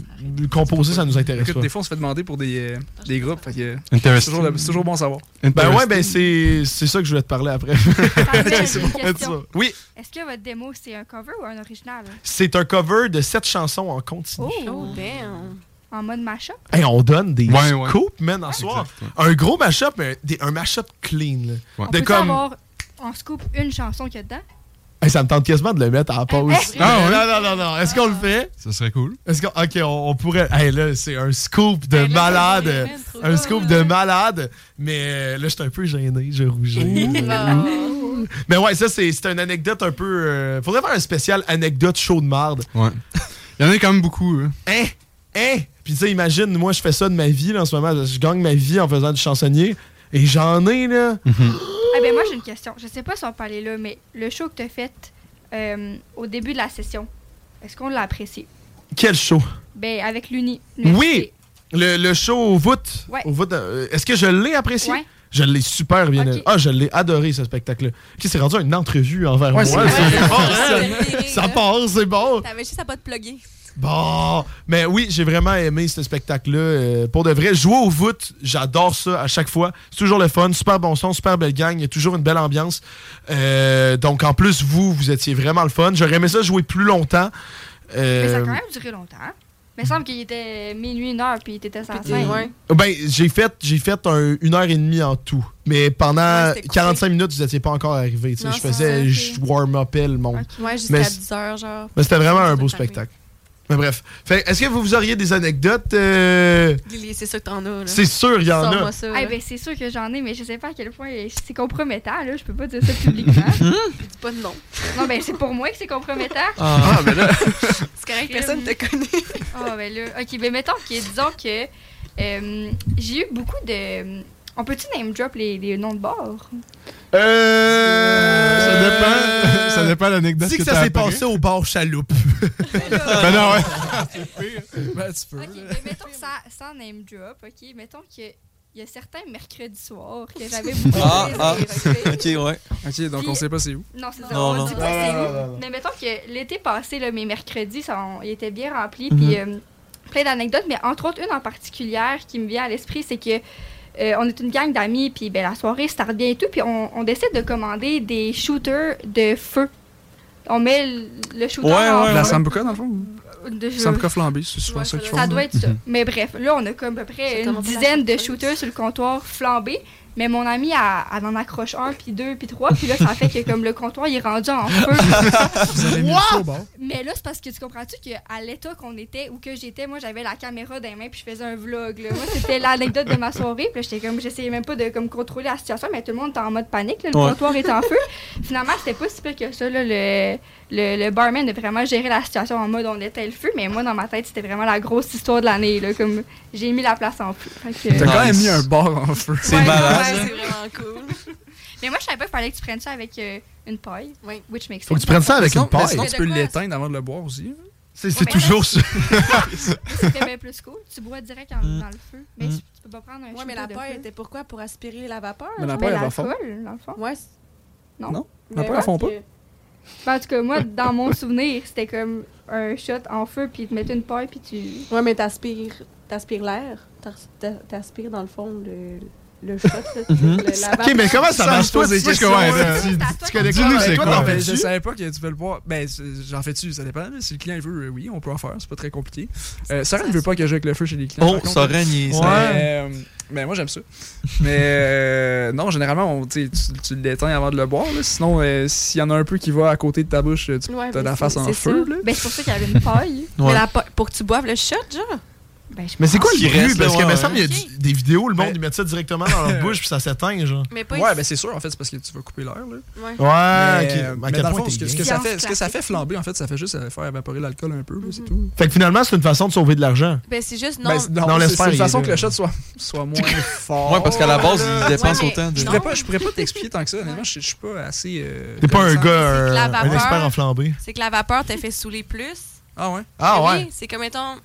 Speaker 6: Composer, ça nous intéresse
Speaker 4: Écoute,
Speaker 6: pas.
Speaker 4: des fois, on se fait demander pour des, euh, des groupes. fait que C'est
Speaker 10: Intéressant.
Speaker 4: toujours, le- c'est toujours bon à savoir.
Speaker 6: Ben
Speaker 10: euh,
Speaker 6: ouais, ben c'est c'est ça que je voulais te parler après.
Speaker 7: J'ai une question.
Speaker 6: Oui,
Speaker 7: Est-ce que votre démo, c'est un cover ou un original? hein?
Speaker 6: c'est un cover de sept chansons en continu.
Speaker 7: Oh, damn! En mode mashup?
Speaker 6: Hey, on donne des
Speaker 10: Ouais, ouais.
Speaker 6: scoops, man, en soir. Un gros mashup, mais des- un mashup clean. là.
Speaker 7: On
Speaker 6: De
Speaker 7: peut
Speaker 6: comme.
Speaker 7: avoir en scoop une chanson qu'il y a dedans?
Speaker 6: Hey, ça me tente quasiment de le mettre à la pause.
Speaker 10: Ah ouais?
Speaker 6: Non, non, non, non. Est-ce qu'on le fait?
Speaker 10: Ça serait cool.
Speaker 6: Est-ce qu'on- ok, on, on pourrait. Hey, là, c'est un scoop de malade. un scoop de malade. Mais euh, là, je suis un peu gêné, je rougis. mais ouais, ça, c'est c'est une anecdote un peu. euh, faudrait faire un spécial anecdote chaud de marde.
Speaker 10: Ouais. Il y en a quand même beaucoup. hein.
Speaker 6: Hein? Hein? Puis tu sais, imagine, moi, je fais ça de ma vie, là, en ce moment. Je gagne ma vie en faisant du chansonnier. Et j'en ai, là.
Speaker 7: Ah ben moi j'ai une question. Je sais pas si on peut aller là, mais le show que t'as fait euh, au début de la session, est-ce qu'on l'a apprécié?
Speaker 6: Quel show.
Speaker 7: Ben avec l'Uni.
Speaker 6: Oui! Le, le show au voûte.
Speaker 7: Ouais.
Speaker 6: Au voûte, euh, Est-ce que je l'ai apprécié?
Speaker 7: Ouais.
Speaker 6: Je l'ai super bien aimé. Ah, je l'ai adoré, ce spectacle-là. Qui s'est rendu à une entrevue envers moi.
Speaker 4: Ouais, c'est-
Speaker 6: C'est
Speaker 4: Ouais.
Speaker 6: fort, hein? Ça part, c'est bon.
Speaker 13: T'avais juste à pas te plugger.
Speaker 6: Bon. Mais oui, j'ai vraiment aimé ce spectacle-là. Euh, pour de vrai, jouer au voûte, j'adore ça à chaque fois. C'est toujours le fun. Super bon son, super belle gang. Il y a toujours une belle ambiance. Euh, donc, en plus, vous, vous étiez vraiment le fun. J'aurais aimé ça jouer plus longtemps. Euh,
Speaker 7: Mais ça a quand même duré longtemps. Mais il semble qu'il était minuit, une heure, puis t'étais sans scène.
Speaker 6: Ben, j'ai fait, j'ai fait un- une heure et demie en tout. Mais pendant 45 minutes, vous n'étiez pas encore arrivé.
Speaker 8: Non,
Speaker 6: Je
Speaker 8: c'est
Speaker 6: faisais,
Speaker 8: ça,
Speaker 6: je warm-upais le monde.
Speaker 8: Ouais,
Speaker 6: Mais
Speaker 8: jusqu'à
Speaker 6: c-
Speaker 8: 10 heures, genre.
Speaker 6: Mais c'était vraiment un beau spectacle. Mais bref. Fait, est-ce que vous, vous auriez des anecdotes? euh,
Speaker 8: Lily, c'est sûr que t'en as, là.
Speaker 6: C'est sûr, il y en a.
Speaker 8: Sors-moi ça,
Speaker 7: Ah
Speaker 8: là.
Speaker 7: ben c'est sûr que j'en ai, mais je sais pas à quel point c'est compromettant, là. Je peux pas dire ça publiquement.
Speaker 8: Dis pas de nom.
Speaker 7: non, ben c'est pour moi que c'est compromettant.
Speaker 6: Ah,
Speaker 10: mais là.
Speaker 8: C'est correct, personne te connaît.
Speaker 7: Ah, ben là. Ok, ben mettons que, disons que euh, j'ai eu beaucoup de. On peut-tu name drop les, les noms de bord?
Speaker 6: Euh,
Speaker 10: Ça dépend. Ça dépend l'anecdote
Speaker 6: Dis que,
Speaker 10: que
Speaker 6: ça
Speaker 10: t'as
Speaker 6: s'est
Speaker 10: appris.
Speaker 6: passé au bar Chaloupe.
Speaker 10: Ben non, ouais.
Speaker 4: Ben, tu peux.
Speaker 7: Ok, ben mettons que sans, sans name drop, ok, mettons que il y a certains mercredis soirs que j'avais beaucoup
Speaker 11: Ah,
Speaker 7: de
Speaker 11: ah.
Speaker 7: plaisir, ok?
Speaker 11: Ok, ouais.
Speaker 4: Ok, donc
Speaker 7: Puis-
Speaker 4: on sait pas c'est où.
Speaker 7: Non, c'est ça.
Speaker 4: Non,
Speaker 7: on
Speaker 4: non.
Speaker 7: dit pas
Speaker 4: Non,
Speaker 7: c'est
Speaker 4: non,
Speaker 7: où.
Speaker 4: non, non.
Speaker 7: Mais mettons que l'été passé, là, mes mercredis, ça, on- ils étaient bien remplis.
Speaker 15: Mhm.
Speaker 7: Puis euh, plein d'anecdotes, mais entre autres, une en particulière qui me vient à l'esprit, c'est que. euh, on est une gang d'amis, puis ben, la soirée start bien et tout, puis on, on décide de commander des shooters de feu. On met le, le shooter en
Speaker 4: La
Speaker 7: feu.
Speaker 4: sambuca, dans le fond.
Speaker 7: De-
Speaker 4: Sambuca flambée, c'est souvent ça qu'ils font.
Speaker 7: ça doit être
Speaker 4: Mhm.
Speaker 7: ça. Mais bref, là, on a comme à peu près une dizaine de shooters sur le comptoir flambé. Mais mon ami, elle, elle en accroche un, puis deux, puis trois. Puis là, ça fait que comme le comptoir, il est rendu en feu. Mais là, c'est parce que tu comprends-tu qu'à l'état qu'on était ou que j'étais, moi, j'avais la caméra dans les mains, puis je faisais un vlog. là. Moi, c'était l'anecdote de ma soirée. Puis là, j'étais comme, j'essayais même pas de comme, contrôler la situation, mais tout le monde était en mode panique. là. Le
Speaker 15: Ouais.
Speaker 7: comptoir était en feu. Finalement, c'était pas si pire que ça. là. Le, le, le barman a vraiment géré la situation en mode on était le feu, mais moi, dans ma tête, c'était vraiment la grosse histoire de l'année. là. Comme j'ai mis la place en feu. Fait que-
Speaker 4: T'as hein? quand même mis un bar en feu.
Speaker 7: Ouais,
Speaker 11: malade,
Speaker 7: ouais, c'est vraiment cool. mais moi, je savais pas qu'il fallait que tu prennes ça avec euh, une paille. Oui. Which makes
Speaker 4: Faut
Speaker 7: sense.
Speaker 4: que tu prennes ça avec
Speaker 7: Sinon-
Speaker 4: une paille.
Speaker 7: mais sinon,
Speaker 4: tu peux l'éteindre avant de le boire aussi.
Speaker 6: C'est
Speaker 7: Ouais, mais toujours là-
Speaker 6: ça.
Speaker 7: C'était bien ben, plus cool. Tu bois direct en- dans le feu. Mais
Speaker 4: Mm.
Speaker 7: tu tu peux pas prendre un
Speaker 8: Ouais, mais la paille était pourquoi Pour aspirer la vapeur
Speaker 4: Mais Ah, la
Speaker 8: genre?
Speaker 4: paille, elle va fondre.
Speaker 7: L'alcool, dans le fond.
Speaker 8: Ouais.
Speaker 7: Non.
Speaker 4: Non? La paille, elle fond pas.
Speaker 7: Ben, en tout cas, moi, dans mon souvenir, c'était comme un shot en feu, puis ils te mettaient une paille, puis tu.
Speaker 8: Ouais, mais t'aspires, t'aspires l'air. T'as- t'as- T'aspires dans le fond le, le shot. là, le- la
Speaker 6: Ok, mais comment ça
Speaker 4: me
Speaker 6: marche, bah, toi,
Speaker 4: pose des
Speaker 6: tu sais que-
Speaker 4: questions,
Speaker 6: ouais,
Speaker 4: là.
Speaker 6: tu- tu connais Dis-nous quoi, c'est toi, quoi. t'en fais-tu?
Speaker 4: Je savais pas que tu peux le boire. Ben, c'est- j'en fais-tu, ça dépend. là. Si le client il veut, euh, oui, on peut en faire, c'est pas très compliqué. Euh, Soren ne veut pas que je joue avec le feu chez les clients.
Speaker 11: Oh,
Speaker 4: par contre.
Speaker 11: Soren, il est-
Speaker 4: Ouais.
Speaker 11: Soren.
Speaker 4: Euh, Mais moi, j'aime ça. Mais euh, non, généralement, on, tu, sais, tu- tu l'éteins avant de le boire. là. Sinon, euh, s'il y en a un peu qui va à côté de ta bouche, tu
Speaker 8: Ouais,
Speaker 4: as
Speaker 8: mais
Speaker 4: la face
Speaker 8: c'est-
Speaker 4: en
Speaker 8: c'est
Speaker 4: feu.
Speaker 8: ça.
Speaker 4: là.
Speaker 7: Ben, c'est pour ça qu'il y avait une paille.
Speaker 4: Ouais.
Speaker 8: Mais la paille- pour que tu boives le shot, genre
Speaker 7: Ben, je
Speaker 6: Mais c'est quoi le
Speaker 4: Qui
Speaker 6: bruit?
Speaker 4: reste,
Speaker 6: Parce que,
Speaker 4: ouais,
Speaker 6: me semble, il y a
Speaker 4: ouais.
Speaker 6: du- des vidéos, le monde, ils mettent ça directement dans leur bouche, puis ça s'éteint, genre.
Speaker 8: Mais
Speaker 4: ouais, ben c'est sûr, en fait, c'est parce que tu vas couper l'air. Là.
Speaker 8: Ouais.
Speaker 6: Ouais,
Speaker 4: mais,
Speaker 6: ok.
Speaker 4: euh,
Speaker 6: À
Speaker 4: mais
Speaker 6: quel
Speaker 4: dans le
Speaker 6: point
Speaker 4: fond,
Speaker 6: t'es
Speaker 4: ce que,
Speaker 6: gay.
Speaker 4: ce que ça
Speaker 7: Science
Speaker 4: fait, ce que ça fait flamber, en fait, ça fait juste euh, faire évaporer l'alcool un peu, là, c'est tout.
Speaker 6: Fait que finalement, c'est une façon de sauver de l'argent.
Speaker 8: Ben, c'est juste, Mm-hmm. non.
Speaker 4: Ben, c'est- non,
Speaker 6: Non, laisse
Speaker 4: c'est-
Speaker 6: faire,
Speaker 4: c'est
Speaker 6: il
Speaker 4: une
Speaker 6: est
Speaker 4: façon
Speaker 6: là.
Speaker 4: que le shot soit, soit moins fort.
Speaker 11: Ouais, Ah, parce qu'à la base, il dépense
Speaker 4: mais
Speaker 11: autant de-
Speaker 4: Je pourrais pas, je pourrais pas t'expliquer tant que ça, honnêtement. Je je suis pas assez. euh,
Speaker 6: T'es pas un
Speaker 4: connaissant.
Speaker 6: gars, euh,
Speaker 8: la
Speaker 6: un
Speaker 8: vapeur.
Speaker 6: expert en flambée.
Speaker 8: C'est que la vapeur te fait saouler plus.
Speaker 4: Ah ouais?
Speaker 6: Ah
Speaker 8: Ben
Speaker 6: ouais?
Speaker 8: oui, c'est comme, mettons,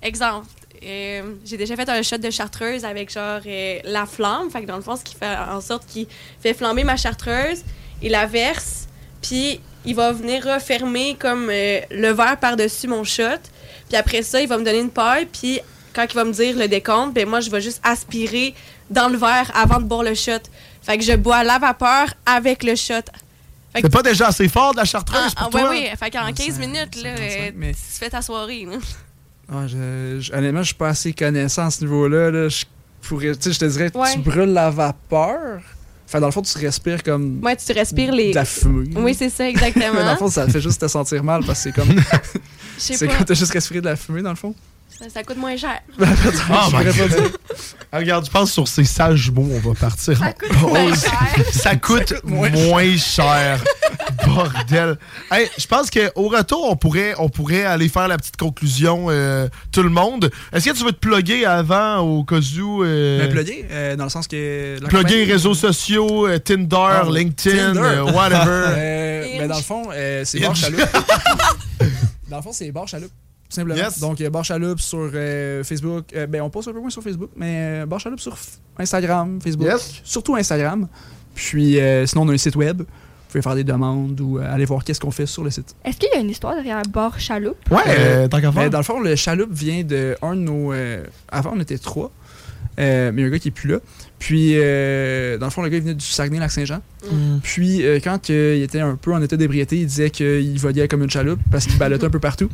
Speaker 8: exemple, euh, j'ai déjà fait un shot de chartreuse avec genre euh, la flamme. Fait que dans le fond, ce qui fait en sorte qu'il fait flamber ma chartreuse, il la verse, puis il va venir refermer comme euh, le verre par-dessus mon shot. Puis après ça, il va me donner une paille, puis quand il va me dire le décompte, ben moi, je vais juste aspirer dans le verre avant de boire le shot. Fait que je bois la vapeur avec le shot. Fait que-
Speaker 6: T'es pas déjà assez fort de la chartreuse
Speaker 8: ah,
Speaker 6: pour
Speaker 8: oui,
Speaker 6: toi?
Speaker 8: oui. Fait qu'en 15 minutes, là, euh,
Speaker 4: mais-
Speaker 8: tu fais ta soirée. là.
Speaker 4: Ah, je, je- honnêtement, je suis pas assez connaissant à ce niveau-là. là. Je pourrais, tu sais, je te dirais,
Speaker 8: Ouais.
Speaker 4: tu brûles la vapeur. Enfin, dans le fond, tu respires comme
Speaker 8: Ouais, tu respires les.
Speaker 4: de la fumée.
Speaker 8: Oui, c'est ça,
Speaker 4: Mais dans
Speaker 8: exactement.
Speaker 4: le fond, ça te fait juste te sentir mal parce que c'est comme.
Speaker 8: Je sais
Speaker 4: c'est
Speaker 8: pas.
Speaker 4: comme t'as juste respiré de la fumée, dans le fond.
Speaker 8: Ça, ça coûte moins cher.
Speaker 6: Oh
Speaker 4: Je
Speaker 6: my
Speaker 4: pourrais pas
Speaker 6: God.
Speaker 4: dire.
Speaker 6: Ah, regarde, je pense sur ces sages mots, on va partir. Ça coûte
Speaker 8: moins
Speaker 6: cher. Ça coûte moins, cher. Bordel. Hey, je pense qu'au retour, on pourrait, on pourrait aller faire la petite conclusion, euh, tout le monde. Est-ce que tu veux te plugger avant au cas où. euh,
Speaker 4: Mais plugger, euh, dans le sens que. la
Speaker 6: plugger
Speaker 4: compagnie-
Speaker 6: réseaux sociaux, euh, Tinder,
Speaker 4: Ah,
Speaker 6: LinkedIn,
Speaker 4: Tinder.
Speaker 6: euh, whatever.
Speaker 4: Euh, mais dans le fond, euh,
Speaker 6: Inch.
Speaker 4: c'est Bar Chaloupe. dans le fond, c'est Bar Chaloupe. tout Simplement.
Speaker 6: Yes.
Speaker 4: Donc, euh, Bar Chaloupe sur euh, Facebook. Euh, ben, on poste un peu moins sur Facebook, mais euh, Bar Chaloupe sur F- Instagram, Facebook.
Speaker 6: Yes.
Speaker 4: Surtout Instagram. Puis, euh, sinon, on a un site web. Vous pouvez faire des demandes ou euh, aller voir qu'est-ce qu'on fait sur le site.
Speaker 7: Est-ce qu'il y a une histoire derrière Bord Chaloupe?
Speaker 6: Ouais, euh, tant qu'à
Speaker 4: Ben,
Speaker 6: faire.
Speaker 4: dans le fond, le chaloupe vient de un de nos. euh, avant, on était trois. Euh, mais il y a un gars qui est plus là. Puis, euh, dans le fond, le gars, il venait du Saguenay-Lac-Saint-Jean. Puis, euh, quand euh, il était un peu en état d'ébriété, il disait qu'il voguait comme une chaloupe parce qu'il ballottait un peu partout.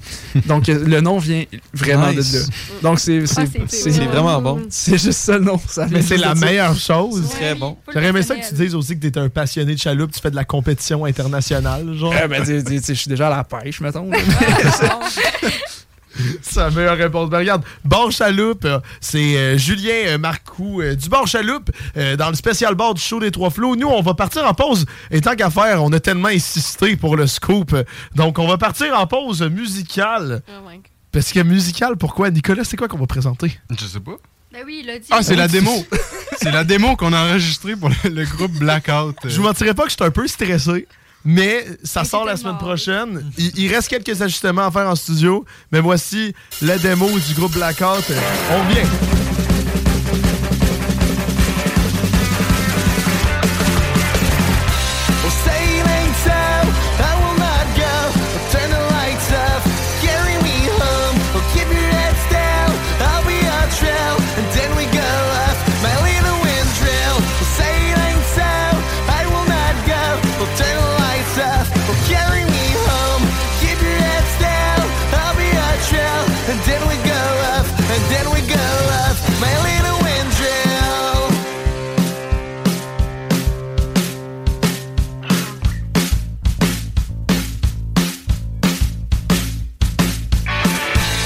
Speaker 4: Donc, euh, le nom vient vraiment
Speaker 11: Nice.
Speaker 4: de là. Donc, c'est c'est-
Speaker 7: Ah, c'est-
Speaker 4: c'est-
Speaker 11: c'est vraiment bon.
Speaker 4: C'est juste ça le nom. Ça vient
Speaker 6: Mais c'est
Speaker 4: juste
Speaker 6: la
Speaker 4: de ça.
Speaker 6: meilleure chose.
Speaker 11: Très bon.
Speaker 6: J'aurais aimé ça que tu dises aussi que t'es un passionné de chaloupe, tu fais de la compétition internationale, genre.
Speaker 4: Euh, ben, tu- tu- tu- je suis déjà à la pêche, mettons. là.
Speaker 6: Sa meilleure réponse. Ben, regarde, Bar Chaloupe, euh, c'est euh, Julien euh, Marcoux euh, du Bar Chaloupe euh, dans le spécial bar du show des Trois Flots. Nous, on va partir en pause. Et tant qu'à faire, on a tellement insisté pour le scoop. euh, Donc, on va partir en pause musicale. Parce que musicale, pourquoi? Nicolas, c'est quoi qu'on va présenter? Euh,
Speaker 10: Je sais pas.
Speaker 7: Ben oui, il l'a dit.
Speaker 10: Ah, c'est la démo. c'est la démo qu'on a enregistrée pour le, le groupe Blackout.
Speaker 6: Je vous mentirais pas que je suis un peu stressé. Mais ça sort la semaine prochaine. Il, il reste quelques ajustements à faire en studio. Mais voici la démo du groupe Blackout. Euh, On revient.
Speaker 15: Carry me home. Keep your heads down. I'll be our trail. And then we go off. And then we go off. My little wind drill.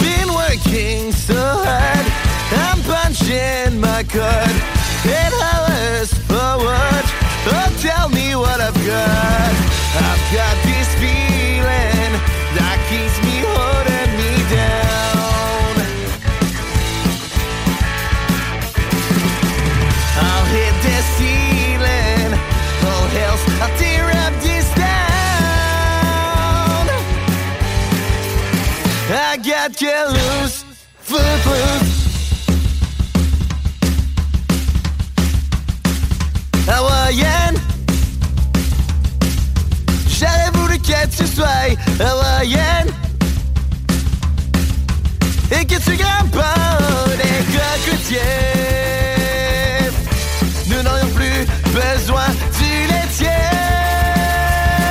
Speaker 15: Been working so hard, I'm punching my card. It hollers forward. Oh, tell me what I've got. I've got this feeling that keeps me holding me down. I'll hit the ceiling. All hell's I'll tear up this down. I got to lose, flip, flip. Hawaiian. J'allais le que tu sois Hawaiian. Et que tu grimpes au des cocotiers. Nous n'aurions plus besoin du laitier.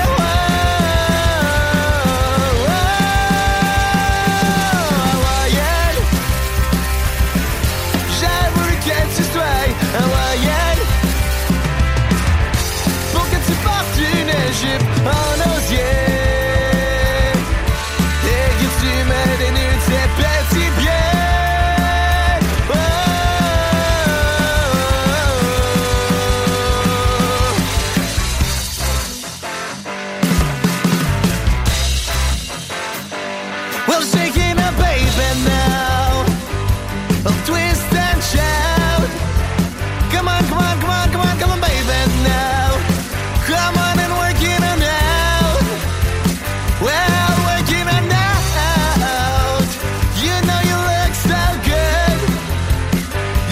Speaker 15: Oh, oh, oh, Hawaiian. J'aurais voulu que tu sois Hawaiian Pour que tu portes une égypte en osier Et que tu me dénudes ces petits pieds Oh, oh, oh, oh. Well, shaking a baby now. A twist and shout. Come on, come on, come on, come on, come on, baby now. Come on and work it on out. Well, work it on out. You know you look so good.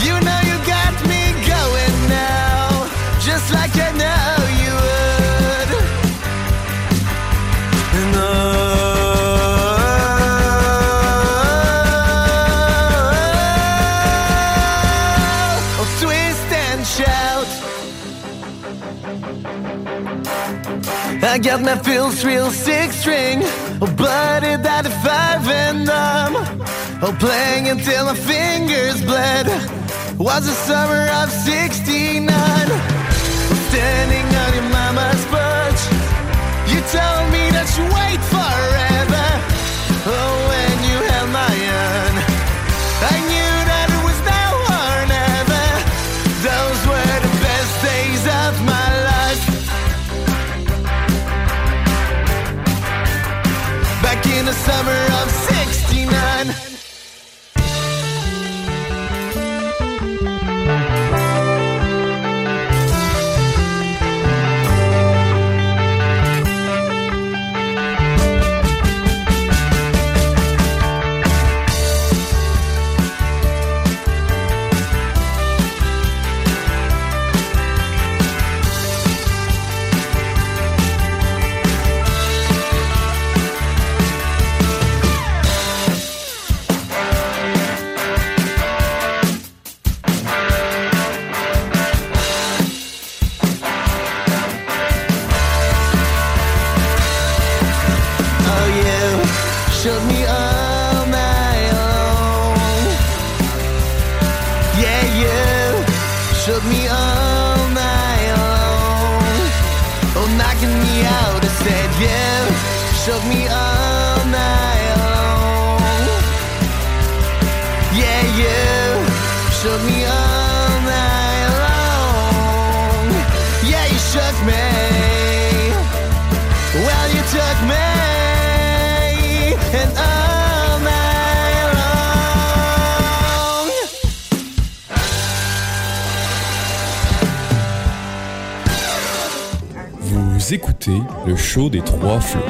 Speaker 15: You know you got me going now. Just like I know you would. And oh, twist and shout. I got my feels real six string, oh, blooded at a five and numb. Oh, playing until my fingers bled. Was the summer of 69. Standing on your mama's porch, you told me that you wait forever. Oh, when you held my hand, I knew that it was now or never. Those were the best days of my life. Back in the summer of 69. Oh, you showed me all my own. Yeah, you showed me all my own. Oh, knocking me out. I said, you showed me all my own. Yeah, you showed me all my own. Yeah, you shook me. Well, you took me and all night long.
Speaker 12: Vous écoutez le show des trois flots.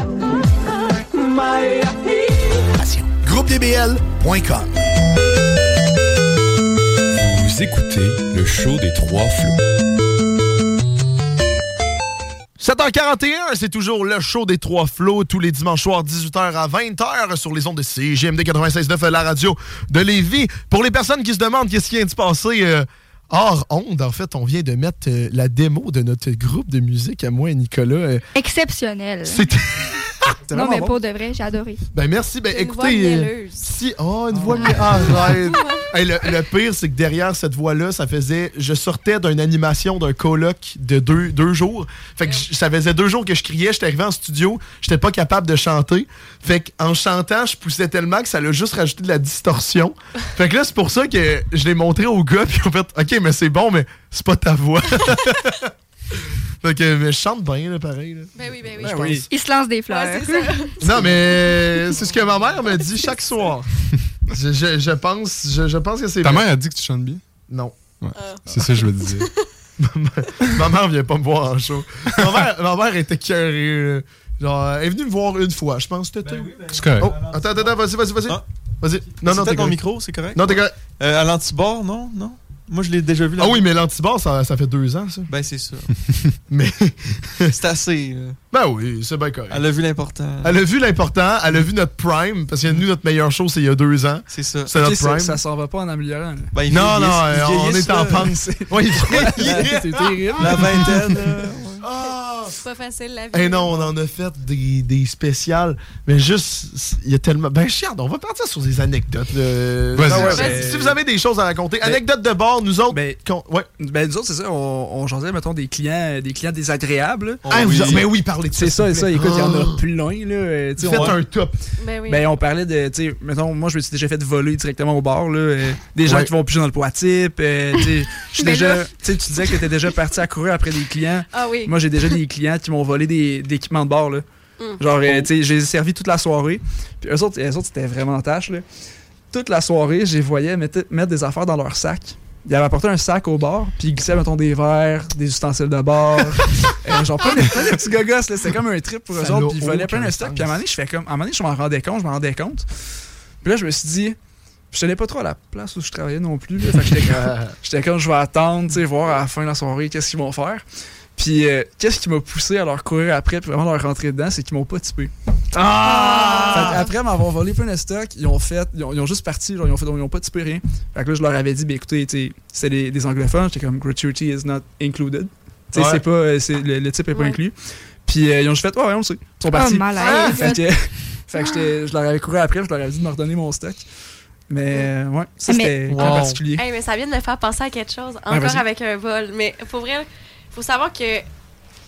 Speaker 16: GroupeDBL.com
Speaker 12: Vous écoutez le show des trois flots.
Speaker 6: 7h41, c'est toujours le show des trois flots tous les dimanches soirs 18h à 20h sur les ondes de CGMD 96.9 la radio de Lévis. Pour les personnes qui se demandent qu'est-ce qui vient de se passer euh, hors onde, en fait, on vient de mettre euh, la démo de notre groupe de musique à moi et Nicolas. euh,
Speaker 7: Exceptionnel.
Speaker 6: C'était.
Speaker 7: Non, mais pour de vrai, j'ai adoré.
Speaker 6: Ben merci. Ben
Speaker 7: Une voix
Speaker 6: écoutez. euh,
Speaker 7: mielleuse.
Speaker 6: si. Oh, une voix mielleuse. Arrête. Hey, le, le pire, c'est que derrière cette voix-là, ça faisait. Je sortais d'une animation d'un colloque de deux, deux jours. Fait que je- ça faisait deux jours que je criais. J'étais arrivé en studio. J'étais pas capable de chanter. Fait que en chantant, je poussais tellement que ça l'a juste rajouté de la distorsion. Fait que là, c'est pour ça que je l'ai montré au gars. Puis en fait, OK, mais c'est bon, mais c'est pas ta voix. fait que mais je chante bien, là, pareil. là.
Speaker 17: Ben oui, ben oui.
Speaker 6: Ben Je oui. pense.
Speaker 7: Il se lance des fleurs.
Speaker 6: Non, mais c'est ce que ma mère me dit chaque soir. Je, je- je pense, je, je pense que c'est.
Speaker 10: Ta
Speaker 6: vrai.
Speaker 10: mère a dit que tu chantes bien?
Speaker 6: Non.
Speaker 10: Ouais. C'est ça que je veux dire.
Speaker 6: ma mère vient pas me voir en show. Ma mère, ma mère était curieuse. Genre, elle est venue me voir une fois, je pense. C'était
Speaker 10: C'est correct.
Speaker 6: Oh, attends, attends, attends, vas-y, vas-y, vas-y. Vas-y. Non,
Speaker 11: C'est
Speaker 6: non,
Speaker 11: peut-être
Speaker 6: t'es
Speaker 11: mon
Speaker 6: correct.
Speaker 11: micro, c'est correct?
Speaker 6: Non, t'es correct.
Speaker 11: Euh, à l'antibord, non? Non? Moi, je l'ai déjà vu.
Speaker 6: Ah oui, mais l'antibar, ça, ça fait deux ans, ça.
Speaker 11: Ben, c'est ça.
Speaker 6: mais.
Speaker 11: c'est assez. euh,
Speaker 6: Ben oui, c'est bien correct.
Speaker 11: Elle a vu l'important.
Speaker 6: Elle a vu l'important, elle a vu notre prime, parce que nous, notre meilleure show, c'est il y a deux ans.
Speaker 11: C'est ça.
Speaker 6: C'est notre
Speaker 4: Ok,
Speaker 6: prime.
Speaker 4: ça, ça s'en va pas en améliorant. là.
Speaker 6: Ben, ils Non, non, vieillissent- ils on vieillissent, est en là. pente. Ouais, ils vieillissent.
Speaker 4: C'est terrible.
Speaker 6: La vingtaine, là.
Speaker 8: C'est pas facile la vie.
Speaker 6: Ah! Eh non, on en a fait des, des spéciales, mais juste, il y a tellement. Ben, chiard, on va partir sur des anecdotes. là.
Speaker 4: Vas-y,
Speaker 6: Ah ouais,
Speaker 4: vas-y.
Speaker 6: ben,
Speaker 4: Euh,
Speaker 6: si vous avez des choses à raconter,
Speaker 4: ben-
Speaker 6: anecdotes de bord, nous autres. qu'on- ouais.
Speaker 4: Ben, nous autres, c'est ça, on, on jasait, mettons, des clients, des clients désagréables.
Speaker 6: Ah, vous en- ben oui, parlez de ça,
Speaker 4: C'est ça,
Speaker 6: s'il vous
Speaker 4: c'est ça.
Speaker 6: plaît.
Speaker 4: Écoute, il y en
Speaker 6: Ah.
Speaker 4: a plein, là. euh, tu sais,
Speaker 6: Faites
Speaker 4: on-
Speaker 6: un top.
Speaker 8: Ben oui.
Speaker 4: Ben, on parlait de, tu sais, mettons, moi, je me suis déjà fait voler directement au bar, là. euh, des gens
Speaker 6: Ouais.
Speaker 4: qui vont piger dans le poids type. euh, tu sais, je suis
Speaker 8: Ben
Speaker 4: déjà,
Speaker 8: là.
Speaker 4: tu sais, tu disais que t'étais déjà parti à courir après des clients.
Speaker 8: Ah oui.
Speaker 4: Moi, j'ai déjà des clients qui m'ont volé des, des équipements de bar, là.
Speaker 8: Mm.
Speaker 4: Genre, euh, tu sais, j'ai servi toute la soirée. Puis eux autres, eux autres c'était vraiment tâche, là. Toute la soirée, j'ai voyais mettre, mettre des affaires dans leur sac. Ils avaient apporté un sac au bar, puis ils glissaient, mettons, des verres, des ustensiles de bar. Euh, genre, plein de, plein de petits gogosses, là. C'était comme un trip pour eux
Speaker 6: Ça n'a
Speaker 4: autres, puis ils volaient plein
Speaker 6: aucun
Speaker 4: de stock.
Speaker 6: sens.
Speaker 4: Puis à un moment donné, je fais comme. À un moment donné, je m'en rendais compte, je m'en rendais compte. Puis là, je me suis dit. Je tenais pas trop à la place où je travaillais non plus. là. Fait que j'étais comme- J'étais comme, je vais attendre, tu sais, voir à la fin de la soirée qu'est-ce qu'ils vont faire. Puis euh, qu'est-ce qui m'a poussé à leur courir après, puis vraiment leur rentrer dedans, c'est qu'ils m'ont pas typé.
Speaker 8: Ah!
Speaker 11: Ah.
Speaker 4: Fait que après m'avoir volé plein de stock, ils ont fait, ils ont, ils ont juste parti, genre, ils ont fait, ils ont pas typé rien. Fait que là, je leur avais dit, ben écoutez, tu sais, c'est des, des anglophones, j'étais comme gratuity is not included. Tu sais,
Speaker 6: Ouais.
Speaker 4: c'est pas, euh, c'est- le, le type est pas
Speaker 6: Ouais.
Speaker 4: inclus. Puis euh, ils ont juste fait, ouais, ouais, on le sait. Ils sont partis. Ah!
Speaker 6: Oh,
Speaker 8: Ah!
Speaker 6: malaise.
Speaker 4: Fait que, fait que j'étais- je leur avais couru après, puis je leur avais dit de me redonner mon stock. Mais euh, ouais, ça c'était
Speaker 8: Wow.
Speaker 4: en particulier.
Speaker 8: Hey, mais ça vient de me faire penser à quelque chose.
Speaker 4: Ah,
Speaker 8: Encore
Speaker 4: vas-y.
Speaker 8: avec un vol. Mais pour vrai, faut savoir que.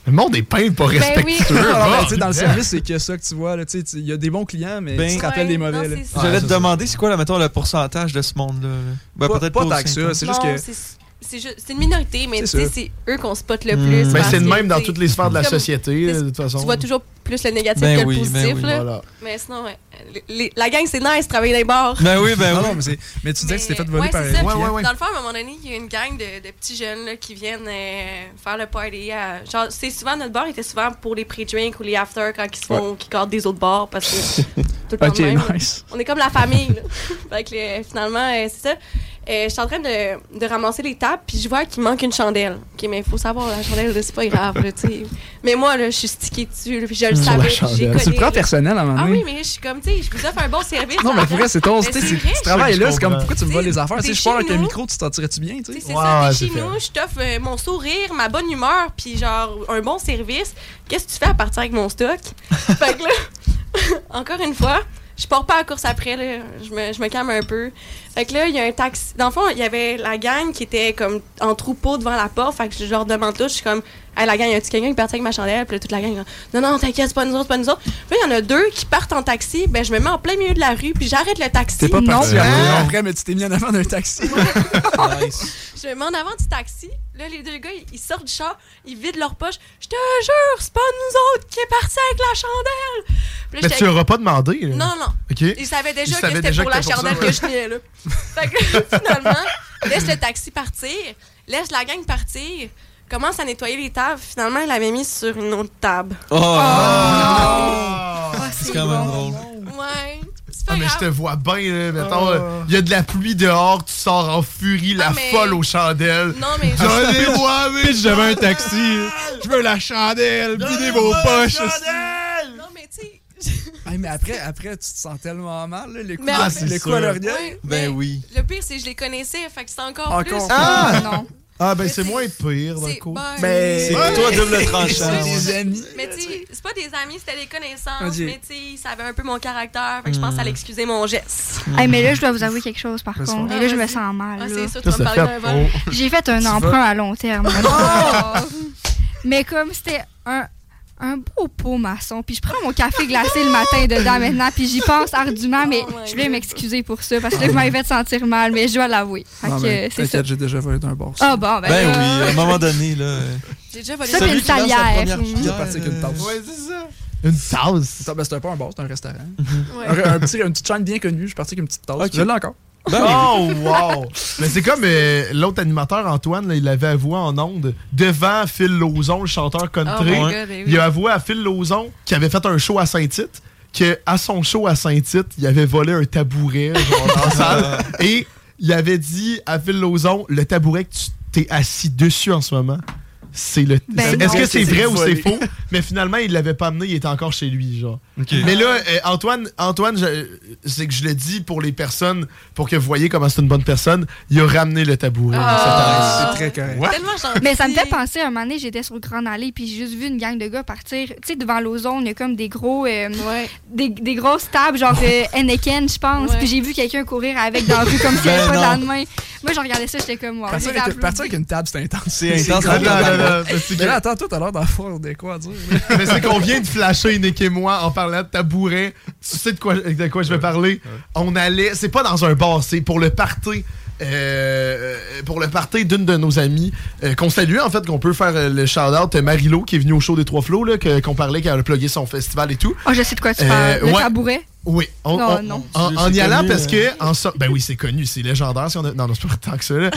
Speaker 6: Le monde est peint pas
Speaker 8: Ben
Speaker 6: respectueux.
Speaker 8: oui.
Speaker 4: Alors,
Speaker 6: bon.
Speaker 4: ben, tu sais, dans le service, c'est que ça que tu vois. là, tu sais, tu- Il y a des bons clients, mais
Speaker 11: Ben,
Speaker 4: tu te rappelles
Speaker 11: ouais,
Speaker 4: des mauvais.
Speaker 11: non,
Speaker 4: là.
Speaker 11: c'est ça. J'allais te demander, c'est quoi, là, mettons, le pourcentage de ce monde-là? là? Ben,
Speaker 4: Pas-
Speaker 11: peut-être
Speaker 4: pas
Speaker 11: au
Speaker 4: tant que ça,
Speaker 11: 50.
Speaker 4: c'est
Speaker 8: Non, c'est- c'est juste- c'est une minorité, mais tu
Speaker 11: C'est
Speaker 8: sais,
Speaker 11: ça.
Speaker 8: c'est eux qu'on spot le
Speaker 11: Mm.
Speaker 8: plus.
Speaker 11: Ben,
Speaker 6: Ben,
Speaker 8: parce
Speaker 6: c'est le
Speaker 8: que,
Speaker 6: même dans
Speaker 8: tu sais,
Speaker 6: toutes les sphères de la
Speaker 8: comme-
Speaker 6: société,
Speaker 8: tu sais,
Speaker 6: de toute façon.
Speaker 8: Tu vois toujours plus le négatif
Speaker 6: Ben
Speaker 8: que le
Speaker 6: oui, ben
Speaker 8: positif.
Speaker 6: oui.
Speaker 8: là.
Speaker 6: Voilà.
Speaker 8: Mais sinon, ouais, les- les- la gang, c'est nice, travailler dans les bars.
Speaker 4: Ben oui, ben oui. mais, c'est- mais tu disais que tu t'es fait voler
Speaker 8: Ouais,
Speaker 4: par
Speaker 8: c'est ça.
Speaker 4: Ouais, ouais, ouais.
Speaker 8: Dans le fond, à un moment donné, il y a une gang de, de petits jeunes là, qui viennent euh, faire le party. à- Genre, c'est souvent notre bar était souvent pour les pre-drinks ou les after quand ils se font, qui cordent des autres bars parce que tout le temps
Speaker 4: Ok,
Speaker 8: de même,
Speaker 4: nice.
Speaker 8: On est comme la famille. là. fait que euh, finalement, euh, c'est ça. Euh, je suis en train de, de ramasser les tables, puis je vois qu'il manque une chandelle. OK, mais il faut savoir, la chandelle, là, c'est pas grave, là, tu sais. Mais moi, là, je suis stickée dessus, là, puis je le
Speaker 4: Sur la
Speaker 8: savais, puis j'ai
Speaker 4: chandelle. Tu le
Speaker 8: collé,
Speaker 4: prends
Speaker 8: là.
Speaker 4: personnel à un moment
Speaker 8: Ah
Speaker 4: donné.
Speaker 8: oui, mais je suis comme, tu sais, je vous offre un bon service.
Speaker 4: Non, mais pour vrai, c'est ton.
Speaker 8: Mais
Speaker 4: Tu sais, c'est-
Speaker 8: vrai.
Speaker 4: tu travailles là, c'est comme
Speaker 6: comprends.
Speaker 4: pourquoi tu me voles les affaires.
Speaker 8: des
Speaker 4: Si je parle avec un
Speaker 8: chez nous-
Speaker 4: micro, tu t'en tirais-tu bien, tu sais?
Speaker 8: C'est ça, t'es chez nous, je t'offre euh, mon sourire, ma bonne humeur, puis genre un bon service. Qu'est-ce que tu fais à partir avec mon stock? fait que là, encore une fois, je pars pas à la course après, là. Je, me, je me calme un peu. Fait que là, il y a un taxi. Dans le fond, il y avait la gang qui était comme en troupeau devant la porte. Fait que je leur demande tout, je suis comme, hey, la gang, y a-tu quelqu'un qui est parti avec ma chandelle? Puis là, toute la gang, non, non, t'inquiète, c'est pas nous autres, c'est pas nous autres. Puis là, il y en a deux qui partent en taxi. Ben, je me mets en plein milieu de la rue, puis j'arrête le taxi.
Speaker 4: T'es pas parti à après, mais tu t'es mis en avant d'un taxi.
Speaker 8: Je me mets en avant du taxi. Là, les deux gars, ils- ils sortent du char, ils vident leur poche. Je te jure, c'est pas nous autres qui est parti avec la chandelle. Puis là,
Speaker 6: Mais
Speaker 8: j'étais-
Speaker 6: tu n'auras pas demandé. là.
Speaker 8: Non, non.
Speaker 6: OK.
Speaker 8: Ils savaient
Speaker 6: Ils
Speaker 8: déjà que
Speaker 6: savaient
Speaker 8: c'était
Speaker 6: déjà
Speaker 8: pour
Speaker 6: que
Speaker 8: la
Speaker 6: c'était pour ça,
Speaker 8: chandelle que
Speaker 6: ouais.
Speaker 8: je tenais, là. Fait que finalement, laisse le taxi partir, laisse la gang partir, commence à nettoyer les tables. Finalement, elle l'avait mise sur une autre table.
Speaker 11: Oh!
Speaker 8: Ah,
Speaker 11: C'est quand même drôle.
Speaker 8: Ouais.
Speaker 6: Ah, mais je te vois bien, là. Mettons, euh, il y a de la pluie dehors, tu sors en furie, la
Speaker 8: Ah, mais-
Speaker 6: folle aux chandelles.
Speaker 8: Non, mais-
Speaker 6: Donnez-moi mes
Speaker 10: Pitch devant un taxi. Je veux la chandelle. Videz vos poches.
Speaker 8: Non, mais tu sais,
Speaker 4: Hey, mais après, après, tu te sens tellement mal, là, le coup,
Speaker 13: Mais
Speaker 4: ah,
Speaker 13: en
Speaker 4: c'est
Speaker 13: fait-
Speaker 4: le coup à l'oreille.
Speaker 13: Oui, mais
Speaker 4: Ben oui.
Speaker 13: Le pire, c'est que je les connaissais, fait que c'est encore,
Speaker 4: Encore
Speaker 13: plus.
Speaker 4: plus.
Speaker 6: Ah!
Speaker 13: non.
Speaker 6: Ah, ben c'est moins pire d'un
Speaker 13: c'est-
Speaker 6: coup.
Speaker 13: ben,
Speaker 6: Mais
Speaker 13: C'est Ouais. toi, double
Speaker 11: tranchant,
Speaker 4: C'est des
Speaker 11: ouais.
Speaker 4: amis.
Speaker 13: Mais tu sais, c'est pas des amis, c'était des connaissances,
Speaker 4: Ok.
Speaker 13: mais tu sais, ils savaient un peu mon caractère, fait que je pense
Speaker 6: Hmm.
Speaker 13: à l'excuser mon geste.
Speaker 7: Hey, mais là, je dois vous avouer quelque chose, par
Speaker 13: Vas-y,
Speaker 7: contre.
Speaker 13: vas-y.
Speaker 7: Et là, je me
Speaker 13: Ah,
Speaker 7: sens mal.
Speaker 13: Ah,
Speaker 7: Ah, là.
Speaker 13: c'est sûr, tu
Speaker 6: Ça,
Speaker 13: vas me
Speaker 6: ça
Speaker 13: parler d'un
Speaker 6: fait
Speaker 13: vol.
Speaker 6: faux.
Speaker 7: J'ai fait un
Speaker 6: Tu
Speaker 7: emprunt
Speaker 6: vas-
Speaker 7: à long terme.
Speaker 13: Oh!
Speaker 7: mais comme c'était un, un beau pot maçon, puis je prends mon café glacé le matin dedans maintenant, puis j'y pense ardument,
Speaker 13: Oh
Speaker 7: mais je voulais m'excuser pour ça, parce que là, vous m'avez fait sentir mal, mais je dois l'avouer. Fait
Speaker 4: Non,
Speaker 7: que,
Speaker 4: mais
Speaker 7: euh, c'est ça.
Speaker 4: T'inquiète, j'ai déjà volé d'un bord.
Speaker 7: Ah bon, ben,
Speaker 11: Ben
Speaker 7: là,
Speaker 11: oui, à un moment donné, là. euh,
Speaker 13: J'ai déjà volé
Speaker 7: Ça,
Speaker 4: Celui
Speaker 7: puis une
Speaker 4: qui lance la
Speaker 7: talière.
Speaker 4: première
Speaker 7: Mhm.
Speaker 4: cuillère, parti avec une tasse.
Speaker 6: Ouais, c'est ça. Une tasse?
Speaker 4: Ben, c'était pas un bar, c'était un restaurant.
Speaker 6: Ouais.
Speaker 4: Un, un petit, une petite chaîne bien connue, je suis parti avec une petite tasse. Je l'ai encore.
Speaker 6: oh, wow! Mais c'est comme euh, l'autre animateur, Antoine, là, il l'avait avoué en ondes devant Phil Lauzon, le chanteur country.
Speaker 13: Oh my God, ben oui.
Speaker 6: Il a avoué à Phil Lauzon qui avait fait un show à Saint-Tite que à son show à Saint-Tite, il avait volé un tabouret genre, dans la salle. Et il avait dit à Phil Lauzon, le tabouret que tu t'es assis dessus en ce moment, c'est le...
Speaker 10: Ben
Speaker 6: Est-ce
Speaker 10: non.
Speaker 6: que c'est vrai ou c'est
Speaker 10: volé.
Speaker 6: faux? Mais finalement, il l'avait pas amené, il était encore chez lui, genre. Mais là, euh, Antoine, Antoine, je- c'est que je le dis pour les personnes, pour que vous voyez comment c'est une bonne personne, il a ramené le tabouret.
Speaker 4: Ah.
Speaker 6: cette année.
Speaker 4: C'est très correct.
Speaker 6: Ouais.
Speaker 7: Mais ça me fait penser, un moment donné, j'étais sur Grand Allée, puis j'ai juste vu une gang de gars partir. Tu sais, devant l'ozone, il y a comme des gros. euh, des, des grosses tables, genre euh, Henneken, je pense. Puis j'ai vu quelqu'un courir avec dans la rue comme s'il n'y avait
Speaker 4: Ben
Speaker 7: pas
Speaker 4: non.
Speaker 7: de lendemain. Moi, je regardais ça, j'étais comme. wow,
Speaker 4: Partir
Speaker 7: j'ai
Speaker 4: avec,
Speaker 7: l'applaudi.
Speaker 4: partir avec une table, c'est intense.
Speaker 6: C'est intense.
Speaker 4: grand.
Speaker 6: Attends, attends, attends, parce que-
Speaker 4: Mais là, attends, toi, t'as l'air d'en faire des quoi à dire.
Speaker 6: Mais c'est qu'on vient de flasher Nick et moi en parlant de tabouret. Tu sais de quoi, de quoi je vais parler? On allait, c'est pas dans un bar, c'est pour le party. euh, pour le party d'une de nos amies euh, qu'on salue en fait qu'on peut faire euh, le shout out Marilo qui est venue au show des trois flots là, que- qu'on parlait qu'elle a plugué son festival et tout
Speaker 7: Oh, je sais de quoi tu
Speaker 6: Euh,
Speaker 7: parles. Le
Speaker 6: ouais.
Speaker 7: tabouret.
Speaker 6: oui, on-
Speaker 7: Non,
Speaker 6: on-
Speaker 7: non.
Speaker 6: en,
Speaker 7: C'est-
Speaker 6: en
Speaker 7: c'est
Speaker 6: y allant
Speaker 7: connu,
Speaker 6: parce que
Speaker 7: euh.
Speaker 6: en sor- ben oui, c'est connu, c'est légendaire si on a- non, non, c'est pas tant que ça. là.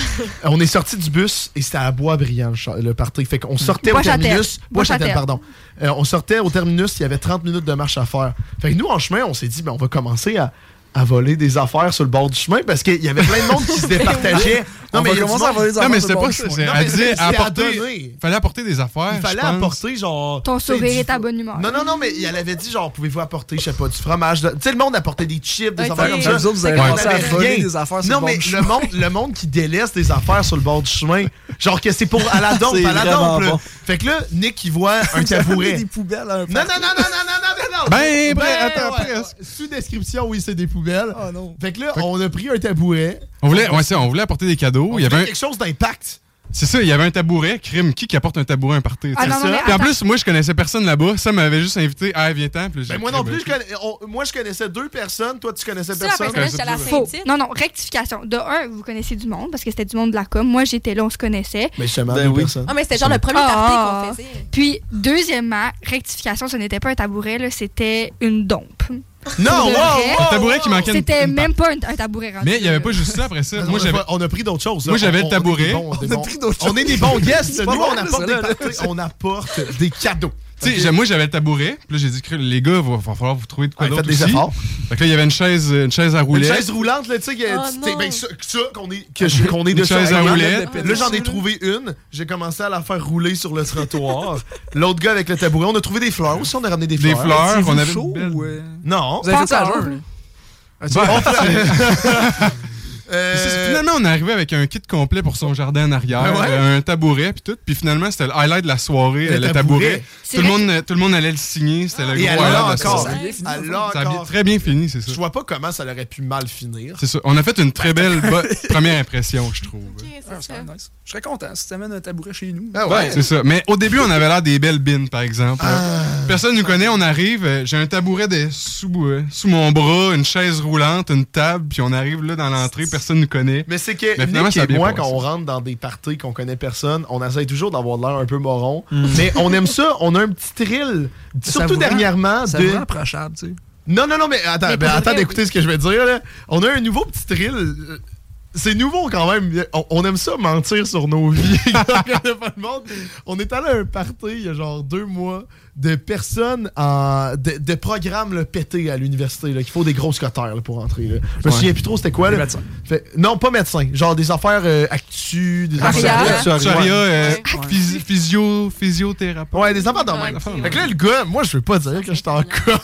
Speaker 6: on est sorti du bus et c'était à Bois-Brillant le, cha- le party. Fait
Speaker 10: Mm.
Speaker 6: qu'on sortait au
Speaker 10: Bois-Châtel.
Speaker 6: terminus, Bois-Châtel,
Speaker 10: Bois-Châtel.
Speaker 6: pardon. Euh, on sortait au terminus, il y avait 30 minutes de marche à faire. Fait que nous en chemin, on s'est dit ben on va commencer à à voler des affaires sur le bord du chemin parce qu'il y avait plein de monde qui se départageait.
Speaker 10: On va
Speaker 6: il y a du
Speaker 10: commencer
Speaker 6: monde-
Speaker 10: à voler des
Speaker 6: Non,
Speaker 10: affaires
Speaker 6: mais
Speaker 10: sur
Speaker 6: c'était
Speaker 10: le bord
Speaker 6: pas
Speaker 10: du
Speaker 6: ça,
Speaker 10: chemin.
Speaker 6: c'est-
Speaker 10: Non,
Speaker 6: elle
Speaker 10: mais
Speaker 6: disait
Speaker 10: c'est- c'est à
Speaker 6: apporter-
Speaker 10: donner. fallait apporter des affaires.
Speaker 6: il fallait
Speaker 10: je pense.
Speaker 6: apporter genre.
Speaker 7: Ton
Speaker 6: tu sais,
Speaker 7: sourire
Speaker 6: Ben, du-
Speaker 7: et ta bonne humeur.
Speaker 6: Non, non, non, mais elle avait dit genre, pouvez-vous apporter, je sais pas, du fromage. de- Tu sais, le monde apportait des chips, des
Speaker 4: Ok.
Speaker 6: affaires comme ça.
Speaker 4: Vous autres, vous avez
Speaker 6: On
Speaker 4: commencé à
Speaker 6: avait
Speaker 4: voler
Speaker 6: rien.
Speaker 4: des affaires sur
Speaker 6: Non,
Speaker 4: le bord
Speaker 6: mais
Speaker 4: du
Speaker 6: le
Speaker 4: chemin.
Speaker 6: monde, le monde qui délaisse des affaires sur le bord du chemin, genre que c'est pour à la dompe,
Speaker 11: C'est
Speaker 6: à la
Speaker 11: vraiment
Speaker 6: dompe. là.
Speaker 11: bon.
Speaker 6: Fait que là, Nick, il voit un
Speaker 11: Vous avez
Speaker 6: tabouret.
Speaker 11: des
Speaker 4: poubelles à un
Speaker 6: Non, non, non, non, non, non, non, non.
Speaker 11: Ben, bref, attends,
Speaker 6: ouais, ouais. Sous description, oui, c'est des poubelles. Oh non. Fait que là, on a pris un tabouret.
Speaker 10: On voulait, ouais, c'est ça, on voulait apporter des cadeaux.
Speaker 6: On
Speaker 10: Oh, il y
Speaker 6: voulait
Speaker 10: avait un-
Speaker 6: quelque chose d'impact.
Speaker 10: C'est ça, il y avait un tabouret. Crime, qui qui apporte un tabouret à un party?
Speaker 6: Ah
Speaker 10: tu sais?
Speaker 6: non, non, mais
Speaker 10: Puis en
Speaker 6: attends.
Speaker 10: plus, moi, je connaissais personne là-bas. Ça m'avait juste invité. Ah, viens-t'en. Puis là, j'ai
Speaker 6: Ben, moi
Speaker 10: dit,
Speaker 6: non
Speaker 10: ben,
Speaker 6: plus, je connais- on- moi je connaissais deux personnes, toi tu connaissais
Speaker 7: C'est
Speaker 6: personne. Ben,
Speaker 7: Faux. Non, non, rectification. De un, vous connaissez du monde, parce que c'était du monde de la com. Moi, j'étais là, on se connaissait.
Speaker 6: Oh,
Speaker 7: Ah.
Speaker 6: Mais justement,
Speaker 11: Ben
Speaker 6: deux
Speaker 11: oui.
Speaker 6: personnes.
Speaker 13: Ah, mais c'était genre le premier party qu'on faisait.
Speaker 7: Puis, deuxièmement, rectification, ce n'était pas un tabouret, là, c'était une dompe. Pour
Speaker 10: Non,
Speaker 7: de vrai,
Speaker 10: wow, wow, Un tabouret qui wow. manquait une-
Speaker 7: C'était
Speaker 10: une
Speaker 7: même pas un, un tabouret rendu
Speaker 10: Mais il n'y
Speaker 7: là,
Speaker 10: avait
Speaker 7: là.
Speaker 10: pas juste ça après ça.
Speaker 6: Mais
Speaker 10: Moi,
Speaker 6: on a
Speaker 10: j'avais-
Speaker 6: pas- on a pris d'autres choses. là.
Speaker 10: Moi, j'avais
Speaker 6: On-
Speaker 10: le
Speaker 6: on- on est
Speaker 10: tabouret.
Speaker 6: des bons- des
Speaker 10: On a
Speaker 6: bons-
Speaker 10: pris d'autres
Speaker 6: On est des
Speaker 10: choses.
Speaker 6: bons guests. Nous,
Speaker 10: C'est pas
Speaker 6: on
Speaker 10: mal,
Speaker 6: apporte
Speaker 10: ça,
Speaker 6: des
Speaker 10: là.
Speaker 6: parties, on apporte des cadeaux.
Speaker 10: Tu sais, j'ai- moi, j'avais le tabouret. Puis là, j'ai dit, Crime, les gars, il va, va falloir vous trouver de quoi
Speaker 6: Ouais,
Speaker 10: d'autre.
Speaker 6: faites des
Speaker 10: aussi.
Speaker 6: efforts.
Speaker 10: Fait que là, il y avait une chaise, une chaise à
Speaker 6: Une
Speaker 10: roulettes.
Speaker 6: chaise roulante, là, tu sais, que-
Speaker 10: Oh
Speaker 6: tu- t'es-
Speaker 10: non.
Speaker 6: ben, ça, que ça, qu'on est, que je- qu'on est
Speaker 10: Une
Speaker 6: de ça,
Speaker 10: chaise à
Speaker 6: avec-
Speaker 10: roulettes.
Speaker 6: Là, j'en ai trouvé une. J'ai commencé à la faire rouler sur le trottoir. L'autre gars avec le tabouret, on a trouvé des fleurs aussi. On a ramené des
Speaker 10: Des
Speaker 6: fleurs.
Speaker 10: fleurs, on avait une belle-
Speaker 4: euh,
Speaker 6: Non.
Speaker 10: Vous avez fait ça à Pas encore. jeun, là? Bon.
Speaker 6: Euh,
Speaker 10: Puis Bah, c'est- Finalement, on est arrivé avec un kit complet pour son jardin en arrière,
Speaker 6: Ah ouais?
Speaker 10: euh, un tabouret, puis tout. Puis finalement, c'était le highlight de la soirée,
Speaker 6: Le
Speaker 10: euh, le,
Speaker 6: tabouret.
Speaker 10: tabouret.
Speaker 6: C'est
Speaker 10: Tout le,
Speaker 6: vrai
Speaker 10: monde, tout le monde allait le signer, c'était le
Speaker 6: Et
Speaker 10: gros
Speaker 6: elle
Speaker 10: highlight
Speaker 6: l'a
Speaker 10: de la
Speaker 6: encore.
Speaker 10: soirée.
Speaker 6: Elle
Speaker 10: Ça
Speaker 6: l'a
Speaker 10: a bien-
Speaker 6: encore.
Speaker 10: très bien fini, c'est ça.
Speaker 6: Je vois pas comment ça aurait pu mal finir.
Speaker 10: C'est ça. On a fait une très belle bo- première impression, je trouve.
Speaker 4: Ah, c'est quand même nice. Je serais content si tu amènes un tabouret chez nous.
Speaker 6: Ah
Speaker 10: Ben, C'est ça. Mais au début, on avait l'air des belles bines, par exemple.
Speaker 6: Ah.
Speaker 10: Personne nous connaît, on arrive, euh, j'ai un tabouret de sous, euh, sous mon bras, une chaise roulante, une table, puis on arrive là dans l'entrée, personne nous connaît.
Speaker 6: Mais c'est que
Speaker 10: Mais finalement,
Speaker 6: Nick
Speaker 10: ça a
Speaker 6: et
Speaker 10: bien
Speaker 6: moi,
Speaker 10: passé.
Speaker 6: quand on rentre dans des parties qu'on connaît personne, on essaye toujours d'avoir l'air un peu moron.
Speaker 10: Mm.
Speaker 6: Mais on aime ça, on a un petit thrill. Surtout dernièrement
Speaker 4: Ça
Speaker 6: de...
Speaker 4: vous rend approchable, tu sais.
Speaker 6: Non, non, non, mais attends,
Speaker 4: Mais
Speaker 6: ben,
Speaker 4: pour
Speaker 6: attends
Speaker 4: vrai,
Speaker 6: d'écouter ce que je vais dire. Là. On a un nouveau petit thrill. Euh, C'est nouveau quand même. On, on aime ça mentir sur nos vies. Quand on connaît pas le monde. On est allé à un party il y a genre deux mois de personnes en, de, de programmes là, pétés à l'université. là, Qu'il faut des grosses cotères là, pour entrer. là. Je me
Speaker 16: Ouais.
Speaker 6: souviens plus trop c'était quoi. Là. Fait- non, pas médecin. Genre des affaires euh, actu, des
Speaker 10: Actuaria.
Speaker 6: affaires
Speaker 10: Actuaria, euh,
Speaker 6: physio, physiothérapeute. Ouais, des affaires dans
Speaker 10: Ouais,
Speaker 6: même.
Speaker 10: ok,
Speaker 6: Fait que là, le gars, moi, je veux pas dire que j'étais en com.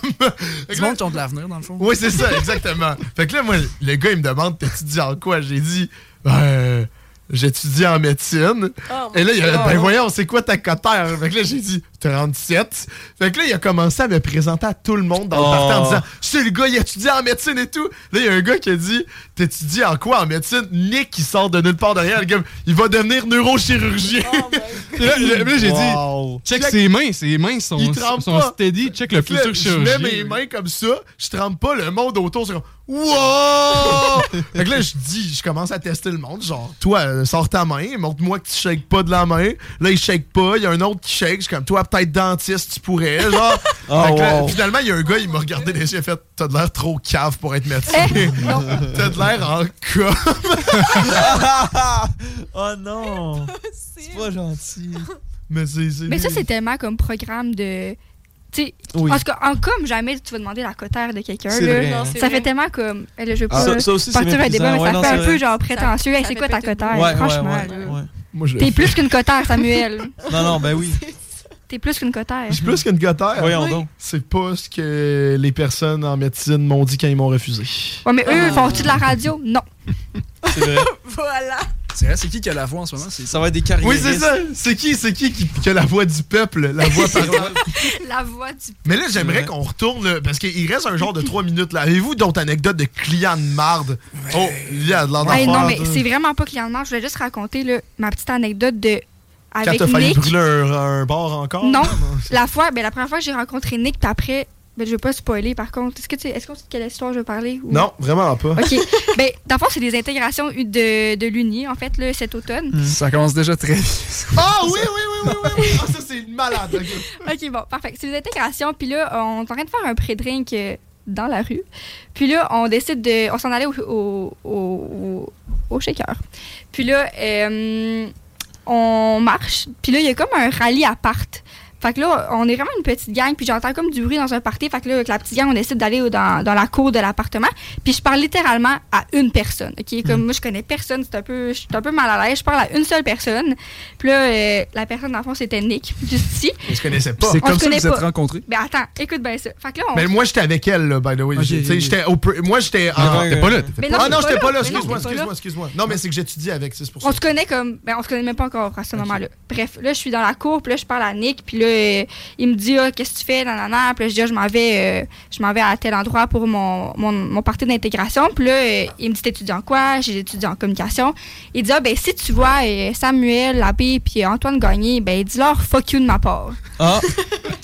Speaker 4: Du monde qui ont de l'avenir, dans le fond.
Speaker 6: Oui, c'est ça, exactement. fait que là, moi, le gars, il me demande T'étudies en quoi J'ai dit Ben, euh, J'étudie en médecine. Et là, il a
Speaker 16: God.
Speaker 6: Ben voyons, c'est quoi ta cotère Fait que là, j'ai dit 37. Fait que là, il a commencé à me présenter à tout le monde dans le
Speaker 16: Oh.
Speaker 6: partant en disant C'est le gars, il étudie en médecine et tout. Là, il y a un gars qui a dit T'étudies en quoi en médecine Nick, qui sort de nulle part derrière. Le gars, il va devenir neurochirurgien.
Speaker 10: Puis Là, là, là, j'ai
Speaker 6: Wow.
Speaker 10: dit, check ses mains, ses mains sont,
Speaker 6: Il trempe
Speaker 10: sont
Speaker 6: pas.
Speaker 10: steady, check le
Speaker 6: Fait que là,
Speaker 10: futur chirurgien.
Speaker 6: Je mets mes mains comme ça, je trempe pas le monde autour, c'est comme Wow! fait que là, je dis, je commence à tester le monde, genre, toi, euh, sors ta main, montre-moi que tu shakes pas de la main. Là, il shake pas, il y a un autre qui shake, je suis comme, toi, peut-être dentiste, tu pourrais, genre.
Speaker 16: Oh,
Speaker 6: Fait que là,
Speaker 16: wow.
Speaker 6: Finalement, il y a un gars, il m'a regardé les yeux, il a fait, t'as de l'air trop cave pour être médecin. t'as de l'air en com.
Speaker 11: oh non! C'est pas gentil.
Speaker 6: Mais c'est. c'est-
Speaker 7: Mais ça, c'est ah, tellement comme programme de. tu sais,
Speaker 11: Oui.
Speaker 7: En tout cas, en comme jamais tu vas demander la cotère de quelqu'un.
Speaker 11: C'est
Speaker 7: là.
Speaker 11: vrai, hein. Non, c'est
Speaker 7: Ça
Speaker 11: vrai.
Speaker 7: fait tellement comme. eh, là, je veux
Speaker 11: Ah,
Speaker 7: pas
Speaker 11: ça- ça aussi, c'est
Speaker 7: partir un débat, mais ça
Speaker 11: méprisant. Ouais, non,
Speaker 7: fait un
Speaker 11: c'est
Speaker 7: peu
Speaker 11: vrai.
Speaker 7: genre prétentieux. Hey, c'est quoi ta cotère?
Speaker 11: Ouais,
Speaker 7: Franchement.
Speaker 11: ouais, ouais,
Speaker 7: là.
Speaker 11: ouais.
Speaker 6: Moi, je-
Speaker 7: T'es plus qu'une cotère, Samuel.
Speaker 11: Non, non, ben oui.
Speaker 7: T'es plus qu'une cotère.
Speaker 6: Je suis plus qu'une gotère.
Speaker 11: Voyons Oui. donc.
Speaker 6: C'est pas ce que les personnes en médecine m'ont dit quand ils m'ont refusé.
Speaker 7: Ouais, mais
Speaker 11: Ah.
Speaker 7: eux, font-tu de la radio? Non.
Speaker 11: C'est vrai.
Speaker 7: Voilà.
Speaker 4: C'est vrai, c'est qui qui a la voix en ce moment? C'est-
Speaker 11: Ça va être des carrières.
Speaker 6: Oui, c'est ça. C'est qui, c'est qui qui, qui a la voix du peuple, la voix parole.
Speaker 7: La voix du.
Speaker 6: Mais là,
Speaker 7: C'est
Speaker 6: j'aimerais
Speaker 7: vrai.
Speaker 6: qu'on retourne, là, parce qu'il reste un genre de 3 minutes. là. Avez-vous d'autres anecdotes de clients de marde? Oh, il y a de l'en
Speaker 7: Hey,
Speaker 6: avoir,
Speaker 7: non, mais
Speaker 6: là.
Speaker 7: c'est vraiment pas client de marge. Je voulais juste raconter là, ma petite anecdote de.
Speaker 6: Quand
Speaker 7: Avec
Speaker 6: t'as failli
Speaker 7: Nick.
Speaker 6: brûler un, un bar encore?
Speaker 7: Oh, Non,
Speaker 6: là?
Speaker 7: la fois, ben, la première fois que j'ai rencontré Nick, puis après, ben, je veux pas spoiler par contre. Est-ce que tu, est-ce qu'on sait de quelle histoire je veux parler ou-
Speaker 6: Non, vraiment pas.
Speaker 7: Ok. ben, dans le fond, c'est des intégrations u- de, de l'Uni, en fait, là, cet automne.
Speaker 4: Ça commence déjà très vite.
Speaker 6: Ah oui, oui, oui, oui, oui, oui. Ah, ça, c'est une malade. ok.
Speaker 7: ok, bon, parfait. C'est des intégrations, puis là, on est en train de faire un pré-drink euh, dans la rue. Puis là, on décide de. On s'en allait au, au, au, au- au shaker. Puis là, euh, on marche, puis là, il y a comme un rallye à part. Fait que là, on est vraiment une petite gang, puis j'entends comme du bruit dans un party. Fait que là, avec la petite gang, on décide d'aller au- dans, dans la cour de l'appartement. Puis je parle littéralement à une personne, OK? Comme moi, je connais personne, c'est un peu, je suis un peu mal à l'aise. Je parle à une seule personne. Puis là, euh, la personne, dans le fond, c'était Nick, juste ici.
Speaker 6: On se connaissait pas.
Speaker 7: On se connaît pas. Ben attends, écoute bien ça. Fait que là, on...
Speaker 6: Mais moi, j'étais avec elle, là, by the way. Tu sais, j'étais au pr- Moi, j'étais.
Speaker 16: Mais
Speaker 6: en-
Speaker 16: non, T'étais pas là, t'étais
Speaker 7: Mais pas non, là.
Speaker 6: Ah non,
Speaker 7: t'es
Speaker 6: j'étais
Speaker 7: pas
Speaker 6: pas
Speaker 7: là.
Speaker 6: là.
Speaker 7: Mais non, t'es
Speaker 6: Excuse-moi,
Speaker 7: pas
Speaker 6: excuse-moi,
Speaker 7: là.
Speaker 6: excuse-moi. Non, mais c'est que j'étudie avec, c'est pour ça.
Speaker 7: On se connaît comme. Ben, on se connaît même pas encore à ce moment-là. Bref, là, je suis dans la cour, puis là, je parle à Nick, puis là, euh, il me dit, ah, qu'est-ce que tu fais, nanana. Puis là, je dis, Ah, je m'en vais, euh, je m'en vais à tel endroit pour mon, mon, mon parti d'intégration. Puis là, euh, il me dit, t'étudies en quoi? J'ai étudié en communication. Il dit, ah, ben, si tu vois euh, Samuel Labbé, puis euh, Antoine Gagné, ben, dis-leur fuck you de ma part.
Speaker 11: Ah!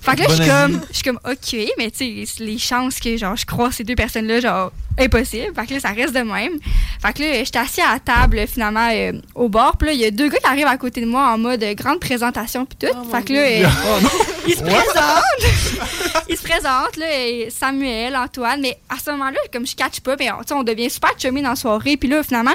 Speaker 7: Fait que là,
Speaker 11: Bon
Speaker 7: je suis
Speaker 11: ami.
Speaker 7: comme, je suis comme, OK, mais tu sais, les chances que genre, je croise ces deux personnes-là, genre, impossible. Fait que là, ça reste de même. Fait que là, j'étais assis à la table, finalement, euh, au bord. Puis là, il y a deux gars qui arrivent à côté de moi en mode euh, grande présentation, puis tout. fait que là,
Speaker 16: Dieu.
Speaker 7: euh,
Speaker 16: Oh non.
Speaker 7: ils se
Speaker 16: Ouais.
Speaker 7: présentent. ils se présentent, là, euh, Samuel, Antoine. Mais à ce moment-là, comme je catch pas, mais on, tu sais, on devient super chummy dans la soirée. Puis là, finalement,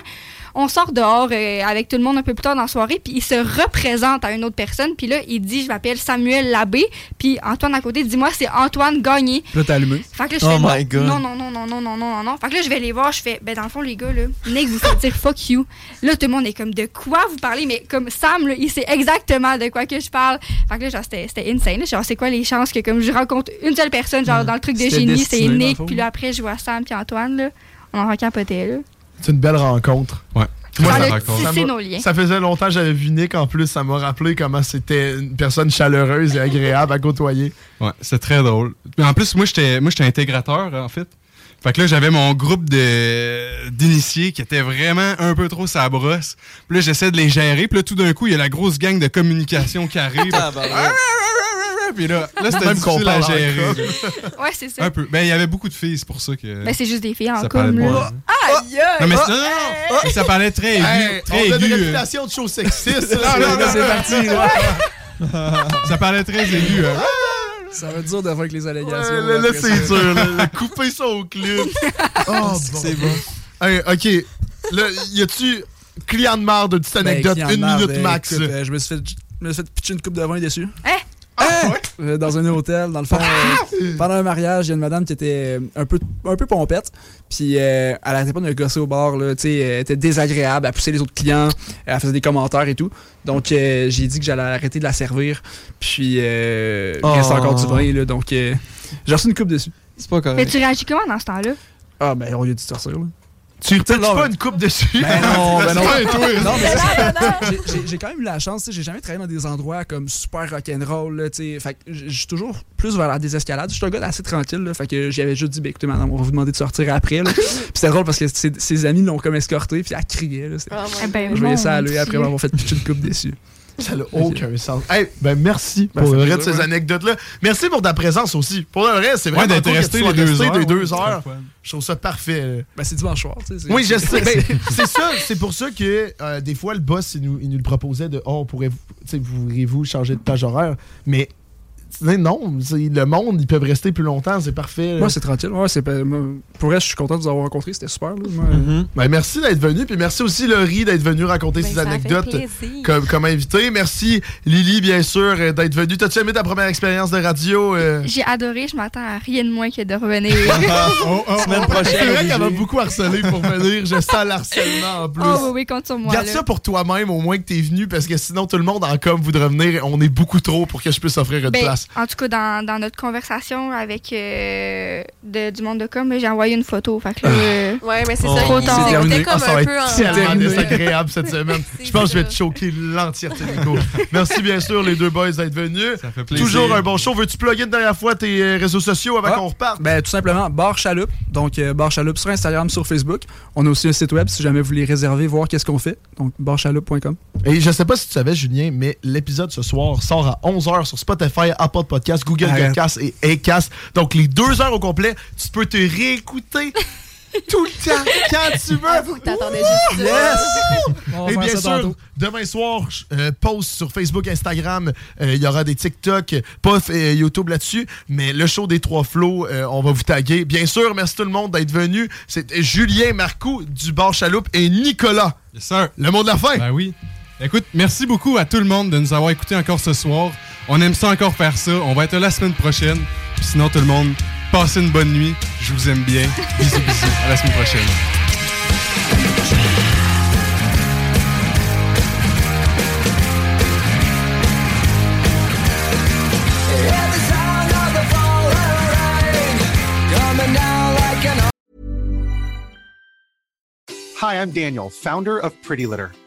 Speaker 7: on sort dehors euh, avec tout le monde un peu plus tard dans la soirée, puis il se représente à une autre personne, puis là, il dit Je m'appelle Samuel Labbé, puis Antoine à côté, dis-moi, c'est Antoine Gagné.
Speaker 4: Là, t'as allumé.
Speaker 7: Fait que là, je
Speaker 4: Oh
Speaker 7: fais,
Speaker 4: my God.
Speaker 7: Non, non, non, non, non, non, non, non, non. Fait que là, je vais les voir, je fais Ben, dans le fond, les gars, là, Nick vous fait dire fuck you. Là, tout le monde est comme De quoi vous parlez Mais comme Sam, là, il sait exactement de quoi que je parle. Fait que là, genre, c'était c'était insane. là. Genre, c'est quoi les chances que, comme je rencontre une seule personne, genre, dans le truc de
Speaker 6: C'était
Speaker 7: génie,
Speaker 6: destiné,
Speaker 7: c'est
Speaker 6: dans le
Speaker 7: Nick,
Speaker 6: fond.
Speaker 7: puis là, après, je vois Sam, puis Antoine, là. On en capotait, là.
Speaker 6: C'est une belle rencontre.
Speaker 10: Ouais.
Speaker 7: Moi, Ça ça
Speaker 6: ça,
Speaker 7: a raconte. tissé nos liens.
Speaker 6: ça faisait longtemps que j'avais vu Nick en plus. Ça m'a rappelé comment c'était une personne chaleureuse et agréable à côtoyer.
Speaker 10: Ouais, c'est très drôle. Mais en plus, moi, j'étais moi, j'étais intégrateur, en fait. Fait que là, j'avais mon groupe de d'initiés qui était vraiment un peu trop sa brosse. Puis là, j'essaie de les gérer. Puis là, tout d'un coup, il y a la grosse gang de communication qui arrive. Puis là, là c'était
Speaker 6: Même qu'on
Speaker 10: difficile à
Speaker 6: parle en
Speaker 10: gérer.
Speaker 6: com.
Speaker 7: Ouais, c'est ça.
Speaker 10: Un peu. Ben, il y avait beaucoup de filles, c'est pour ça que...
Speaker 7: Ben, c'est juste des filles en
Speaker 10: ça parlait
Speaker 7: com,
Speaker 10: de
Speaker 7: là.
Speaker 10: moi.
Speaker 7: Aïe!
Speaker 10: Non, mais
Speaker 4: Oh.
Speaker 7: aïe.
Speaker 10: c'est- non, non, non. Mais ça parlait très aigu.
Speaker 6: Hey,
Speaker 10: très
Speaker 6: on a
Speaker 10: aigu,
Speaker 6: une
Speaker 10: euh.
Speaker 6: réputation de show sexiste.
Speaker 10: Non, non, non, c'est parti, là. ça parlait très aigu. hein.
Speaker 4: Ça va être dur d'avoir avec les allégations.
Speaker 6: Ah, là, là,
Speaker 4: après
Speaker 6: c'est
Speaker 4: ça.
Speaker 6: dur. Là, là, couper ça au clip. Oh,
Speaker 4: C'est
Speaker 6: bon. Hey, OK. Là, y a-tu client de marde, petite
Speaker 4: Ben,
Speaker 6: anecdote,
Speaker 4: client de
Speaker 6: une
Speaker 4: marde,
Speaker 6: minute
Speaker 4: eh,
Speaker 6: max?
Speaker 4: écoute,
Speaker 6: là?
Speaker 4: euh, je me suis fait je me suis fait pitcher une coupe de vin dessus.
Speaker 7: Hein?
Speaker 6: Ah,
Speaker 4: Euh, dans un hôtel, dans le fond. euh, pendant un mariage, il y a une madame qui était euh, un peu, un peu pompette. Puis euh, elle arrêtait pas de gosser au bar. Là, tu sais, elle était désagréable. Elle poussait les autres clients. Elle faisait des commentaires et tout. Donc euh, j'ai dit que j'allais arrêter de la servir. Puis euh, il reste
Speaker 11: Oh.
Speaker 4: encore du vin. Là, donc euh, j'ai reçu une coupe dessus. C'est pas correct.
Speaker 7: Mais tu réagis comment dans ce temps-là?
Speaker 4: Ah, ben on lui a dit de sortir. Là.
Speaker 6: Tu peut-être pas une coupe dessus.
Speaker 4: Ben non, ben
Speaker 6: C'est
Speaker 4: non.
Speaker 6: pas un tour.
Speaker 4: Non, mais c'est- j'ai- j'ai- J'ai quand même eu la chance, tu sais, j'ai jamais travaillé dans des endroits comme super rock'n'roll, là, tu sais. Fait que je suis toujours plus vers la désescalade. Je suis un gars assez tranquille, là. Fait que j'avais juste dit, ben écoutez, madame, on va vous demander de sortir après, là. Puis c'était drôle parce que ses, ses amis l'ont comme escorté, puis elle criait, là. C'était-
Speaker 7: Eh ben,
Speaker 4: je voyais ça
Speaker 7: mon
Speaker 4: aller après
Speaker 7: Dieu.
Speaker 4: m'avoir fait pitcher une coupe dessus.
Speaker 6: Ça n'a aucun sens. Hey, ben merci pour le reste de ces anecdotes-là. Merci pour ta présence aussi. Pour le reste, c'est
Speaker 10: Ouais,
Speaker 6: vraiment
Speaker 10: d'être
Speaker 6: cool que
Speaker 10: resté
Speaker 6: tu sois
Speaker 10: les deux
Speaker 6: resté
Speaker 10: heures,
Speaker 6: des
Speaker 10: ouais,
Speaker 6: deux
Speaker 10: c'est
Speaker 6: heures.
Speaker 10: très fun.
Speaker 6: Je trouve ça parfait.
Speaker 4: Ben c'est dimanche soir, tu sais. c'est-
Speaker 6: Oui, je sais. Ben, c'est ça. C'est pour ça que euh, des fois, le boss, il nous, il nous le proposait de Oh, pourrez-vous, tu sais, voudriez-vous changer de plage horaire Mais tu sais, non, c'est- le monde, ils peuvent rester plus longtemps, c'est parfait.
Speaker 4: Moi, c'est tranquille. Ouais, c'est pas- moi, pour vrai, je suis content de vous avoir rencontré. C'était super. Là. Moi,
Speaker 6: Ben, merci d'être venu, puis merci aussi Laurie d'être venu raconter ses
Speaker 4: Ben, ça fait
Speaker 6: anecdotes
Speaker 4: plaisir.
Speaker 6: comme, comme invité. Merci Lily, bien sûr, euh, d'être venue. T'as-tu aimé ta première expérience de radio euh?
Speaker 7: J'ai adoré, je m'attends à rien de moins que de revenir.
Speaker 4: Oh,
Speaker 11: Semaine prochaine,
Speaker 6: C'est vrai qu'elle
Speaker 11: Olivier.
Speaker 6: m'a beaucoup harcelé pour venir. Je sens l'harcèlement en plus.
Speaker 7: Oh oui, oui, compte sur moi.
Speaker 6: Garde
Speaker 7: là.
Speaker 6: ça pour toi-même au moins que t'es venu parce que sinon tout le monde en com voudrait venir et on est beaucoup trop pour que je puisse offrir une
Speaker 7: Ben,
Speaker 6: place.
Speaker 7: En tout cas, dans, dans notre conversation avec euh, de- du monde de com, j'ai envoyé une photo. Fait que là, euh,
Speaker 13: Ouais, mais c'est
Speaker 6: Oh,
Speaker 13: ça. Ils
Speaker 6: c'est
Speaker 13: écoutaient
Speaker 6: terminé.
Speaker 13: comme
Speaker 6: Ah, ça
Speaker 13: un
Speaker 6: va
Speaker 13: peu en.
Speaker 6: être tellement désagréable cette semaine. Je pense que je vais te choquer l'entièreté du cours. Merci bien sûr les deux boys d'être venus. Ça fait
Speaker 10: plaisir.
Speaker 6: Toujours un bon show. Veux-tu plugger une dernière fois tes euh, réseaux sociaux avant
Speaker 4: Ah,
Speaker 6: qu'on reparte?
Speaker 4: Ben, tout simplement, Bar Chaloupe. Donc, euh, Bar Chaloupe sur Instagram, sur Facebook. On a aussi un site web si jamais vous voulez réserver, voir qu'est-ce qu'on fait. Donc, barchaloupe.com.
Speaker 6: Et je sais pas si tu savais, Julien, mais l'épisode ce soir sort à 11h sur Spotify, Apple Podcast, Google
Speaker 4: Arrête.
Speaker 6: Podcast et Acast. Donc, les deux heures au complet, tu peux te réécouter tout le temps, quand tu veux.
Speaker 13: Avoue que t'attendais juste ça. On va
Speaker 6: Et
Speaker 13: faire
Speaker 6: bien
Speaker 13: ça
Speaker 6: sûr,
Speaker 13: tantôt.
Speaker 6: demain soir, je, euh, post sur Facebook, Instagram, euh, il y aura des TikTok, euh, pas euh, YouTube là-dessus, mais le show des trois flots, euh, on va vous taguer. Bien sûr, merci tout le monde d'être venu. C'était Julien Marcoux du Bar Chaloupe et Nicolas. Le mot de la fin.
Speaker 10: Ben oui. Écoute, merci beaucoup à tout le monde de nous avoir écoutés encore ce soir. On aime ça encore faire ça. On va être là la semaine prochaine. Puis sinon, tout le monde, passez une bonne nuit. Je vous aime bien. Bisous, bisous. À la semaine prochaine.
Speaker 5: Hi, I'm Daniel, founder of Pretty Litter.